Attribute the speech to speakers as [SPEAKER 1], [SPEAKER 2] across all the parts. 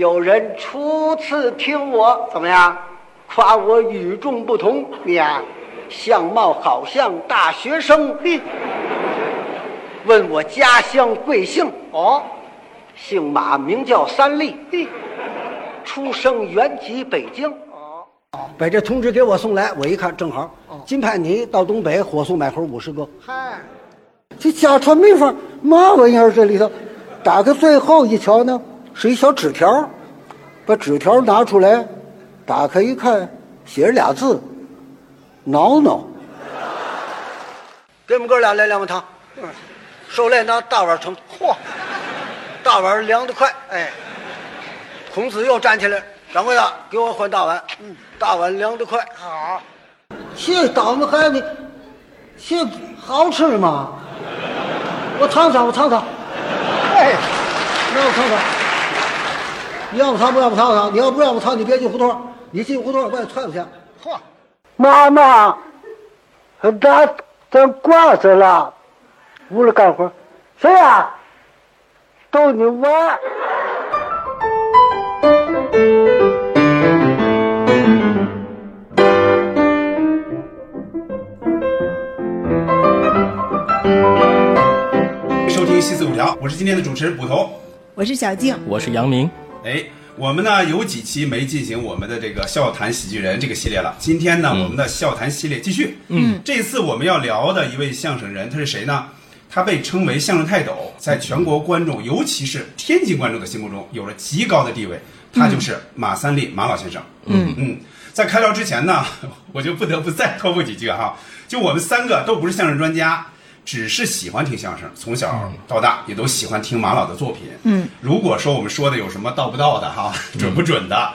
[SPEAKER 1] 有人初次听我怎么样，夸我与众不同，你呀、相貌好像大学生，嘿，问我家乡贵姓，哦，姓马，名叫三立，嘿，出生原籍北京，哦，把这通知给我送来，我一看正好，金盼尼到东北火速买猴五十个，
[SPEAKER 2] 嗨，
[SPEAKER 1] 这假传秘方，嘛玩意儿？这里头，打开最后一瞧呢，是一小纸条，把纸条拿出来，打开一看，写着俩字：“挠挠。”给我们哥俩来两碗汤，嗯，受累拿大碗盛。嚯，大碗凉得快，哎。孔子又站起来，掌柜的，给我换大碗。嗯，大碗凉得快。
[SPEAKER 2] 好，
[SPEAKER 1] 这倒霉孩子，这好吃吗？我尝尝，我尝尝，
[SPEAKER 2] 哎，
[SPEAKER 1] 让我尝尝。你要不尝不让不尝尝，你要不让我尝，你别进胡同儿，你进胡同儿我把你踹出去。
[SPEAKER 2] 嚯，
[SPEAKER 1] 妈妈，咱咱挂着了，屋里干活，谁呀、逗你玩。
[SPEAKER 3] 收听西四五条，我是今天的主持人捕头。
[SPEAKER 4] 我是小静，
[SPEAKER 5] 我是杨明，
[SPEAKER 3] 哎，我们呢有几期没进行我们的这个笑谈喜剧人这个系列了，今天呢、我们的笑谈系列继续。嗯，这次我们要聊的一位相声人，他是谁呢？他被称为相声泰斗，在全国观众，尤其是天津观众的心目中有着极高的地位。他就是马三立马老先生。嗯嗯，在开聊之前呢， 我就不得不再托付几句哈。就我们三个都不是相声专家，只是喜欢听相声，从小到大也都喜欢听马老的作品。嗯，如果说我们说的有什么道不道的哈，准不准的，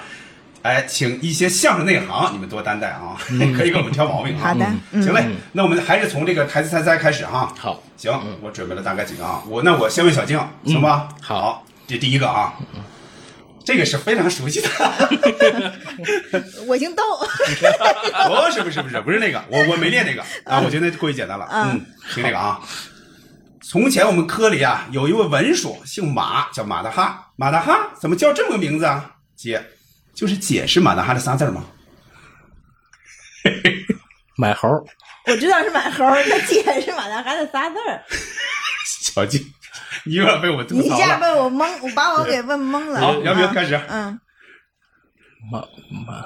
[SPEAKER 3] 哎，请一些相声内行你们多担待啊， 可以给我们挑毛病啊。
[SPEAKER 4] 好的嗯
[SPEAKER 3] 行嘞，那我们还是从这个台词猜猜开始哈。
[SPEAKER 5] 好，
[SPEAKER 3] 行，我准备了大概几个啊，我那我先问小静，行吧？
[SPEAKER 5] 好
[SPEAKER 3] 好，这第一个啊，这个是非常熟悉的，
[SPEAKER 4] 嗯我姓窦。
[SPEAKER 3] 不哦是不是不是不是那个，我我没练那个啊，我觉得过于简单了，
[SPEAKER 4] 嗯
[SPEAKER 3] 嗯，听这个啊。从前我们科里啊有一位文书姓马，叫马大哈。马大哈怎么叫这么个名字啊？姐，就是解释马大哈这仨字儿吗？
[SPEAKER 5] 买猴儿，
[SPEAKER 4] 我知道是马猴，那姐是马大哈的仨字儿。
[SPEAKER 3] 小静，你又要被我吐
[SPEAKER 4] 你一
[SPEAKER 3] 槽
[SPEAKER 4] 下
[SPEAKER 3] 了。
[SPEAKER 4] 问我懵，我把我给问懵了。
[SPEAKER 3] 好，杨明开
[SPEAKER 4] 始。
[SPEAKER 3] 始。
[SPEAKER 4] 嗯，
[SPEAKER 5] 马马，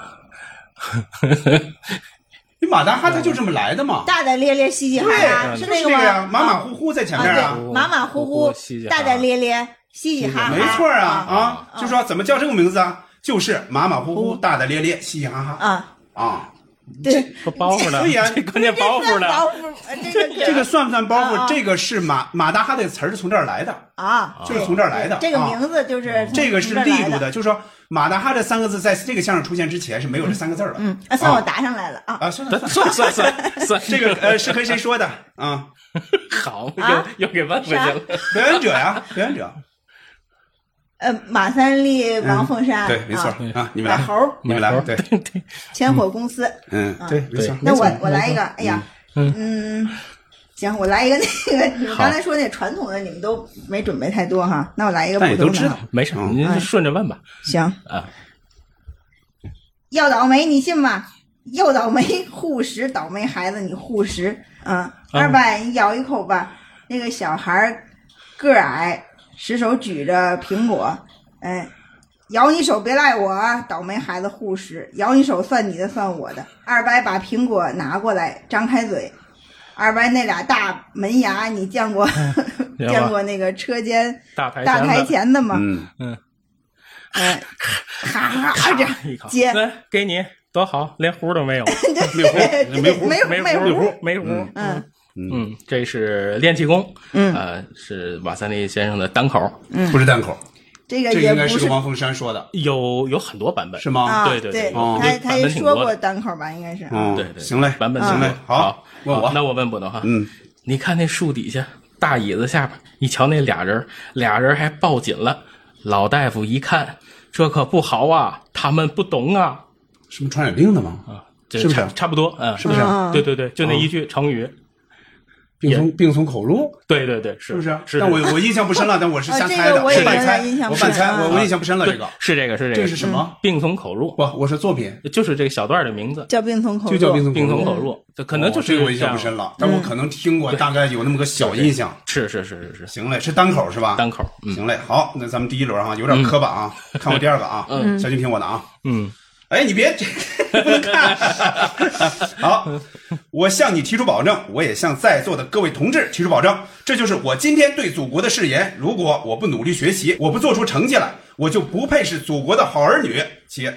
[SPEAKER 3] 你马大哈他就这么来的嘛？
[SPEAKER 4] 大大咧咧，嘻嘻哈哈，
[SPEAKER 3] 就是是
[SPEAKER 4] 个
[SPEAKER 3] 那个呀
[SPEAKER 4] 吗？，
[SPEAKER 3] 马马虎虎在前
[SPEAKER 4] 啊，
[SPEAKER 3] 面啊。
[SPEAKER 4] 对，马马虎虎
[SPEAKER 5] 虎虎嘻嘻，哈哈
[SPEAKER 4] 大大咧咧，嘻嘻哈哈。
[SPEAKER 3] 没错啊
[SPEAKER 4] 啊
[SPEAKER 3] 啊，就说怎么叫这个名字啊？就是马马虎虎、大大咧咧、嘻嘻哈哈
[SPEAKER 4] 啊，
[SPEAKER 3] 啊。
[SPEAKER 4] 对，
[SPEAKER 5] 不包袱呢？
[SPEAKER 3] 对呀
[SPEAKER 5] 这关键包袱
[SPEAKER 4] 这包
[SPEAKER 5] 呢？
[SPEAKER 4] 袱，呃这
[SPEAKER 3] 这
[SPEAKER 4] 个
[SPEAKER 3] 这个算不算包
[SPEAKER 4] 啊
[SPEAKER 3] 袱？
[SPEAKER 4] 啊
[SPEAKER 3] 这个是马马大哈这个词儿是从这儿来的，
[SPEAKER 4] 啊，
[SPEAKER 3] 就是从这儿来的。
[SPEAKER 4] 这个
[SPEAKER 3] 啊
[SPEAKER 4] 名字就是从
[SPEAKER 3] 这个是立住
[SPEAKER 4] 从这儿来的。
[SPEAKER 3] 的，就是说马大哈这三个字在这个相声出现之前是没有这三个字儿的。
[SPEAKER 4] 嗯，啊，算我答上来了啊。
[SPEAKER 3] 啊，算了算 了，
[SPEAKER 5] 算算算算，
[SPEAKER 3] 这个呃是和谁说的啊？
[SPEAKER 5] 好，
[SPEAKER 4] 啊
[SPEAKER 5] 又又给问回去
[SPEAKER 4] 啥
[SPEAKER 5] 了。
[SPEAKER 3] 表演者 呀，表演者。
[SPEAKER 4] 呃，马三立、王凤山，
[SPEAKER 3] 对，没错
[SPEAKER 4] 啊
[SPEAKER 3] 啊，你们
[SPEAKER 4] 马
[SPEAKER 3] 俩，
[SPEAKER 4] 猴，
[SPEAKER 3] 你们俩
[SPEAKER 5] 马猴
[SPEAKER 3] 对，
[SPEAKER 4] 千火公司。
[SPEAKER 3] 嗯，对，没错。
[SPEAKER 4] 那
[SPEAKER 3] 没错
[SPEAKER 4] 我我来一个，哎呀，嗯，行，我来一个那个，你们刚才说那传统的，你们都没准备太多哈，那我来一个
[SPEAKER 3] 但也
[SPEAKER 4] 普
[SPEAKER 3] 都
[SPEAKER 4] 通
[SPEAKER 3] 知
[SPEAKER 4] 的
[SPEAKER 3] 道
[SPEAKER 4] 哈，，
[SPEAKER 5] 没事，
[SPEAKER 3] 嗯
[SPEAKER 5] 您
[SPEAKER 4] 哎
[SPEAKER 5] 就顺着问吧。
[SPEAKER 4] 行，
[SPEAKER 5] 啊，
[SPEAKER 4] 要倒霉你信吗？又倒霉，护食倒霉孩子，你护食啊！
[SPEAKER 5] 嗯
[SPEAKER 4] 二百，你咬一口吧。那个小孩儿个儿矮，十手举着苹果，哎，咬你手别赖我啊！倒霉孩子护食，咬你手算你的，算我的。二百把苹果拿过来，张开嘴。二百那俩大门牙，你见过嗯 见过那个车间
[SPEAKER 5] 大台
[SPEAKER 4] 大台前的吗？
[SPEAKER 3] 嗯，
[SPEAKER 4] 哎，咔咔这样
[SPEAKER 5] 一口
[SPEAKER 4] 接。
[SPEAKER 5] 来给你多好，连胡都没有，
[SPEAKER 4] 对，
[SPEAKER 3] 没胡
[SPEAKER 4] 没
[SPEAKER 5] 没
[SPEAKER 4] 没
[SPEAKER 5] 没
[SPEAKER 4] 胡，
[SPEAKER 5] 胡，没胡。
[SPEAKER 4] 嗯
[SPEAKER 5] 嗯，这是练气功，
[SPEAKER 4] 嗯
[SPEAKER 5] 呃，是马三立先生的单口，
[SPEAKER 3] 不是单口，
[SPEAKER 4] 这个
[SPEAKER 3] 这
[SPEAKER 4] 也
[SPEAKER 3] 应该
[SPEAKER 4] 不
[SPEAKER 3] 是个王凤山说的，
[SPEAKER 5] 有有很多版本，
[SPEAKER 3] 是？吗？
[SPEAKER 4] 啊，
[SPEAKER 5] 对对对
[SPEAKER 3] 哦
[SPEAKER 4] 他他
[SPEAKER 5] 版
[SPEAKER 4] 也
[SPEAKER 5] 本挺
[SPEAKER 4] 说
[SPEAKER 5] 多的
[SPEAKER 4] 过单口吧，应该是啊
[SPEAKER 3] 嗯，
[SPEAKER 5] 对对，
[SPEAKER 3] 行嘞，
[SPEAKER 5] 版本
[SPEAKER 4] 嗯
[SPEAKER 5] 行
[SPEAKER 3] 嘞好
[SPEAKER 5] 好，
[SPEAKER 3] 问我
[SPEAKER 5] 好那我问捕头哈，
[SPEAKER 3] 嗯，
[SPEAKER 5] 你看那树底下大椅子下边，你瞧那俩人，俩人还抱紧了。老大夫一看，这可不好啊，他们不懂啊，
[SPEAKER 3] 是不是传染病的吗？
[SPEAKER 5] 这
[SPEAKER 3] 是不是哦
[SPEAKER 5] 差差不多？嗯，
[SPEAKER 3] 是不是？
[SPEAKER 4] 嗯
[SPEAKER 5] 对对对，就那一句成语，
[SPEAKER 3] 病从病从口入，
[SPEAKER 6] 对对对，
[SPEAKER 3] 是
[SPEAKER 6] 是
[SPEAKER 3] 不是？
[SPEAKER 6] 是
[SPEAKER 3] 但
[SPEAKER 6] 这
[SPEAKER 3] 我我印象不深了，但我是瞎
[SPEAKER 4] 啊这个
[SPEAKER 3] 猜的，
[SPEAKER 4] 我也
[SPEAKER 3] 我半猜
[SPEAKER 4] 有点印，象
[SPEAKER 3] 我
[SPEAKER 4] 不
[SPEAKER 3] 半
[SPEAKER 4] 深
[SPEAKER 3] 猜，
[SPEAKER 4] 啊
[SPEAKER 3] 我我印象不深了。
[SPEAKER 6] 对嗯
[SPEAKER 3] 这个
[SPEAKER 6] 是这个是这
[SPEAKER 3] 这
[SPEAKER 6] 个
[SPEAKER 3] 是什么？
[SPEAKER 6] 病从口入，
[SPEAKER 3] 不，我是作品，
[SPEAKER 6] 就是这个小段儿的名字，
[SPEAKER 4] 叫病从口入，
[SPEAKER 3] 就叫病从
[SPEAKER 6] 病从
[SPEAKER 3] 口
[SPEAKER 6] 口
[SPEAKER 3] 入。
[SPEAKER 6] 入，这可能就
[SPEAKER 3] 哦
[SPEAKER 6] 是
[SPEAKER 3] 这个我印
[SPEAKER 6] 这
[SPEAKER 3] 象
[SPEAKER 6] 样
[SPEAKER 3] 不深了，但
[SPEAKER 4] 嗯
[SPEAKER 3] 我可能听过，大概有那么个小印象。
[SPEAKER 6] 是是是是是，
[SPEAKER 3] 行嘞，是单口是吧？
[SPEAKER 6] 单口，嗯
[SPEAKER 3] 行嘞，好，那咱们第一轮哈，有点磕巴啊，看我第二个啊，小心听我的啊。
[SPEAKER 6] 嗯，
[SPEAKER 3] 哎，你别不能看。好，我向你提出保证，我也向在座的各位同志提出保证，这就是我今天对祖国的誓言。如果我不努力学习，我不做出成绩来，我就不配是祖国的好儿女。且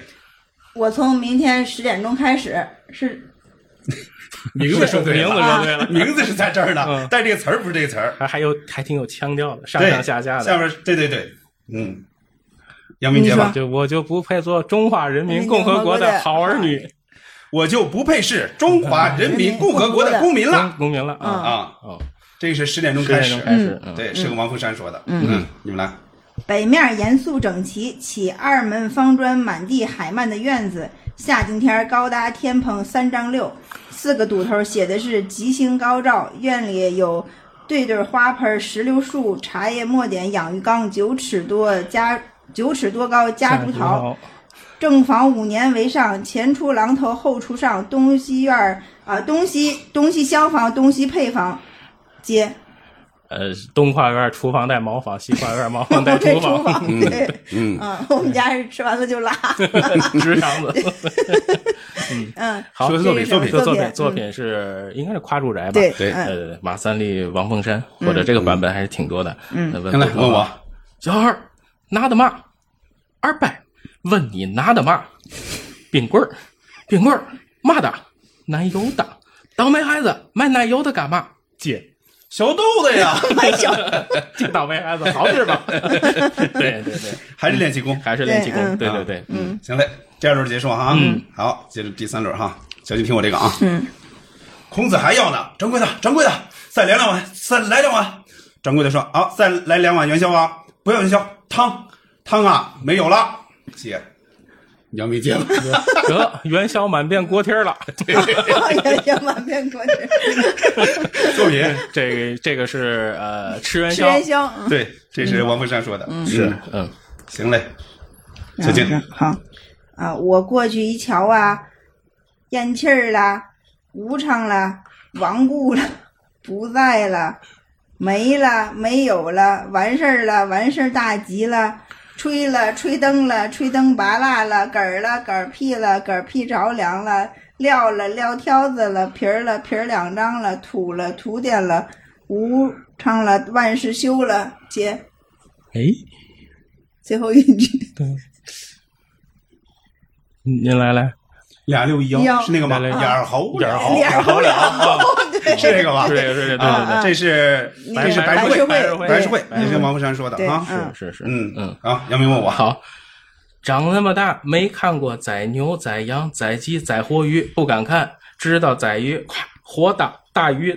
[SPEAKER 4] 我从明天十点钟开始是
[SPEAKER 3] 名字说 对
[SPEAKER 6] 名字
[SPEAKER 3] 了，
[SPEAKER 6] 说对了，
[SPEAKER 3] 名字是在这儿呢
[SPEAKER 6] 嗯，
[SPEAKER 3] 但这个词儿不是这个词儿。
[SPEAKER 6] 还还有还挺有腔调的，上
[SPEAKER 3] 对，
[SPEAKER 6] 上下下的，
[SPEAKER 3] 面对对对，嗯，杨明杰吧，
[SPEAKER 6] 就我就不配做中华人民共和国的好儿女、
[SPEAKER 3] 我就不配是中华人民共和国的公民了
[SPEAKER 6] 公民了啊！
[SPEAKER 3] 啊！
[SPEAKER 6] 哦，
[SPEAKER 3] 这是十点钟
[SPEAKER 6] 十
[SPEAKER 3] 开始
[SPEAKER 6] 点钟，开始，嗯，
[SPEAKER 3] 对，是个王凤山说的，嗯，你们来，
[SPEAKER 4] 北面严肃整齐，起二门方砖，满地海漫的院子；夏景天高搭天棚三丈六，四个堵头写的是吉星高照。院里有对对花盆、石榴树、茶叶墨点、养鱼缸，九尺多加九尺多高夹竹桃。，正房五年为上，前出廊头，后出上，东西院儿啊、东西东西厢房，东西配房，街。
[SPEAKER 6] 呃，东跨院厨房带茅房，西跨院茅房 带
[SPEAKER 4] 对
[SPEAKER 6] 厨房，
[SPEAKER 4] 对，
[SPEAKER 3] 嗯
[SPEAKER 4] 啊，我们家是吃完了就拉。
[SPEAKER 6] 直肠子。
[SPEAKER 4] 嗯，
[SPEAKER 6] 好，
[SPEAKER 3] 说
[SPEAKER 4] 作品
[SPEAKER 6] 作
[SPEAKER 4] 作
[SPEAKER 6] 品
[SPEAKER 4] 品
[SPEAKER 6] 作
[SPEAKER 4] 作
[SPEAKER 6] 品
[SPEAKER 4] 品
[SPEAKER 6] 作品是应该是夸住宅吧？
[SPEAKER 4] 对
[SPEAKER 3] 对
[SPEAKER 4] 嗯
[SPEAKER 6] 呃，马三立、王凤山或者这个版本还是挺多的。嗯，
[SPEAKER 3] 行
[SPEAKER 6] 问
[SPEAKER 3] 嘞，问我，
[SPEAKER 6] 小孩儿拿的嘛？二百，问你拿的嘛？冰棍儿，冰棍儿，嘛的？奶油的，倒霉孩子卖奶油的干嘛？姐。
[SPEAKER 3] 小豆子呀，
[SPEAKER 4] 嗯
[SPEAKER 6] 嗯
[SPEAKER 4] 哎
[SPEAKER 6] 这倒霉孩子好使吧？ 对对对，
[SPEAKER 3] 还是练气功。
[SPEAKER 6] 还是练气功，
[SPEAKER 3] 对
[SPEAKER 6] 对
[SPEAKER 3] 嗯
[SPEAKER 6] 对对，嗯，
[SPEAKER 3] 行嘞，第二轮结束哈，好，接着第三轮哈，小心听我这个啊，嗯，孔子还要呢，掌柜的，掌柜的，再来两碗，再来两碗。掌柜的说，啊，再来两碗元宵啊，不要元宵，汤，汤啊，没有了，姐，杨明杰吧。
[SPEAKER 6] 啊得元宵满遍锅贴儿了。
[SPEAKER 4] 哎 也也满面 国耻。
[SPEAKER 3] 作品。
[SPEAKER 6] 这个这个是呃吃元
[SPEAKER 4] 吃
[SPEAKER 6] 宵，
[SPEAKER 4] 元宵，嗯
[SPEAKER 3] 对，这是王凤山说的，
[SPEAKER 6] 是嗯
[SPEAKER 3] 行嘞，小静，
[SPEAKER 4] 嗯好啊，我过去一瞧啊，咽气儿了，无常了，亡故了，不在了，没了，没有了，完事儿了，完事儿大吉了。吹了，吹灯了，吹灯拔蜡了，嗝儿了，嗝儿屁了，嗝儿屁着凉了，撂了，撂挑子了，皮儿了，皮儿两张了，土了，土点了，无常了，万事休了，姐，
[SPEAKER 6] 哎，
[SPEAKER 4] 最后一句。
[SPEAKER 6] 您来来，
[SPEAKER 3] 俩六一
[SPEAKER 4] 幺
[SPEAKER 3] 幺是那个吗？
[SPEAKER 6] 来来
[SPEAKER 3] 眼儿猴，眼儿 猴，
[SPEAKER 4] 脸儿
[SPEAKER 3] 猴啊
[SPEAKER 4] 好了，
[SPEAKER 3] 是这个吧？
[SPEAKER 6] 是这个是这个，
[SPEAKER 4] 啊啊
[SPEAKER 6] 对
[SPEAKER 3] 这是
[SPEAKER 4] 那
[SPEAKER 3] 这
[SPEAKER 4] 个
[SPEAKER 3] 是
[SPEAKER 6] 白
[SPEAKER 3] 白
[SPEAKER 6] 事
[SPEAKER 3] 事
[SPEAKER 6] 会
[SPEAKER 3] 会，
[SPEAKER 6] 白
[SPEAKER 3] 白
[SPEAKER 6] 事
[SPEAKER 3] 事
[SPEAKER 6] 会
[SPEAKER 3] 会，也是王凤山说的
[SPEAKER 4] 嗯对
[SPEAKER 3] 啊。
[SPEAKER 4] 嗯
[SPEAKER 6] 对对，是是
[SPEAKER 3] 嗯
[SPEAKER 6] 嗯，
[SPEAKER 3] 啊，杨明问我，
[SPEAKER 6] 好。长那么大没看过宰牛、宰羊、宰鸡、宰活鱼，不敢看；知道宰鱼，咵，活打大鱼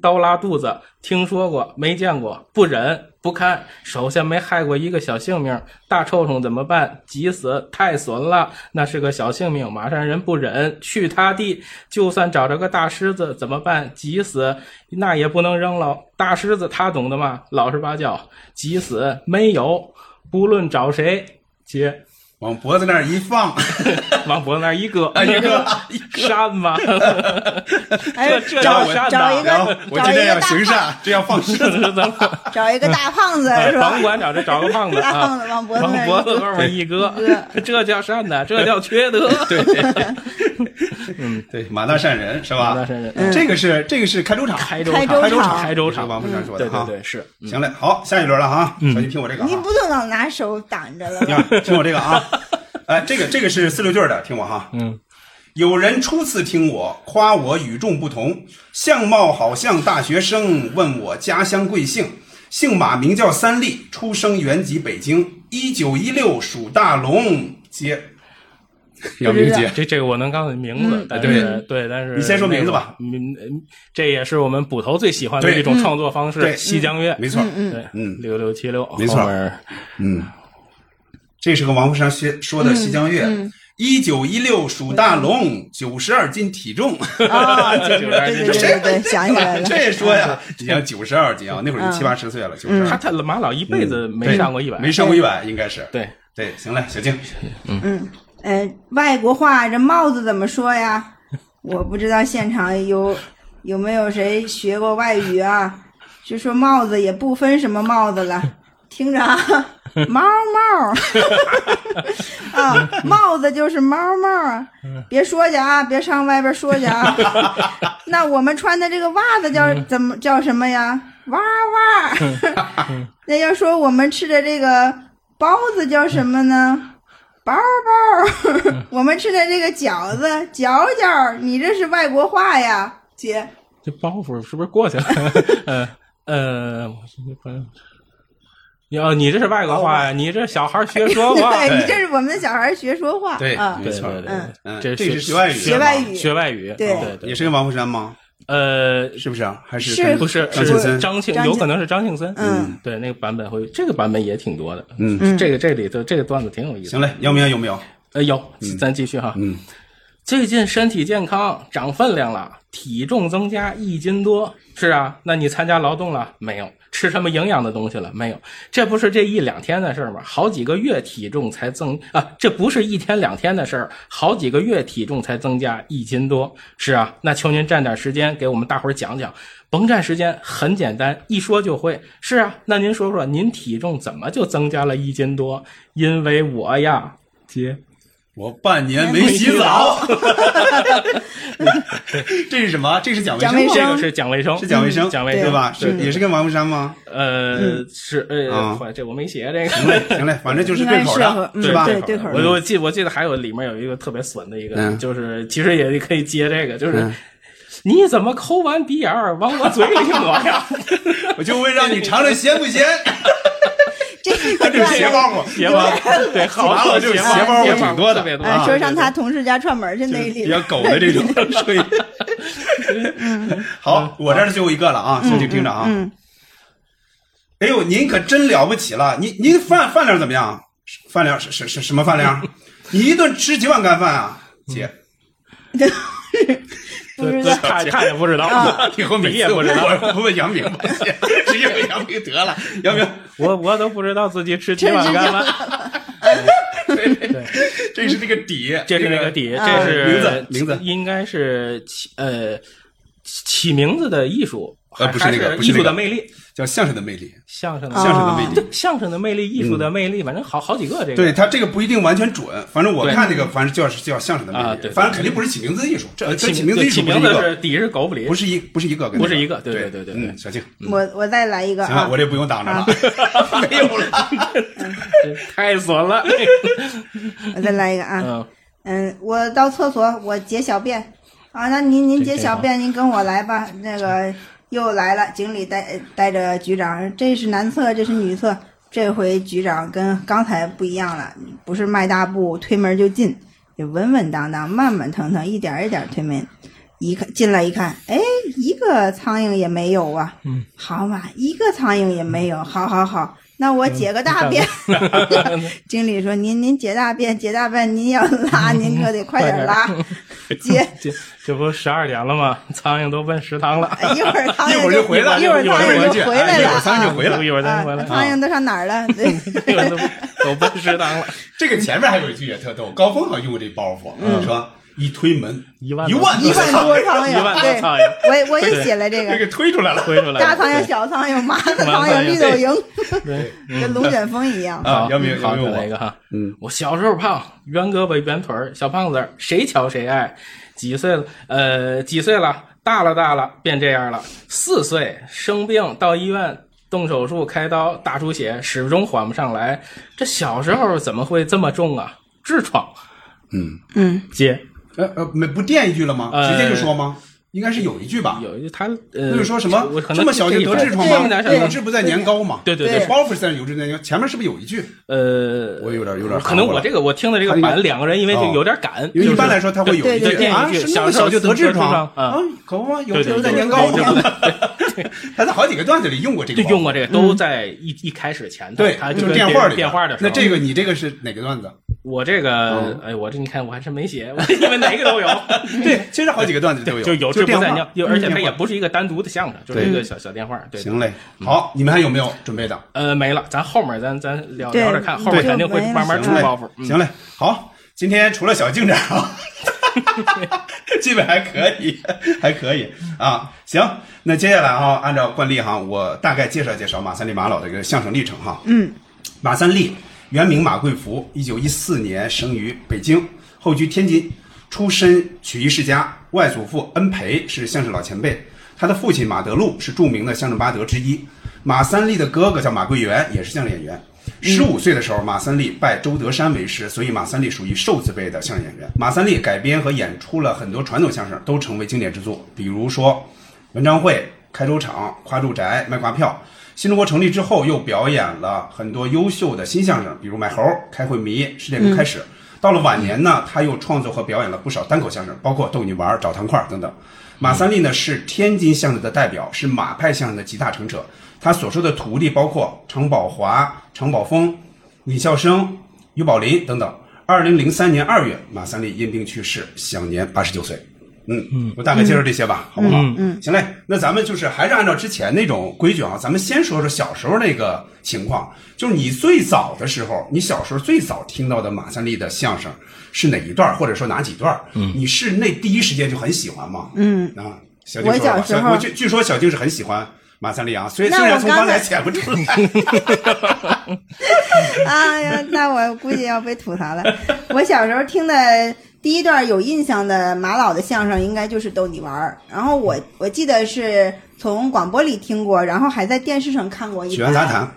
[SPEAKER 6] 刀拉肚子，听说过没见过，不忍不看，手下没害过一个小性命，大臭虫怎么办？急死，太损了，那是个小性命，马上人不忍，去他地，就算找着个大狮子怎么办？急死，那也不能扔了，大狮子他懂的嘛，老实巴交，急死没有，不论找谁。接
[SPEAKER 3] 往脖子那儿一 放，
[SPEAKER 6] 往脖子那儿一搁，
[SPEAKER 3] 一个
[SPEAKER 6] 扇吧，
[SPEAKER 4] 哎，
[SPEAKER 6] 这
[SPEAKER 4] 找
[SPEAKER 6] 叫善呐
[SPEAKER 4] 找一
[SPEAKER 3] 然后
[SPEAKER 4] 个
[SPEAKER 3] 我
[SPEAKER 4] 找
[SPEAKER 3] 今
[SPEAKER 4] 一
[SPEAKER 3] 天
[SPEAKER 4] 个
[SPEAKER 3] 要
[SPEAKER 4] 大
[SPEAKER 3] 行
[SPEAKER 4] 胖
[SPEAKER 3] 善，这要放狮 子，
[SPEAKER 6] 是怎么？
[SPEAKER 4] 找一个大胖子是吧
[SPEAKER 6] 哎甭？管找这找个胖子
[SPEAKER 4] 大胖
[SPEAKER 6] 啊，
[SPEAKER 4] 子往脖子
[SPEAKER 6] 往
[SPEAKER 4] 那
[SPEAKER 6] 脖
[SPEAKER 4] 儿
[SPEAKER 6] 子
[SPEAKER 4] 一
[SPEAKER 6] 外面一搁
[SPEAKER 4] 一搁，
[SPEAKER 6] 这叫善呐，这叫缺德。对，
[SPEAKER 3] 对，马大善人是吧？嗯
[SPEAKER 6] 马大善人
[SPEAKER 3] 这个是这个是开州场，
[SPEAKER 6] 嗯开
[SPEAKER 4] 嗯开
[SPEAKER 6] 场，
[SPEAKER 4] 州
[SPEAKER 6] 开
[SPEAKER 4] 场
[SPEAKER 6] 开州
[SPEAKER 3] 是
[SPEAKER 6] 场。
[SPEAKER 3] 王凤山说
[SPEAKER 6] 对
[SPEAKER 3] 的
[SPEAKER 6] 对
[SPEAKER 3] 哈。
[SPEAKER 6] 对，嗯是
[SPEAKER 3] 行嘞，好，下一轮了哈，小心听我这个啊
[SPEAKER 4] 搁，你
[SPEAKER 3] 哈。
[SPEAKER 4] 不就老拿手挡着了
[SPEAKER 3] 你
[SPEAKER 4] 吗？
[SPEAKER 3] 看，听我这个啊， 哎，这个这个是四六句儿的，听我哈。
[SPEAKER 6] 嗯，
[SPEAKER 3] 有人初次听我夸我与众不同，相貌好像大学生，问我家乡贵姓，姓马名叫三立，出生原籍北京，一九一六属大龙，接。
[SPEAKER 4] 杨明杰，
[SPEAKER 6] 这这个我能告诉你名字，但是对，但是
[SPEAKER 3] 你先说名字吧
[SPEAKER 6] 那个。嗯，嗯这也是我们捕头最喜欢的
[SPEAKER 3] 对嗯
[SPEAKER 6] 一种创作方式
[SPEAKER 3] 对
[SPEAKER 6] ——西江月。
[SPEAKER 3] 没错，
[SPEAKER 6] 对，
[SPEAKER 3] 嗯
[SPEAKER 6] 六六七六，
[SPEAKER 3] 没错
[SPEAKER 6] 后面
[SPEAKER 3] 这是个王凤山学说的西江月。一九一六属大龙，九十二斤体重。
[SPEAKER 4] 啊，对对 对
[SPEAKER 3] 这谁
[SPEAKER 4] 对对，想起来了，
[SPEAKER 3] 这说呀，你像九十二斤啊，那会儿就七八十岁了，九十
[SPEAKER 4] 嗯
[SPEAKER 6] 他
[SPEAKER 3] 二，
[SPEAKER 6] 他马老一辈子没上过一百，
[SPEAKER 3] 嗯没上过一百，应该是。
[SPEAKER 6] 对，
[SPEAKER 3] 对，行了，小静，
[SPEAKER 4] 呃，外国话这帽子怎么说呀？我不知道现场有有没有谁学过外语啊？就说帽子也不分什么帽子了，听着啊，猫猫啊，帽子就是猫猫啊，别说去啊，别上外边说去啊。那我们穿的这个袜子叫怎么叫什么呀？哇哇。 那要说我们吃的这个包子叫什么呢？包包。 我们吃的这个饺子饺饺，你这是外国话呀，姐。
[SPEAKER 6] 这包袱是不是过去了？ 呃呃，我是朋友。要哦你这是外国话呀？你这小孩学说 话，
[SPEAKER 4] 对你
[SPEAKER 3] 对
[SPEAKER 4] 这是我们小孩学说话
[SPEAKER 3] 哎对
[SPEAKER 4] 啊，
[SPEAKER 3] 没
[SPEAKER 6] 对
[SPEAKER 3] 错
[SPEAKER 6] 对
[SPEAKER 4] 嗯
[SPEAKER 6] 对，
[SPEAKER 3] 嗯
[SPEAKER 6] 这
[SPEAKER 3] 这是学外语
[SPEAKER 4] 学外语
[SPEAKER 6] 学外语，
[SPEAKER 4] 对
[SPEAKER 6] 对
[SPEAKER 3] 也
[SPEAKER 6] 对，
[SPEAKER 3] 是跟王福山吗？
[SPEAKER 6] 呃，
[SPEAKER 3] 是不是啊？还是
[SPEAKER 4] 是
[SPEAKER 3] 跟
[SPEAKER 6] 不是
[SPEAKER 3] 张
[SPEAKER 6] 是
[SPEAKER 3] 庆森？
[SPEAKER 6] 张庆
[SPEAKER 4] 张，庆
[SPEAKER 6] 有可能是张庆森，
[SPEAKER 4] 嗯，
[SPEAKER 6] 对，那个版本会，这个版本也挺多的，
[SPEAKER 3] 嗯，
[SPEAKER 4] 嗯
[SPEAKER 6] 这个这里头这个段子挺有意思
[SPEAKER 3] 行，嘞，要不要？有没有？
[SPEAKER 6] 呃，有，咱继续哈，
[SPEAKER 3] 嗯，
[SPEAKER 6] 最近身体健康，长分量了，体重增加一斤多。是啊，那你参加劳动了没有？吃什么营养的东西了没有？这不是这一两天的事儿吗？好几个月体重才增啊，这不是一天两天的事儿，好几个月体重才增加一斤多。是啊，那求您占点时间给我们大伙儿讲讲。甭占时间，很简单，一说就会。是啊，那您说说您体重怎么就增加了一斤多？因为我呀，姐。
[SPEAKER 3] 我半年没洗澡， 这是什么？这是讲
[SPEAKER 4] 讲
[SPEAKER 3] 卫
[SPEAKER 4] 卫
[SPEAKER 6] 这
[SPEAKER 4] 生
[SPEAKER 6] 个是讲卫生，
[SPEAKER 3] 是讲卫生，
[SPEAKER 6] 嗯讲卫生
[SPEAKER 3] 对吧？是也是跟王福山吗？
[SPEAKER 6] 呃，是呃
[SPEAKER 3] 啊，
[SPEAKER 6] 坏这我没写这
[SPEAKER 3] 行
[SPEAKER 6] 个。
[SPEAKER 3] 嘞，行嘞，反正就是对口
[SPEAKER 4] 应该是和
[SPEAKER 3] 的，
[SPEAKER 4] 嗯
[SPEAKER 3] 是吧？
[SPEAKER 4] 对对口
[SPEAKER 6] 我我记我记得还有里面有一个特别损的一个，
[SPEAKER 3] 嗯
[SPEAKER 6] 就是其实也可以接这个，就是、
[SPEAKER 3] 嗯
[SPEAKER 6] 你怎么抠完鼻眼儿往我嘴里抹呀？
[SPEAKER 3] 我就会让你尝尝咸不 咸。
[SPEAKER 4] 这
[SPEAKER 3] 他
[SPEAKER 4] 个
[SPEAKER 3] 这是
[SPEAKER 4] 段
[SPEAKER 3] 邪
[SPEAKER 4] 子
[SPEAKER 3] 包 袱，
[SPEAKER 6] 邪包对，好
[SPEAKER 3] 完
[SPEAKER 6] 多
[SPEAKER 3] 了这种
[SPEAKER 6] 邪
[SPEAKER 3] 邪
[SPEAKER 6] 包
[SPEAKER 3] 包袱挺多的
[SPEAKER 6] 特别多。
[SPEAKER 4] 哎，
[SPEAKER 3] 啊
[SPEAKER 4] 说上他同事家串门去那
[SPEAKER 3] 比
[SPEAKER 4] 里
[SPEAKER 3] 较
[SPEAKER 4] 了，
[SPEAKER 3] 狗的这 种声音。好，我这是最后一个了啊，兄弟听着啊。
[SPEAKER 4] 嗯
[SPEAKER 3] 哎呦，您可真了不起了，您您饭饭量怎么样？饭量是是是什么饭 量？你一顿吃几碗干饭啊，姐？
[SPEAKER 4] 嗯不啊知
[SPEAKER 6] 对
[SPEAKER 4] 道
[SPEAKER 6] 他他也不知道，
[SPEAKER 3] 以后
[SPEAKER 6] 你也不知道，
[SPEAKER 3] 我不问杨 明吧，姐直接问杨明得了。杨明，
[SPEAKER 6] 我我都不知道自己吃几碗干饭，
[SPEAKER 3] 这是那个底，
[SPEAKER 6] 这是那个底，
[SPEAKER 4] 啊
[SPEAKER 6] 这是
[SPEAKER 3] 名字名字
[SPEAKER 6] 应该是起呃起起名字的艺术，
[SPEAKER 3] 呃
[SPEAKER 6] 还
[SPEAKER 3] 不是那个
[SPEAKER 6] 还
[SPEAKER 3] 不是
[SPEAKER 6] 艺术
[SPEAKER 3] 那
[SPEAKER 6] 的
[SPEAKER 3] 个
[SPEAKER 6] 魅力，
[SPEAKER 3] 叫相声的魅力，
[SPEAKER 6] 相声的啊
[SPEAKER 3] 相声的魅
[SPEAKER 4] 哦
[SPEAKER 3] 力。
[SPEAKER 6] 对相声的魅力、艺术的魅力，反正好好几个这个。
[SPEAKER 3] 对他这个不一定完全准，反正我
[SPEAKER 6] 对
[SPEAKER 3] 看这个，反正就是叫相声的魅力，
[SPEAKER 6] 啊对对
[SPEAKER 3] 反正肯定不是起名字艺术，这
[SPEAKER 6] 呃，
[SPEAKER 3] 跟
[SPEAKER 6] 起
[SPEAKER 3] 起名字
[SPEAKER 6] 对
[SPEAKER 3] 艺术
[SPEAKER 6] 起
[SPEAKER 3] 不是
[SPEAKER 6] 名
[SPEAKER 3] 一
[SPEAKER 6] 字
[SPEAKER 3] 个，
[SPEAKER 6] 是底是狗不理，
[SPEAKER 3] 不是一不是一个跟那，
[SPEAKER 6] 不是一个对对
[SPEAKER 3] 对
[SPEAKER 6] 对对对
[SPEAKER 3] 嗯，小静，
[SPEAKER 4] 我我再来一个
[SPEAKER 3] 行了，
[SPEAKER 4] 啊
[SPEAKER 3] 我，这不用挡着了，没有了，
[SPEAKER 6] 太损 了。
[SPEAKER 4] 我再来一个啊，
[SPEAKER 6] 嗯，
[SPEAKER 4] 嗯，我到厕所我解小便啊，那您您
[SPEAKER 6] 这
[SPEAKER 4] 解
[SPEAKER 6] 这
[SPEAKER 4] 小
[SPEAKER 6] 好
[SPEAKER 4] 便，您跟我来吧，那个又来了，经理带带着局长，这是男厕，这是女厕，这回局长跟刚才不一样了，不是迈大步推门就进，得稳稳当当、慢慢腾腾，一点儿一点儿推门。一看进来一看，哎，一个苍蝇也没有啊！嗯，好嘛，一个苍蝇也没有，好好好，那
[SPEAKER 6] 嗯
[SPEAKER 4] 我解个大便。 经理说：“您您解大便，解大便，您要拉，您可得快点儿拉，解。
[SPEAKER 6] 这这不十二点了吗？苍蝇都奔食堂 了，
[SPEAKER 4] 哎一会儿苍蝇
[SPEAKER 3] 一会儿就回来，
[SPEAKER 4] 啊一会儿苍
[SPEAKER 3] 一会儿
[SPEAKER 4] 蝇就回来
[SPEAKER 3] 哎一会
[SPEAKER 4] 了
[SPEAKER 3] 儿
[SPEAKER 4] 啊，
[SPEAKER 3] 苍蝇就回来。
[SPEAKER 6] 一会儿咱
[SPEAKER 4] 啊
[SPEAKER 6] 回来。
[SPEAKER 4] 苍蝇都上哪儿了？对
[SPEAKER 6] 都都奔食堂了，
[SPEAKER 3] 这个前面还有一句也特逗，高峰好像用过这包袱，说一推门
[SPEAKER 6] 一万
[SPEAKER 3] 一
[SPEAKER 6] 多
[SPEAKER 3] 万
[SPEAKER 4] 嗯一万多苍蝇，
[SPEAKER 6] 一万多
[SPEAKER 4] 对，
[SPEAKER 6] 苍蝇
[SPEAKER 4] 我也我也写了这
[SPEAKER 3] 这个
[SPEAKER 4] 个
[SPEAKER 3] 推出来了
[SPEAKER 6] 推出来了。
[SPEAKER 4] 大苍蝇、
[SPEAKER 6] 对
[SPEAKER 4] 小苍蝇、麻子苍
[SPEAKER 6] 麻子苍
[SPEAKER 4] 蝇、
[SPEAKER 6] 蝇
[SPEAKER 4] 绿豆蝇，
[SPEAKER 6] 对，
[SPEAKER 4] 跟龙卷风一样。
[SPEAKER 3] 啊，
[SPEAKER 6] 好
[SPEAKER 3] 杨明，
[SPEAKER 6] 好
[SPEAKER 3] 杨明
[SPEAKER 6] 再来一
[SPEAKER 3] 我
[SPEAKER 6] 个哈。
[SPEAKER 3] 嗯，
[SPEAKER 6] 我小时候胖，圆胳膊圆腿儿，小胖子儿，谁瞧谁爱。几岁了？呃，几岁了？大了大了，变这样了。四岁生病到医院动手术开刀，大出血，始终缓不上来。这小时候怎么会这么重啊？痔疮。
[SPEAKER 4] 嗯，
[SPEAKER 6] 姐，
[SPEAKER 3] 呃呃，没不垫一句了吗？
[SPEAKER 6] 呃
[SPEAKER 3] 直接就说吗？应该是有一句吧。
[SPEAKER 6] 有一他呃，
[SPEAKER 3] 那就说什么
[SPEAKER 6] 我可能
[SPEAKER 3] 这么小就得痔疮
[SPEAKER 6] 这一
[SPEAKER 3] 吗？
[SPEAKER 4] 对
[SPEAKER 6] 点什
[SPEAKER 3] 有
[SPEAKER 6] 么
[SPEAKER 4] 对？
[SPEAKER 3] 志不在年高嘛。
[SPEAKER 6] 对对对
[SPEAKER 4] 对
[SPEAKER 3] 包袱是在有志不在年高。前面是不是有一句？
[SPEAKER 6] 呃，
[SPEAKER 3] 我有点有点
[SPEAKER 6] 可能我这个我听的这个
[SPEAKER 3] 他应
[SPEAKER 6] 版，
[SPEAKER 3] 该
[SPEAKER 6] 两个人因为就有点赶，
[SPEAKER 3] 因为
[SPEAKER 6] 就
[SPEAKER 3] 一
[SPEAKER 6] 是
[SPEAKER 3] 般来说他会有
[SPEAKER 4] 对
[SPEAKER 3] 一
[SPEAKER 4] 对
[SPEAKER 3] 句
[SPEAKER 4] 对
[SPEAKER 3] 啊，
[SPEAKER 6] 对
[SPEAKER 3] 是那么小就得痔疮
[SPEAKER 6] 嗯
[SPEAKER 3] 啊，可不嘛，有
[SPEAKER 6] 对
[SPEAKER 3] 志
[SPEAKER 6] 对
[SPEAKER 3] 不在
[SPEAKER 6] 对
[SPEAKER 3] 年高
[SPEAKER 6] 对
[SPEAKER 3] 嘛。 他在好几个段子里用过这个
[SPEAKER 6] 就
[SPEAKER 3] 包袱，
[SPEAKER 6] 用过这个，都在一一开始前头，
[SPEAKER 3] 对
[SPEAKER 6] 他，
[SPEAKER 3] 就是
[SPEAKER 6] 跟
[SPEAKER 3] 电话里边
[SPEAKER 6] 变化的时候。
[SPEAKER 3] 那这个你这个是哪个段子？
[SPEAKER 6] 我这个，
[SPEAKER 3] 嗯
[SPEAKER 6] 哎，我这你看我还真没写，我因为哪 个都有，
[SPEAKER 3] 对，其实好几个段子都有，
[SPEAKER 6] 就有
[SPEAKER 3] 就
[SPEAKER 6] 志
[SPEAKER 3] 电
[SPEAKER 6] 不
[SPEAKER 3] 话嗯
[SPEAKER 6] 在尿，就而且它
[SPEAKER 3] 电
[SPEAKER 6] 也
[SPEAKER 3] 话
[SPEAKER 6] 不是一个单独的相声，就是一个小小电话。对，
[SPEAKER 3] 行嘞。好，你们还有没有准备的？
[SPEAKER 6] 呃，没了，咱后面咱咱聊
[SPEAKER 4] 对
[SPEAKER 6] 聊着看，后面
[SPEAKER 4] 就
[SPEAKER 6] 肯定会
[SPEAKER 4] 没了
[SPEAKER 6] 慢慢出
[SPEAKER 3] 行嘞
[SPEAKER 6] 包袱。嗯
[SPEAKER 3] 行嘞，好，今天除了小静这样啊， 基本还可以，还可以啊。行，那接下来哈，按照惯例哈，我大概介绍介绍马三立马老的一个相声历程哈。
[SPEAKER 4] 嗯，
[SPEAKER 3] 马三立，原名马贵福，一九一四年生于北京，后居天津，出身曲艺世家，外祖父恩培是相声老前辈，他的父亲马德禄是著名的相声八德之一。马三立的哥哥叫马桂元，也是相声演员。十五岁的时候，马三立拜周德山为师，所以马三立属于寿字辈的相声演员。马三立改编和演出了很多传统相声，都成为经典之作，比如说文章会、开州场、夸住宅、卖挂票。新中国成立之后，又表演了很多优秀的新相声，比如《卖猴》《开会迷》《十点钟开始》到了晚年呢，他又创作和表演了不少单口相声，包括逗你玩儿、找糖块儿等等。马三立呢是天津相声的代表，是马派相声的集大成者。他所说的徒弟包括常宝华、常宝峰、李笑生、于宝林等等。二零零三年二月，马三立因病去世，享年八十九岁。嗯嗯，我大概介绍这些吧，好不好？嗯，行嘞，那咱们就是还是按照之前那种规矩啊，咱们先说说小时候那个情况，就是你最早的时候，你小时候最早听到的马三立的相声是哪一段儿，或者说哪几段儿？你是那第一时间就很喜欢吗？嗯啊，小静
[SPEAKER 4] 我
[SPEAKER 3] 说吧
[SPEAKER 4] 小时
[SPEAKER 3] 小
[SPEAKER 4] 候
[SPEAKER 3] 我据据说小静是很喜欢马三立啊，虽
[SPEAKER 4] 那
[SPEAKER 3] 虽然
[SPEAKER 4] 我
[SPEAKER 3] 从
[SPEAKER 4] 刚
[SPEAKER 3] 刚才
[SPEAKER 4] 才
[SPEAKER 3] 显不出来，
[SPEAKER 4] 哎呀，那我估计要被吐槽了。我小时候听的第一段有印象的马老的相声，应该就是逗你玩儿。然后
[SPEAKER 6] 嗯
[SPEAKER 4] 我我记得是从广播里听过，然后还在电视上看过一版。
[SPEAKER 3] 曲苑杂谈，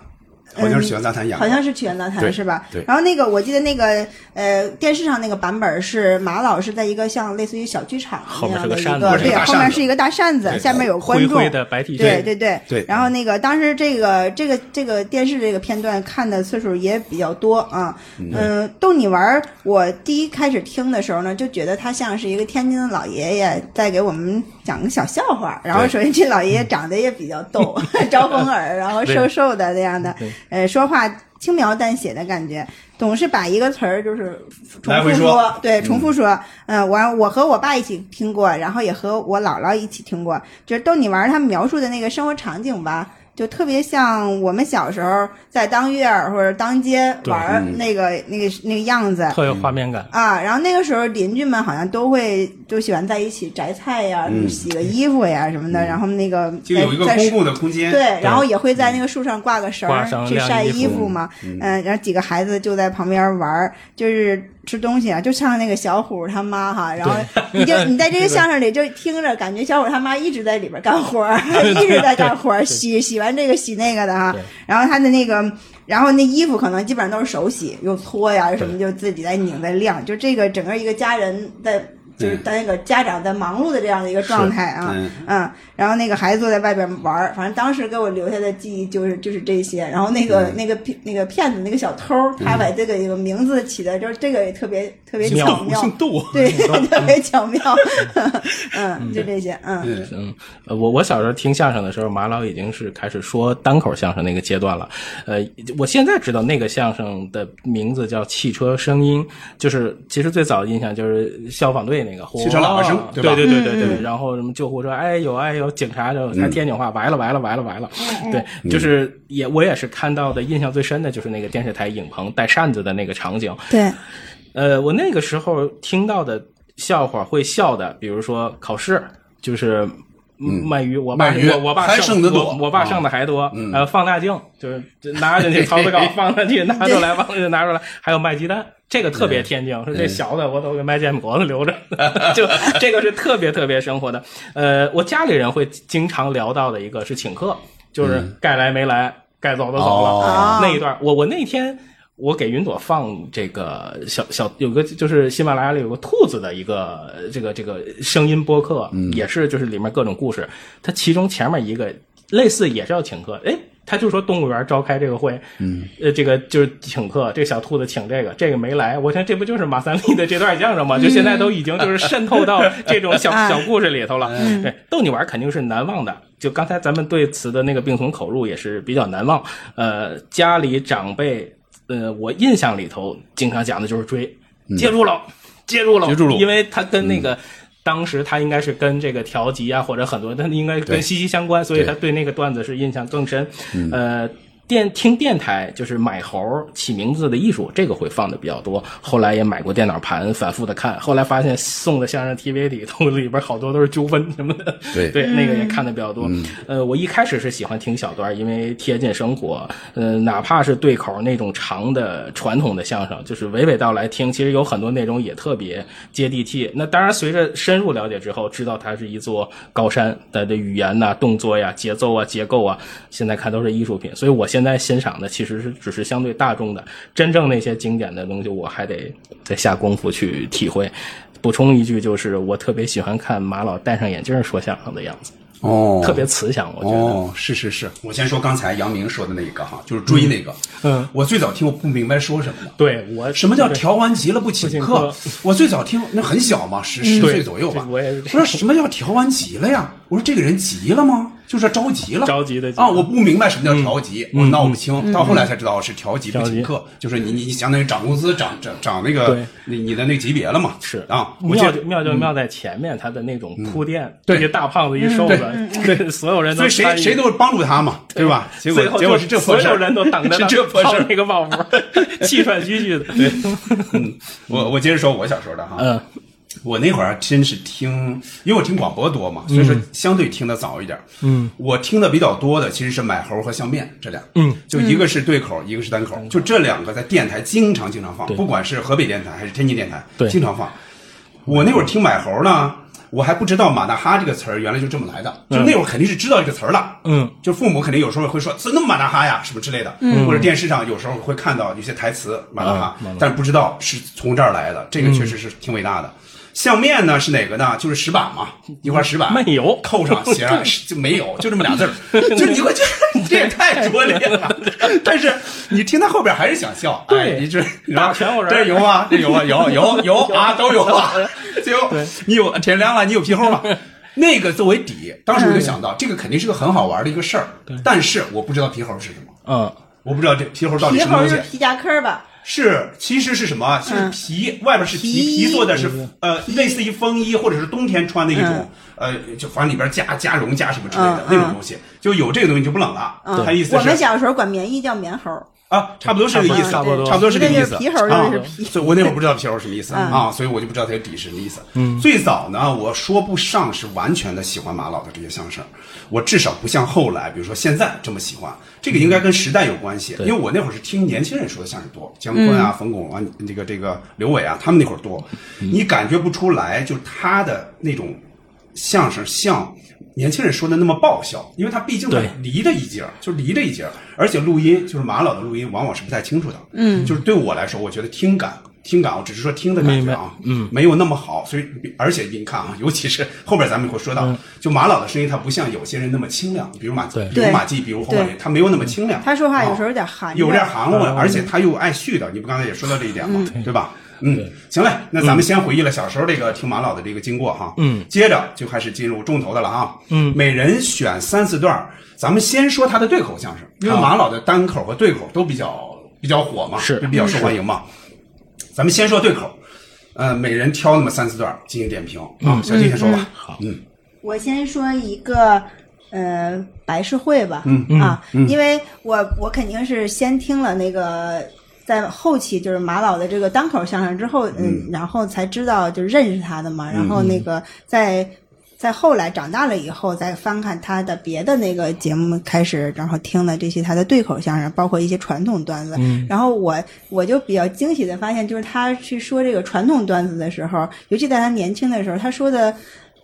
[SPEAKER 3] 好像是曲苑杂谈演的，
[SPEAKER 4] 嗯好像是曲苑杂
[SPEAKER 3] 对
[SPEAKER 4] 谈是吧？
[SPEAKER 3] 对
[SPEAKER 4] 然后那个我记得那个呃电视上那个版本是马老是在一个像类似于小剧场
[SPEAKER 6] 后
[SPEAKER 4] 那
[SPEAKER 6] 面
[SPEAKER 4] 样的一
[SPEAKER 6] 是个扇子
[SPEAKER 4] 个，
[SPEAKER 3] 是
[SPEAKER 4] 对
[SPEAKER 3] 个大，
[SPEAKER 4] 后
[SPEAKER 3] 扇
[SPEAKER 4] 面
[SPEAKER 3] 子
[SPEAKER 4] 是一个大扇子
[SPEAKER 3] 对，
[SPEAKER 4] 下面有观
[SPEAKER 6] 灰
[SPEAKER 4] 众
[SPEAKER 6] 灰。的白 T
[SPEAKER 4] 对
[SPEAKER 6] 恤，
[SPEAKER 4] 对对
[SPEAKER 3] 对
[SPEAKER 4] 然后那个当时这个这个这个电视这个片段看的次数也比较多啊，嗯，逗你玩儿。我第一开始听的时候呢，就觉得他像是一个天津的老爷爷在给我们讲个小笑话。然后
[SPEAKER 3] 对
[SPEAKER 4] 首先这老爷爷长得也比较逗， 招风耳，然后瘦瘦的那样的
[SPEAKER 6] 对，
[SPEAKER 4] 呃，说话轻描淡写的感觉。总是把一个词儿就是重
[SPEAKER 3] 来
[SPEAKER 4] 复
[SPEAKER 3] 回
[SPEAKER 4] 说，
[SPEAKER 3] 说
[SPEAKER 4] 对，重复说。嗯，我我和我爸一起听过，然后也和我姥姥一起听过，就是逗你玩儿他们描述的那个生活场景吧，就特别像我们小时候在当月儿或者当街玩儿那个那个那个样子。
[SPEAKER 6] 特有画面感。
[SPEAKER 4] 啊，然后那个时候邻居们好像都会都喜欢在一起摘菜呀、
[SPEAKER 3] 嗯
[SPEAKER 4] 洗个衣服呀什么的，然后那个
[SPEAKER 3] 就有一个
[SPEAKER 4] 在在
[SPEAKER 3] 公共的空间，
[SPEAKER 4] 对，然后也会在那个树上挂个绳儿
[SPEAKER 6] 嗯挂绳
[SPEAKER 4] 去
[SPEAKER 6] 晾
[SPEAKER 4] 晒
[SPEAKER 6] 衣
[SPEAKER 4] 衣
[SPEAKER 6] 服
[SPEAKER 4] 服嘛。嗯、然后几个孩子就在旁边玩儿，就是吃东西啊，就像那个小虎他妈哈。然后你就你在这 个相声里就听着，感觉小虎他妈一直在里边干活儿， 一直在干活儿，洗洗完这个洗那个的哈
[SPEAKER 6] 对。
[SPEAKER 4] 然后他的那个。然后那衣服可能基本上都是手洗，又搓呀什么，就自己在拧在晾，就这个整个一个家人在就是
[SPEAKER 3] 嗯
[SPEAKER 4] 在那个家长在忙碌的这样的一个状态啊，
[SPEAKER 3] 嗯
[SPEAKER 4] 嗯，然后那个孩子坐在外边玩儿，反正当时给我留下的记忆就是就是这些。然后那个、
[SPEAKER 3] 嗯
[SPEAKER 4] 那个骗那个骗子那个小偷儿，他把这个一个名字起的，就是这个也特别特别
[SPEAKER 6] 姓
[SPEAKER 4] 巧
[SPEAKER 6] 杜
[SPEAKER 4] 妙，
[SPEAKER 3] 杜，
[SPEAKER 4] 对， 特别巧妙， 嗯，就这些，嗯，
[SPEAKER 3] 嗯，
[SPEAKER 6] 嗯，呃我我小时候听相声的时候，马老已经是开始说单口相声那个阶段了。呃，我现在知道那个相声的名字叫《汽车声音》，就是其实最早的印象就是消防队那个
[SPEAKER 3] 汽车喇叭声对
[SPEAKER 6] 对
[SPEAKER 3] 吧
[SPEAKER 6] 对对对对，然后什么救护车，哎呦哎呦，警察
[SPEAKER 3] 嗯
[SPEAKER 6] 就他天津话，完了完了完了完了，对，就是也我也是看到的，印象最深的就是那个电视台影棚带扇子的那个场景，
[SPEAKER 4] 对，
[SPEAKER 6] 呃，我那个时候听到的笑话会笑的，比如说考试，就是嗯卖鱼，我爸
[SPEAKER 3] 嗯卖鱼
[SPEAKER 6] 我我爸
[SPEAKER 3] 还剩得多
[SPEAKER 6] 我我爸
[SPEAKER 3] 啊
[SPEAKER 6] 上的还多。呃，放大镜就是就拿进去槽子稿放上去，拿出来，放上去拿出来，还有卖鸡蛋。这个特别
[SPEAKER 3] 嗯
[SPEAKER 6] 天津，说这小的我都给卖煎饼果子留着， 就这个是特别特别生活的。呃，我家里人会经常聊到的一个是请客，就是
[SPEAKER 3] 嗯
[SPEAKER 6] 该来没来，该走的走了，
[SPEAKER 4] 哦
[SPEAKER 6] 那一段儿，我我那天我给云朵放这个小小有个就是喜马拉雅里有个兔子的一个呃这个这个声音播客，
[SPEAKER 4] 嗯
[SPEAKER 6] 也是就是里面各种故事，它其中前面一个类似也是要请客，哎。他就说动物园召开这个会，嗯，呃，这个就是请客，这小兔子请这个，这个没来，我想这不就是马三立的这段相声吗？就现在都已经就是渗透到这种 小
[SPEAKER 4] 啊
[SPEAKER 6] 小故事里头了。对，逗你玩儿肯定是难忘的。就刚才咱们对词的那个并存口入也是比较难忘。呃，家里长辈呃，我印象里头经常讲的就是追，
[SPEAKER 7] 嗯
[SPEAKER 6] 接住了，接住了，
[SPEAKER 7] 接住了
[SPEAKER 6] 因为他跟
[SPEAKER 7] 嗯
[SPEAKER 6] 那个。当时他应该是跟这个调集啊，或者很多，他应该
[SPEAKER 7] 对
[SPEAKER 6] 跟息息相关，所以
[SPEAKER 7] 对嗯
[SPEAKER 6] 他对那个段子是印象更深。呃，电听电台就是买猴儿起名字的艺术，这个会放的比较多。后来也买过电脑盘，反复的看。后来发现送的相声 TV 里头里边好多都是纠纷什么的，
[SPEAKER 7] 对嗯
[SPEAKER 6] 对，那个也看的比较多。呃，我一开始是喜欢听小段儿，因为贴近生活。呃，哪怕是对口儿那种长的传统的相声，就是娓娓道来听，其实有很多内容也特别接地气。那当然，随着深入了解之后，知道它是一座高山，它的语言呐、动作呀、节奏啊、结构啊，现在看都是艺术品。所以我现在欣赏的其实是只是相对大众的，真正那些经典的东西，我还得再下功夫去体会。补充一句，就是我特别喜欢看马老戴上眼镜儿说相声的样子，
[SPEAKER 7] 哦，
[SPEAKER 6] 特别慈祥，我觉得。
[SPEAKER 7] 哦，是是是，
[SPEAKER 3] 我先说刚才杨明说的那一个哈，就是追那个。
[SPEAKER 6] 嗯，
[SPEAKER 3] 我最早听我不明白说什么的。
[SPEAKER 6] 对我
[SPEAKER 3] 什么叫调完急了不请
[SPEAKER 6] 不请
[SPEAKER 3] 客
[SPEAKER 6] 客？
[SPEAKER 3] 我最早听那很小嘛，十十
[SPEAKER 6] 对
[SPEAKER 3] 岁左右吧。
[SPEAKER 6] 这我也是
[SPEAKER 3] 说什么叫调完急了呀？我说这个人急了吗？就是着急了，
[SPEAKER 6] 着急的急嗯
[SPEAKER 3] 啊！我不明白什么叫调急，我闹不清。到后来才知道是调急不请客，就是你你你相当于涨工资、涨涨涨那个
[SPEAKER 6] 对
[SPEAKER 3] 你你的那个级别了嘛？
[SPEAKER 6] 是
[SPEAKER 3] 啊，我
[SPEAKER 6] 妙
[SPEAKER 3] 这
[SPEAKER 6] 就妙就妙在前面他的那种铺垫，
[SPEAKER 3] 嗯对嗯
[SPEAKER 6] 一大胖子一瘦子， 对所有人都
[SPEAKER 3] 所以谁
[SPEAKER 6] 参与
[SPEAKER 3] 谁都帮助他嘛，对吧？结
[SPEAKER 6] 最
[SPEAKER 3] 果
[SPEAKER 6] 后
[SPEAKER 3] 结
[SPEAKER 6] 就
[SPEAKER 3] 果是这破
[SPEAKER 6] 所
[SPEAKER 3] 事
[SPEAKER 6] 有
[SPEAKER 3] 儿，
[SPEAKER 6] 人都等 着
[SPEAKER 3] 是
[SPEAKER 6] 他
[SPEAKER 3] 这破事
[SPEAKER 6] 泡
[SPEAKER 3] 儿。
[SPEAKER 6] 那个泡沫，气喘吁吁的。
[SPEAKER 3] 我我接着说我小时候的哈，
[SPEAKER 6] 嗯，
[SPEAKER 3] 我那会儿真是听，因为我听广播多嘛，所以说相对听的早一点。嗯，我听的比较多的其实是买猴和相面这俩。嗯，就一个是对口，一个是单口，就这两个在电台经常经常放，不管是河北电台还是天津电台，
[SPEAKER 6] 对
[SPEAKER 3] 经常放。我那会儿听买猴呢，我还不知道马大哈这个词儿原来就这么来的，就那会儿肯定是知道这个词儿了。
[SPEAKER 6] 嗯，
[SPEAKER 3] 就父母肯定有时候会说真的马大哈呀什么之类的，或者电视上有时候会看到有些台词马大
[SPEAKER 6] 啊
[SPEAKER 3] 哈，但是不知道是从这儿来的，这个确实是挺伟大的。相面呢是哪个呢？就是石板嘛，一块石板，
[SPEAKER 6] 没有
[SPEAKER 3] 扣上写上是就没有，就这么 俩字儿。就你会觉得这也太拙劣了，但是你听到后边还是想笑，哎
[SPEAKER 6] 对，
[SPEAKER 3] 你这
[SPEAKER 6] 大全
[SPEAKER 3] 然后
[SPEAKER 6] 我人
[SPEAKER 3] 这有啊，这有啊，有 有有啊，都有啊。 最后你有天亮了，你有皮猴吗？ 那个作为底，当
[SPEAKER 4] 嗯
[SPEAKER 3] 时我就想到，这个肯定是个很好玩的一个事儿，但是我不知道皮猴是什么，
[SPEAKER 6] 嗯，
[SPEAKER 3] 我不知道这皮猴到底
[SPEAKER 4] 皮
[SPEAKER 3] 什么
[SPEAKER 4] 猴
[SPEAKER 3] 东西
[SPEAKER 4] 是。皮夹克儿吧？
[SPEAKER 3] 是，其实是什么啊？是
[SPEAKER 4] 嗯
[SPEAKER 3] 皮，外边是皮，
[SPEAKER 4] 皮
[SPEAKER 3] 皮做的是呃，类似于风衣或者是冬天穿的一种，呃，就反正里边加加绒加什么之类的
[SPEAKER 4] 嗯
[SPEAKER 3] 那种
[SPEAKER 4] 嗯
[SPEAKER 3] 东西，就有这个东西就不冷了。
[SPEAKER 4] 嗯
[SPEAKER 3] 它意，思
[SPEAKER 4] 我们
[SPEAKER 3] 是
[SPEAKER 4] 小时候管棉衣叫棉猴儿，
[SPEAKER 3] 啊，差不多是这个意思，
[SPEAKER 6] 差不多
[SPEAKER 3] 差不多是这个意思。
[SPEAKER 4] 一个是皮猴
[SPEAKER 3] 啊
[SPEAKER 4] 一个是皮
[SPEAKER 3] 所以我那会儿不知道皮猴什么意思
[SPEAKER 4] 嗯
[SPEAKER 3] 啊，所以我就不知道它的底是什么意思。
[SPEAKER 6] 嗯
[SPEAKER 3] 最早呢，我说不上是完全的喜欢马老的这些相声，我至少不像后来，比如说现在这么喜欢。这个应该跟时代有关系，因为我那会儿是听年轻人说的相声多，姜昆
[SPEAKER 6] 嗯
[SPEAKER 3] 啊、冯巩啊、这个这个刘伟啊，他们那会儿多，你感觉不出来，就是他的那种相声像年轻人说的那么爆笑，因为他毕竟
[SPEAKER 6] 对
[SPEAKER 3] 离着一截儿，就是离着一截儿，而且录音就是马老的录音，往往是不太清楚的。嗯，就是对我来说，我觉得听感。听感，我只是说听的感觉啊，嗯，没有那么好，所以而且你看啊，尤 其是后边咱们也会说
[SPEAKER 4] 嗯
[SPEAKER 3] 到，就马老的声音，他不像有些人那么清亮，比如马
[SPEAKER 6] 对
[SPEAKER 3] 比如马季，比如侯宝林，
[SPEAKER 4] 对
[SPEAKER 3] 他没有那么清亮。
[SPEAKER 4] 他说话有时
[SPEAKER 3] 啊
[SPEAKER 4] 候有点含着，
[SPEAKER 3] 有点含混，而且他又爱絮叨。你不刚才也说到这一点吗？对吧？嗯，行嘞，那咱们先回忆了小时候这个听马老的这个经过哈。嗯，接着就开始进入重头的了哈。嗯，每人选三四段儿，咱们先说他的对口相声，因为马老的单口和对口都比较比较火嘛，
[SPEAKER 6] 是
[SPEAKER 3] 就比较受欢迎嘛。咱们先说对口，呃，每人挑那么三四段儿进行点评啊。小金先说吧。好，嗯，
[SPEAKER 4] 我先说一个，呃，百事汇
[SPEAKER 3] 嗯
[SPEAKER 4] 吧，啊，因为我我肯定是先听了那个，在后期就是马老的这个单口相声之后，嗯，然后才知道就认识他的嘛，然后那个在。在后来长大了以后，再翻看他的别的那个节目，开始然后听了这些他的对口相声，包括一些传统段子。然后我我就比较惊喜的发现，就是他去说这个传统段子的时候，尤其在他年轻的时候，他说的，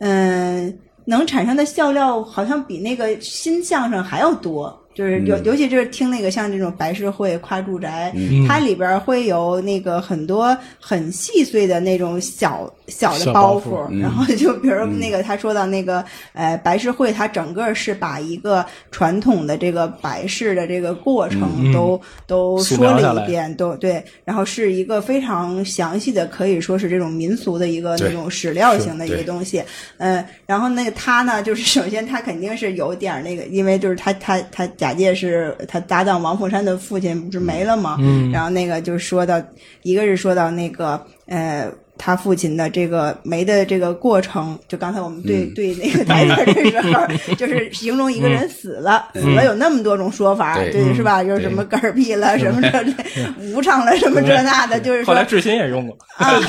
[SPEAKER 4] 嗯、能产生的笑料好像比那个新相声还要多。
[SPEAKER 3] 嗯
[SPEAKER 4] 就是尤尤其就是听那个像这种白事会、夸住宅，
[SPEAKER 3] 嗯
[SPEAKER 4] 它
[SPEAKER 6] 嗯
[SPEAKER 4] 里边会有那个很多很细碎的那种小小的
[SPEAKER 6] 小
[SPEAKER 4] 包
[SPEAKER 6] 包
[SPEAKER 4] 袱
[SPEAKER 6] 袱，
[SPEAKER 3] 嗯
[SPEAKER 4] 然后就比如那个他说到那个呃白事会，它整个是把一个传统的这个白事的这个过
[SPEAKER 3] 嗯
[SPEAKER 4] 程都、都
[SPEAKER 6] 嗯素
[SPEAKER 4] 说
[SPEAKER 6] 描下
[SPEAKER 4] 了
[SPEAKER 6] 来
[SPEAKER 4] 一遍，都对，然后是一个非常详细的，可以说是这种民俗的一个那
[SPEAKER 3] 对
[SPEAKER 4] 种史料
[SPEAKER 3] 是
[SPEAKER 4] 型的一
[SPEAKER 3] 对
[SPEAKER 4] 个东西。嗯，然后那个他呢，就是首先他肯定是有点儿那个，因为就是他他他家假借是他搭档王凤山的父亲不是没了吗？
[SPEAKER 6] 嗯
[SPEAKER 4] 然后那个就说到，一个是说到那个呃。他父亲的这个没的这个过程，就刚才我们对、
[SPEAKER 3] 嗯
[SPEAKER 4] 对那个台词儿的时候，就是形容一个人死了，死了有那么多种说法，
[SPEAKER 8] 对
[SPEAKER 4] 是吧？就是什么嗝儿屁了，什么这无常了，什么这那的，就是
[SPEAKER 6] 后
[SPEAKER 4] 说
[SPEAKER 6] 来志新也用过，
[SPEAKER 4] 啊，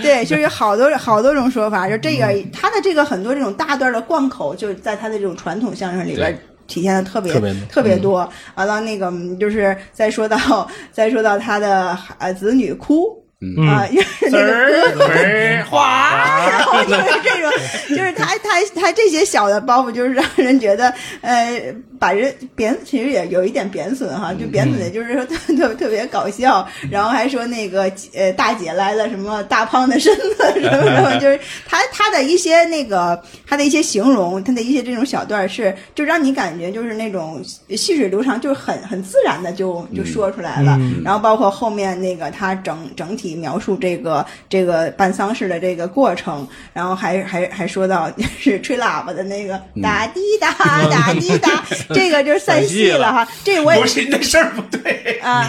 [SPEAKER 4] 对，就是有好多好多种说法，就这个他的这个很多这种大段的贯口，就是在他的这种传统相声里边
[SPEAKER 8] 对。
[SPEAKER 4] 体现的特别
[SPEAKER 6] 特别
[SPEAKER 4] 特别多，完了那个嗯就是再说到再说到他的呃子女哭啊，就是那个
[SPEAKER 6] 嗯
[SPEAKER 4] 歌
[SPEAKER 6] 儿
[SPEAKER 4] 啊，然后就是这种，就是他他他这些小的包袱，就是让人觉得，呃，把人贬，其实也有一点贬损哈，就贬损的就是说特特特别搞笑，然后还说那个呃大姐来了什么大胖的身子什么什么，就是他他的一些那个他的一些形容，他的一些这种小段儿是就让你感觉就是那种细水流长，就是很很自然的就
[SPEAKER 3] 嗯
[SPEAKER 4] 就说出来了，然后包括后面那个他整整体描述这个这个办丧事的这个过程，然后还还还说到就是 吹喇叭的那个
[SPEAKER 3] 嗯
[SPEAKER 4] 哒滴哒哒滴 哒，这个就是散戏了哈，这我也
[SPEAKER 3] 不是你那声儿不对，
[SPEAKER 4] 啊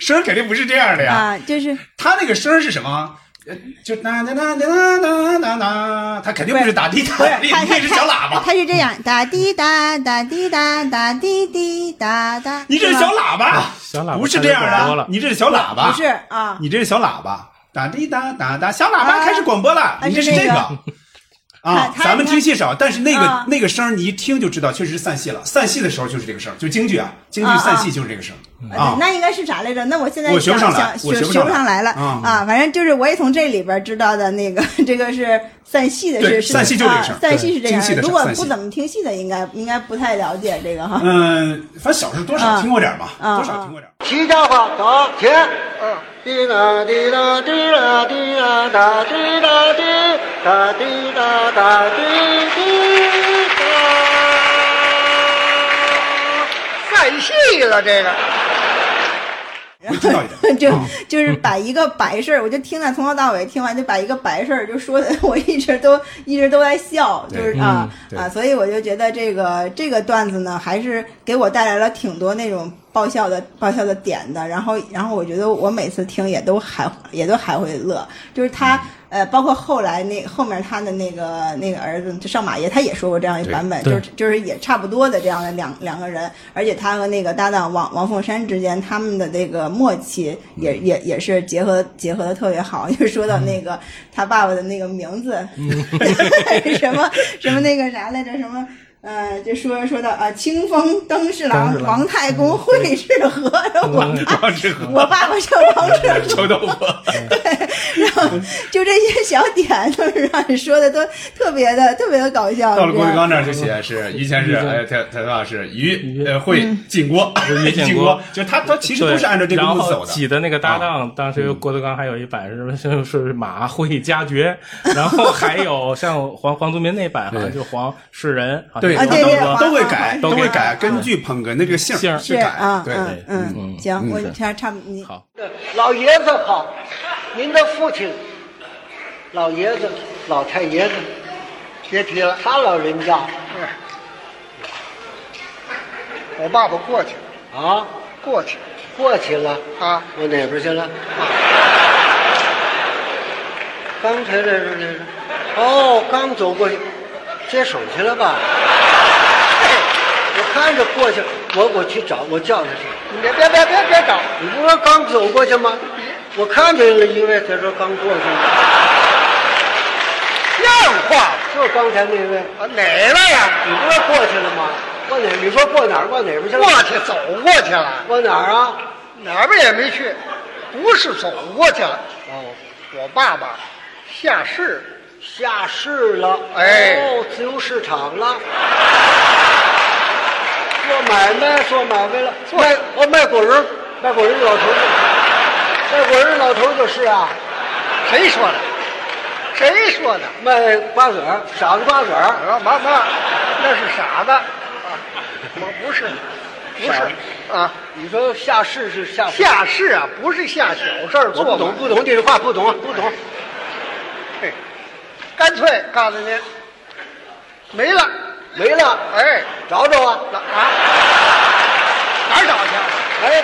[SPEAKER 3] 声儿肯定不是这样的呀。
[SPEAKER 4] 啊，就是
[SPEAKER 3] 他那个声儿是什么？呃就哒哒哒哒哒哒哒，他肯定不是打滴
[SPEAKER 4] 不是
[SPEAKER 3] 答，你
[SPEAKER 4] 他
[SPEAKER 3] 那
[SPEAKER 4] 他
[SPEAKER 3] 是小喇叭，
[SPEAKER 4] 他是这样哒滴哒哒滴哒哒滴滴哒哒，
[SPEAKER 3] 你这是
[SPEAKER 4] 是
[SPEAKER 3] 小
[SPEAKER 4] 吗
[SPEAKER 3] 喇叭，
[SPEAKER 6] 啊小喇叭
[SPEAKER 3] 不是这样
[SPEAKER 6] 开始广
[SPEAKER 3] 的
[SPEAKER 6] 播了，
[SPEAKER 3] 你这是小喇叭，
[SPEAKER 4] 不是啊
[SPEAKER 3] 你这是小喇叭，哒滴哒哒哒，小喇叭
[SPEAKER 4] 啊
[SPEAKER 3] 开始广播了，
[SPEAKER 4] 啊
[SPEAKER 3] 你这
[SPEAKER 4] 是
[SPEAKER 3] 这
[SPEAKER 4] 那个
[SPEAKER 3] 个。啊，
[SPEAKER 4] 他他
[SPEAKER 3] 咱们听戏少，但是那个
[SPEAKER 4] 啊
[SPEAKER 3] 那个声儿你一听就知道，确实是散戏了。散戏的时候就是这个声儿，就京剧啊，京剧
[SPEAKER 4] 啊啊
[SPEAKER 3] 散戏就是这个声儿
[SPEAKER 4] 啊，
[SPEAKER 3] 啊
[SPEAKER 4] 对。那应该是啥来着？那我现在
[SPEAKER 3] 我学不
[SPEAKER 4] 想
[SPEAKER 3] 上来
[SPEAKER 4] 想
[SPEAKER 3] 我
[SPEAKER 4] 学
[SPEAKER 3] 学不
[SPEAKER 4] 学
[SPEAKER 3] 上
[SPEAKER 4] 不
[SPEAKER 3] 来
[SPEAKER 4] 上来了
[SPEAKER 3] 啊
[SPEAKER 4] 啊！反正就是我也从这里边知道的那个， 这个是散戏的
[SPEAKER 3] 对
[SPEAKER 4] 是是
[SPEAKER 3] 散戏就是这个事儿
[SPEAKER 4] 啊散戏是这
[SPEAKER 3] 对京
[SPEAKER 4] 样
[SPEAKER 3] 戏的事儿
[SPEAKER 4] 如果
[SPEAKER 3] 散戏
[SPEAKER 4] 不怎么听戏的，应该应该不太了解这个哈。
[SPEAKER 3] 嗯，反正小时候多少听过点儿嘛，
[SPEAKER 4] 啊
[SPEAKER 3] 多少听过点儿。
[SPEAKER 9] 齐家伙，走，起。嗯，滴答滴答滴答滴答答滴答滴答滴答答滴滴答。散戏了，这个。
[SPEAKER 3] 我知道一 点。嗯
[SPEAKER 4] 就就是把一个白事儿，我就听他从头到尾听完，就把一个白事儿就说的， 我一直都一直都在笑，
[SPEAKER 3] 对
[SPEAKER 4] 就是啊
[SPEAKER 3] 嗯
[SPEAKER 4] 啊，所以我就觉得这个这个段子呢，还是给我带来了挺多那种爆笑的爆笑的点的。然后然后我觉得我每次听也都还也都还会乐，就是他。
[SPEAKER 3] 嗯
[SPEAKER 4] 呃，包括后来那后面他的那个那个儿子就上马爷，他也说过这样一版本，
[SPEAKER 6] 对
[SPEAKER 4] 就是就是也差不多的这样的两两个人，而且他和那个搭档王王凤山之间他们的这个默契也、
[SPEAKER 3] 嗯
[SPEAKER 4] 也也是结合结合的特别好。 就是说到那个他爸爸的那个名字，
[SPEAKER 3] 嗯
[SPEAKER 4] 什么什么那个啥来着，什么。呃，就说说到啊，清风登侍郎
[SPEAKER 6] 登侍，郎
[SPEAKER 4] 王太公惠世和，我爸
[SPEAKER 3] 王志和
[SPEAKER 4] 我爸爸叫王志和，
[SPEAKER 3] 臭豆腐，
[SPEAKER 4] 然后就这些小点都是让你说的都特别的特别的搞笑。
[SPEAKER 3] 到了
[SPEAKER 4] 这
[SPEAKER 3] 郭
[SPEAKER 4] 样
[SPEAKER 3] 德纲这儿就写是于谦是
[SPEAKER 6] 啊于谦
[SPEAKER 3] 哎，他他爸是于
[SPEAKER 6] 于
[SPEAKER 3] 呃会
[SPEAKER 4] 嗯
[SPEAKER 3] 进锅，哎
[SPEAKER 6] 于进
[SPEAKER 3] 进
[SPEAKER 6] 锅
[SPEAKER 3] 锅，就他他其实都是按照这个
[SPEAKER 6] 然
[SPEAKER 3] 路
[SPEAKER 6] 后
[SPEAKER 3] 子走
[SPEAKER 6] 挤
[SPEAKER 3] 的。啊嗯
[SPEAKER 6] 的那个搭档，当时郭德纲还有一版是是是马会佳绝，然后还有像黄黄宗民那版好像就黄世仁，好像
[SPEAKER 3] 对，
[SPEAKER 4] 啊
[SPEAKER 6] 黄
[SPEAKER 4] 对
[SPEAKER 6] 德
[SPEAKER 4] 对
[SPEAKER 6] 哥
[SPEAKER 4] 黄
[SPEAKER 3] 都会改，
[SPEAKER 6] 都
[SPEAKER 3] 都
[SPEAKER 6] 会
[SPEAKER 3] 会
[SPEAKER 6] 改
[SPEAKER 3] 改，根据捧哏的这个
[SPEAKER 6] 姓
[SPEAKER 3] 姓
[SPEAKER 6] 儿
[SPEAKER 3] 儿
[SPEAKER 4] 是
[SPEAKER 3] 去
[SPEAKER 4] 啊
[SPEAKER 3] 改，，对。
[SPEAKER 4] 嗯嗯，行，我差差不你
[SPEAKER 6] 好，
[SPEAKER 9] 老爷子好，您的父亲，老爷子、老太爷子，别提了，他老人家
[SPEAKER 10] 我爸爸过去了，
[SPEAKER 9] 啊，
[SPEAKER 10] 过去
[SPEAKER 9] 过去了，
[SPEAKER 10] 了啊，
[SPEAKER 9] 我哪边去了？刚才在这儿来着，哦，刚走过去，接手去了吧？
[SPEAKER 10] 哎
[SPEAKER 9] 嘿我看着过去，我我去找，我叫他去。
[SPEAKER 10] 你别别别别别找，
[SPEAKER 9] 你不说刚走过去吗？我看见了一位，他说刚过去了，
[SPEAKER 10] 像话吗？
[SPEAKER 9] 就是刚才那位。
[SPEAKER 10] 啊哪位呀？
[SPEAKER 9] 你不是过去了吗？过哪儿？你说过哪儿？过哪儿去了？
[SPEAKER 10] 过去走过去了，
[SPEAKER 9] 过哪儿啊？
[SPEAKER 10] 哪边也没去，不是走过去了。
[SPEAKER 9] 哦，
[SPEAKER 10] 我爸爸下市，
[SPEAKER 9] 下市了。
[SPEAKER 10] 哎
[SPEAKER 9] 哦，自由市场了。做买卖，做买卖了。卖哦，卖果仁儿，卖果仁儿老头儿，卖果仁儿老头儿就是啊，
[SPEAKER 10] 谁说的？谁说的？
[SPEAKER 9] 卖瓜子儿，傻子瓜子儿，
[SPEAKER 10] 啊，妈妈，那是傻子，啊，我不是，不
[SPEAKER 9] 傻
[SPEAKER 10] 是啊，
[SPEAKER 9] 你说下市是下市
[SPEAKER 10] 下市啊，不是下小事儿
[SPEAKER 9] 我
[SPEAKER 10] 做
[SPEAKER 9] 不
[SPEAKER 10] 买
[SPEAKER 9] 懂，
[SPEAKER 10] 卖
[SPEAKER 9] 不懂这句话，不懂，啊不懂。
[SPEAKER 10] 嘿，干脆告诉您，没了，
[SPEAKER 9] 没了，
[SPEAKER 10] 哎，
[SPEAKER 9] 找找啊。
[SPEAKER 10] 啊，
[SPEAKER 9] 哪儿找去？
[SPEAKER 1] 哎，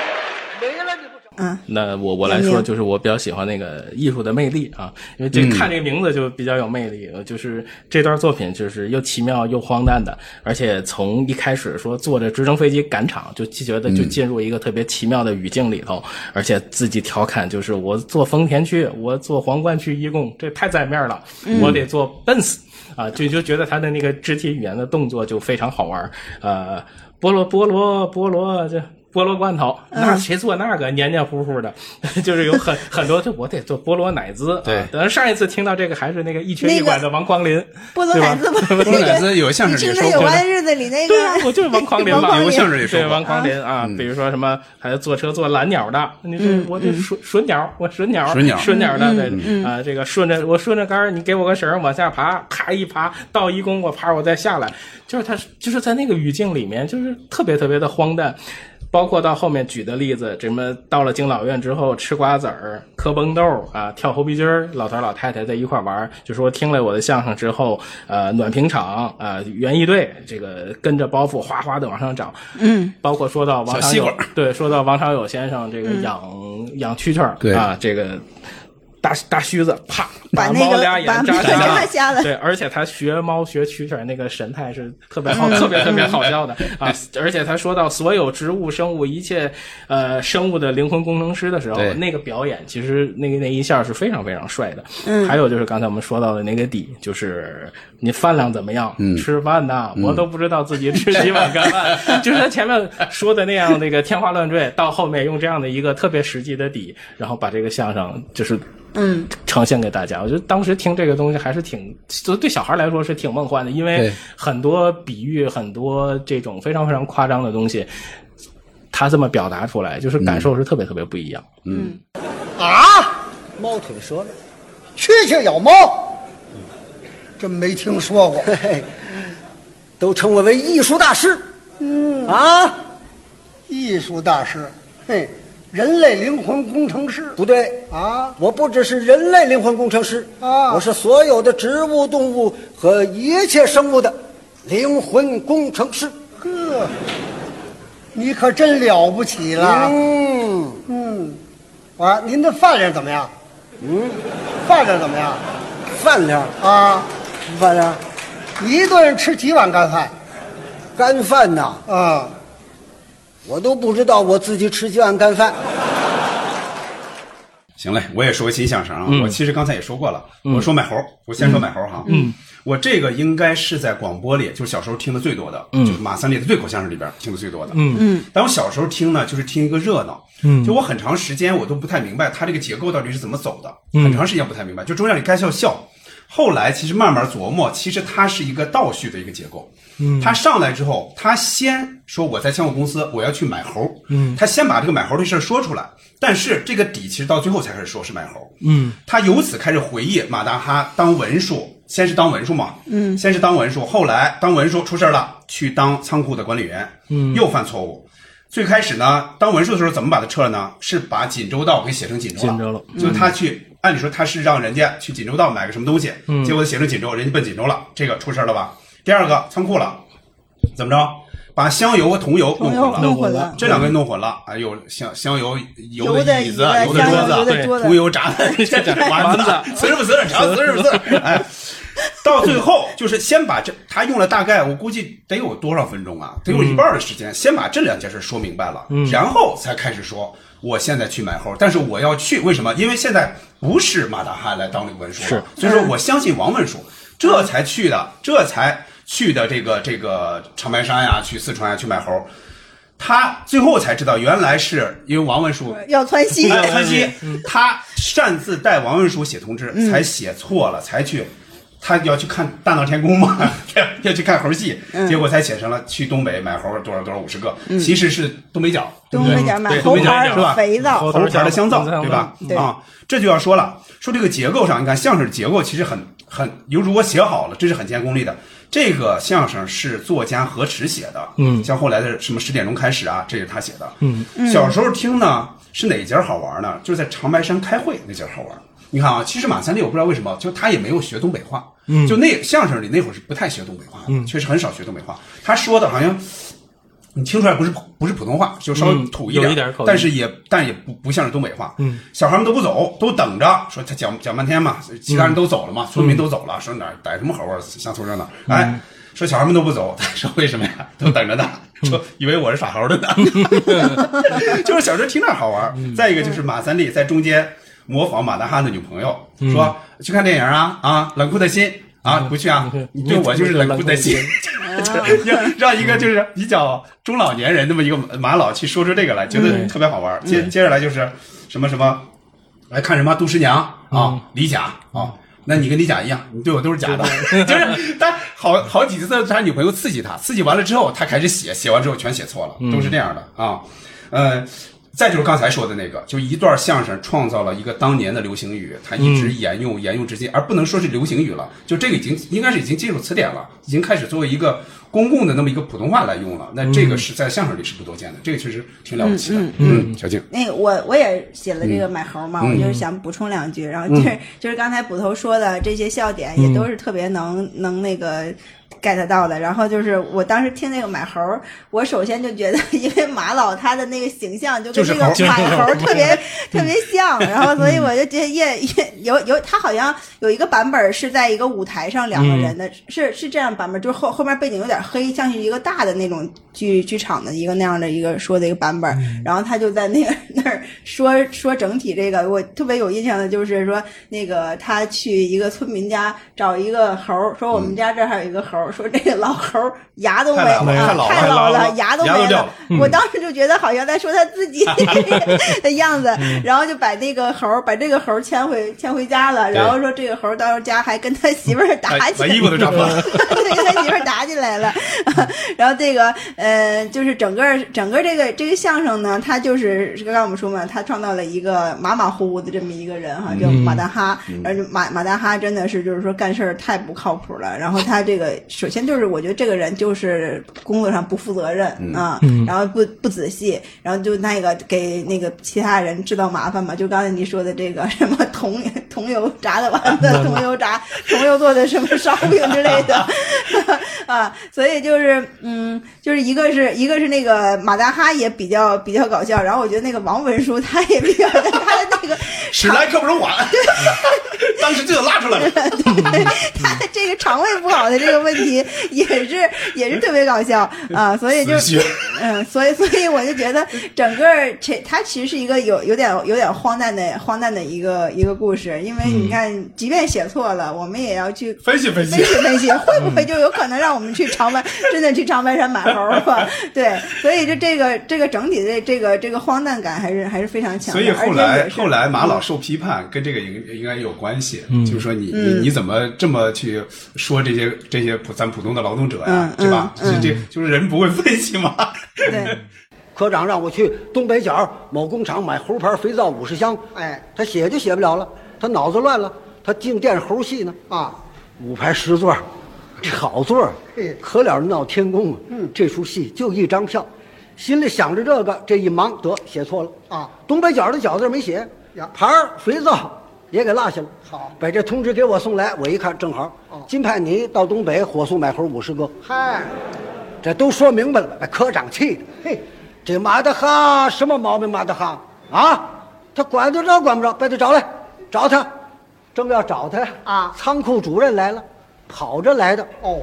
[SPEAKER 1] 没了你不找。
[SPEAKER 4] 嗯，
[SPEAKER 6] 那我我来说，
[SPEAKER 4] 明
[SPEAKER 6] 就是我比较喜欢那个艺术的魅力啊，因为这
[SPEAKER 3] 嗯
[SPEAKER 6] 看这个名字就比较有魅力。呃就是这段作品就是又奇妙又荒诞的，而且从一开始说坐着直升飞机赶场，就觉得就进入一个特别奇妙的语境里头，而且自己调侃就是我坐丰田去，我坐皇冠去一共这太在面了，我得坐奔驰啊，就就觉得他的那个肢体语言的动作就非常好玩儿呃，菠萝菠萝菠萝这。菠萝罐头，
[SPEAKER 4] 嗯
[SPEAKER 6] 那谁做那个黏黏糊糊的， 就是有很很多，这我得做菠萝奶滋。
[SPEAKER 3] 对
[SPEAKER 6] 啊等上一次听到这个还是那个一瘸
[SPEAKER 4] 那
[SPEAKER 6] 一
[SPEAKER 4] 个
[SPEAKER 6] 拐的王匡林，
[SPEAKER 4] 菠萝
[SPEAKER 6] 对吧
[SPEAKER 4] 奶滋 吧
[SPEAKER 6] 菠萝
[SPEAKER 3] 我
[SPEAKER 6] 奶
[SPEAKER 3] 奶
[SPEAKER 6] 滋
[SPEAKER 3] 子有相
[SPEAKER 4] 你
[SPEAKER 3] 声里
[SPEAKER 4] 听着
[SPEAKER 3] 说
[SPEAKER 4] 有
[SPEAKER 3] 过，
[SPEAKER 4] 完日子里那个，
[SPEAKER 6] 对啊，我就是王匡林
[SPEAKER 4] 王
[SPEAKER 6] 嘛，
[SPEAKER 4] 匡林
[SPEAKER 3] 有相声里说嗯
[SPEAKER 6] 对王
[SPEAKER 3] 过，
[SPEAKER 6] 匡林啊，比如说什么，还有坐车坐蓝鸟的，你说
[SPEAKER 4] 嗯
[SPEAKER 6] 我这顺顺鸟，我顺鸟，
[SPEAKER 3] 顺鸟
[SPEAKER 6] 顺鸟的，对啊，这个顺着我顺着杆儿，你给我个绳儿往下爬，咔一爬到一公，我爬我再下来，就是他就是在那个语境里面，就是特别特别的荒诞。包括到后面举的例子，什么到了敬老院之后吃瓜子儿、嗑崩豆儿啊、跳猴皮筋儿，老头儿老太太在一块儿玩儿，就说听了我的相声之后，呃，暖平场啊、呃园艺队这个跟着包袱哗哗的往上涨。嗯，包括说到王
[SPEAKER 3] 小
[SPEAKER 6] 长
[SPEAKER 3] 吸
[SPEAKER 6] 友
[SPEAKER 3] 管儿，
[SPEAKER 6] 对，说到王长友先生这个养、养蛐蛐儿
[SPEAKER 3] 对
[SPEAKER 6] 啊，这个大大须子，啪，
[SPEAKER 4] 把那个
[SPEAKER 6] 猫俩眼
[SPEAKER 4] 把
[SPEAKER 6] 扎
[SPEAKER 4] 猫
[SPEAKER 6] 瞎
[SPEAKER 4] 扎
[SPEAKER 6] 了，
[SPEAKER 4] 瞎了
[SPEAKER 6] 对，而且他学猫学蛐蛐儿那个神态是特别好，特别特别好笑的啊！而且他说到所有植物、生物、一切呃生物的灵魂工程师的时候
[SPEAKER 3] 对，
[SPEAKER 6] 那个表演其实那个那一下是非常非常帅的。还有就是刚才我们说到的那个底，就是你饭量怎么样？吃饭呐，我都不知道自己吃几碗干饭。就是他前面说的那样那个天花乱坠，到后面用这样的一个特别实际的底，然后把这个相声就是
[SPEAKER 4] 嗯，
[SPEAKER 6] 呈现给大家。我觉得当时听这个东西还是挺，就对小孩来说是挺梦幻的，因为
[SPEAKER 3] 对
[SPEAKER 6] 很多比喻、很多这种非常非常夸张的东西，他这么表达出来，就是感受是特别特别不一样。
[SPEAKER 9] 啊，
[SPEAKER 1] 猫腿折了，
[SPEAKER 9] 蛐蛐咬猫，真没听说过。
[SPEAKER 1] 嘿嘿，都称我为艺术大师。嗯啊，
[SPEAKER 9] 艺术大师，嘿，人类灵魂工程师
[SPEAKER 1] 不对，
[SPEAKER 9] 啊，
[SPEAKER 1] 我不只是人类灵魂工程师
[SPEAKER 9] 啊
[SPEAKER 1] 我是所有的植物、动物和一切生物的灵魂工程师。
[SPEAKER 9] 呵，你可真了不起了。
[SPEAKER 1] 嗯，
[SPEAKER 9] 嗯，啊，您的饭量怎么样？嗯，饭量怎么样？
[SPEAKER 1] 饭量，
[SPEAKER 9] 啊，
[SPEAKER 1] 饭量，
[SPEAKER 9] 一顿吃几碗干饭？
[SPEAKER 1] 干饭呐、
[SPEAKER 9] 啊，
[SPEAKER 1] 我都不知道我自己吃几碗干饭。
[SPEAKER 3] 行嘞，我也说个新相声啊。我其实刚才也说过了，我说买猴儿，我先说买猴儿哈。嗯，我这个应该是在广播里，就是小时候听的最多的，就是马三立的对口相声里边听的最多的。嗯嗯，但我小时候听呢，就是听一个热闹。嗯，就我很长时间我都不太明白它这个结构到底是怎么走的，很长时间不太明白。就中间你该笑笑。后来其实慢慢琢磨，其实它是一个倒叙的一个结构。嗯，他上来之后，他先说我在千户公司，我要去买猴。嗯，他先把这个买猴的事儿说出来，但是这个底其实到最后才开始说是买猴。嗯，他由此开始回忆马大哈当文书，先是当文书嘛，嗯，先是当文书，后来当文书出事儿了，去当仓库的管理员，嗯，又犯错误。最开始呢，当文书的时候怎么把他撤了呢？是把锦州道给写成锦州了。
[SPEAKER 6] 锦州了
[SPEAKER 3] 就他去，按理说他是让人家去锦州道买个什么东西，结果他写成锦州，人家奔锦州了，这个出事儿了吧？第二个仓库了，怎么着？把香油和桐油弄
[SPEAKER 4] 朋
[SPEAKER 3] 混
[SPEAKER 4] 友
[SPEAKER 3] 了，
[SPEAKER 4] 弄
[SPEAKER 6] 混
[SPEAKER 4] 混
[SPEAKER 6] 了
[SPEAKER 4] 了，
[SPEAKER 3] 这两个弄混了，哎呦，香香油油
[SPEAKER 4] 油的
[SPEAKER 3] 椅子，啊
[SPEAKER 4] 椅
[SPEAKER 3] 油
[SPEAKER 4] 子
[SPEAKER 3] 的
[SPEAKER 4] 香油
[SPEAKER 3] 桌
[SPEAKER 4] 油
[SPEAKER 3] 子，
[SPEAKER 4] 的桌子
[SPEAKER 3] 哎桐油炸的这这丸
[SPEAKER 6] 丸子
[SPEAKER 3] 子，瓷儿不瓷儿，长瓷儿不瓷儿，哎。到最后就是先把这，他用了大概我估计得有多少分钟啊？得有一半的时间，先把这两件事说明白了，然后才开始说我现在去买猴，但是我要去为什么？因为现在不是马大哈来当这个文书了，所以说我相信王文书，这才去的，这才去的这个这个长白山呀，去四川呀去买猴。他最后才知道，原来是因为王文书
[SPEAKER 4] 要窜稀，
[SPEAKER 3] 哎川西，他擅自代王文书写通知，才写错了，才去，他要去看大闹天宫嘛， 要去看猴戏，结果才写成了去东北买猴多少多少五十个，其实是东北角，对不
[SPEAKER 4] 东
[SPEAKER 3] 对
[SPEAKER 4] 北角买
[SPEAKER 3] 对
[SPEAKER 4] 猴
[SPEAKER 3] 东北角
[SPEAKER 4] 牌
[SPEAKER 3] 是吧嗯
[SPEAKER 4] 儿肥皂，
[SPEAKER 3] 头牌的香皂，对吧？
[SPEAKER 4] 对
[SPEAKER 3] 啊，这就要说了，说这个结构上，你看相声结构其实很很，有如果写好了，这是很见功力的。这个相声是作家何池写的，嗯，像后来的什么十点钟开始啊，这是他写的，嗯，小时候听呢是哪节儿好玩呢？就是在长白山开会那节儿好玩。你看啊，其实马三立我不知道为什么，就他也没有学东北话，
[SPEAKER 4] 嗯
[SPEAKER 3] 嗯，就那相声里那会儿是不太学东北话的，确实很少学东北话。他说的好像你听出来不是普不是普通话，就稍微
[SPEAKER 5] 嗯
[SPEAKER 3] 土
[SPEAKER 5] 有
[SPEAKER 3] 点，
[SPEAKER 5] 一点口音
[SPEAKER 3] 但是也但也不不像是东北话。
[SPEAKER 5] 嗯，
[SPEAKER 3] 小孩们都不走，都等着，说他讲讲半天嘛，其他人都走了
[SPEAKER 5] 嗯
[SPEAKER 3] 嘛，村民都走了，说哪儿逮什么猴啊，乡村热闹。哎，说小孩们都不走，他说为什么呀？都等着呢，
[SPEAKER 5] 嗯
[SPEAKER 3] 说以为我是耍 猴的呢。 就是小时候听那儿好玩儿。
[SPEAKER 5] 嗯
[SPEAKER 3] 再一个就是马三立在中间模仿马大哈的女朋友，
[SPEAKER 5] 嗯
[SPEAKER 3] 说去看电影啊啊，冷酷的心。啊，不去啊！你对我就是冷酷的心，让 让一个就是比较中老年人那么一个马老去说出这个来，觉得特别好玩儿。接接下来就是什么什么，来看什么杜十娘啊，李甲啊。那你跟李甲一样，你对我都是假的， 就是他好好几次他女朋友刺激他，刺激完了之后，他开始写，写完之后全写错了，都是这样的啊。呃，再就是刚才说的那个，就一段相声创造了一个当年的流行语，它一直沿用、沿用至今，而不能说是流行语了，就这个已经应该是已经进入词典了，已经开始作为一个公共的那么一个普通话来用了。那这个是在相声里是不多见的，这个确实挺了不起的。嗯，小静，
[SPEAKER 4] 那我我也写了这
[SPEAKER 3] 嗯
[SPEAKER 4] 个买猴嘛，我就是想补充两句，然后就是、就是刚才捕头说的这些笑点也
[SPEAKER 3] 嗯
[SPEAKER 4] 都是特别能、能那个 get 到的。然后就是我当时听那个买猴，我首先就觉得， 因为马老他的那个形象就跟
[SPEAKER 3] 就是
[SPEAKER 4] 这个
[SPEAKER 3] 猴
[SPEAKER 4] 买猴 特别、特别像，然后所以我就觉得也也有有他好像有一个版本是在一个舞台上两个人的，
[SPEAKER 3] 嗯
[SPEAKER 4] 是是这样版本，就是后后面背景有点黑，像是一个大的那种剧剧场的一个那样的一个说的一个版本，
[SPEAKER 3] 嗯
[SPEAKER 4] 然后他就在那个 那儿说说整体这个，我特别有印象的就是说那个他去一个村民家找一个猴儿，说我们家这儿还有一个猴儿，说这个老猴儿牙都没
[SPEAKER 3] 嗯太老了
[SPEAKER 4] 了，啊
[SPEAKER 3] 太
[SPEAKER 4] 太
[SPEAKER 3] 老
[SPEAKER 4] 老
[SPEAKER 3] 了
[SPEAKER 4] 牙都
[SPEAKER 3] 牙都
[SPEAKER 4] 没
[SPEAKER 3] 掉
[SPEAKER 4] 了
[SPEAKER 3] 了，
[SPEAKER 4] 我当时就觉得好像在说他自 己的样子，
[SPEAKER 3] 嗯
[SPEAKER 4] 然后就把那个猴儿把这个猴儿牵回牵回家了，然后说这个猴儿到时候家还跟他媳妇儿打
[SPEAKER 3] 把
[SPEAKER 4] 起
[SPEAKER 3] 把
[SPEAKER 4] 来，
[SPEAKER 3] 衣服 都抓破了。
[SPEAKER 4] 对，跟他媳妇儿打起来了。然后这个呃，就是整个整个这个这个相声呢，他就是刚刚我们说嘛，他创造了一个马马虎虎的这么一个人哈，叫马大哈。而且马马大哈真的是就是说干事儿太不靠谱了。然后他这个首先就是我觉得这个人就是工作上不负责任啊，然后不不仔细，然后就那个给那个其他人制造麻烦嘛。就刚才你说的这个什么桐桐油炸的丸子、 桐油炸、桐油做的什么烧饼之类的。啊，所以就是嗯，就是一个是一个是那个马大哈也比较比较搞笑，然后我觉得那个王文书他也比较他的那个
[SPEAKER 3] 史莱克不容 缓，当时就拉出来了。
[SPEAKER 4] 他的这个肠胃不好的这个问题也是也是特别搞笑啊，所以就
[SPEAKER 3] 死穴
[SPEAKER 4] 嗯，所以所以我就觉得整个儿这它其实是一个有有点有点荒诞的荒诞的一个一个故事，因为
[SPEAKER 3] 嗯
[SPEAKER 4] 你看，即便写错了，我们也要去
[SPEAKER 3] 分析分析
[SPEAKER 4] 分析分析，会不
[SPEAKER 3] 嗯
[SPEAKER 4] 会就有可能让我们去长白，真的去长白山买猴儿吧？ 对，所以就这个这个整体的这个这个荒诞感还是还是非常强
[SPEAKER 3] 所
[SPEAKER 4] 的。
[SPEAKER 3] 以
[SPEAKER 4] 而
[SPEAKER 3] 后
[SPEAKER 4] 且
[SPEAKER 3] 来
[SPEAKER 4] 也是
[SPEAKER 3] 后来马老受批判，跟这个应应该有关系，
[SPEAKER 5] 嗯
[SPEAKER 3] 就是说你
[SPEAKER 4] 嗯
[SPEAKER 3] 你你怎么这么去说这些这些普咱普通的劳动者呀，
[SPEAKER 4] 嗯
[SPEAKER 3] 是吧？
[SPEAKER 4] 嗯
[SPEAKER 3] 这这就是人不会分析嘛。
[SPEAKER 4] 对。
[SPEAKER 1] 科长让我去东北角某工厂买猴牌肥皂五十箱，哎，他写就写不了了，他脑子乱了，他净惦猴戏呢啊！五排十座，这好座儿
[SPEAKER 9] 嘿，
[SPEAKER 1] 可了闹天宫啊！嗯，这出戏就一张票，心里想着这个，这一忙得写错了
[SPEAKER 9] 啊！
[SPEAKER 1] 东北角的角字没写
[SPEAKER 9] 呀，
[SPEAKER 1] 牌儿肥皂也给落下了。
[SPEAKER 9] 好哦
[SPEAKER 1] 把这通知给我送来，我一看正好，金派尼到东北火速买猴五十个，
[SPEAKER 9] 嗨，
[SPEAKER 1] 这都说明白了，把科长气的，嘿，这马德哈什么毛病？马德哈啊，他管得着管不着？把他找来，找他，正要找他
[SPEAKER 9] 啊
[SPEAKER 1] 仓库主任来了，跑着来的。
[SPEAKER 9] 哦，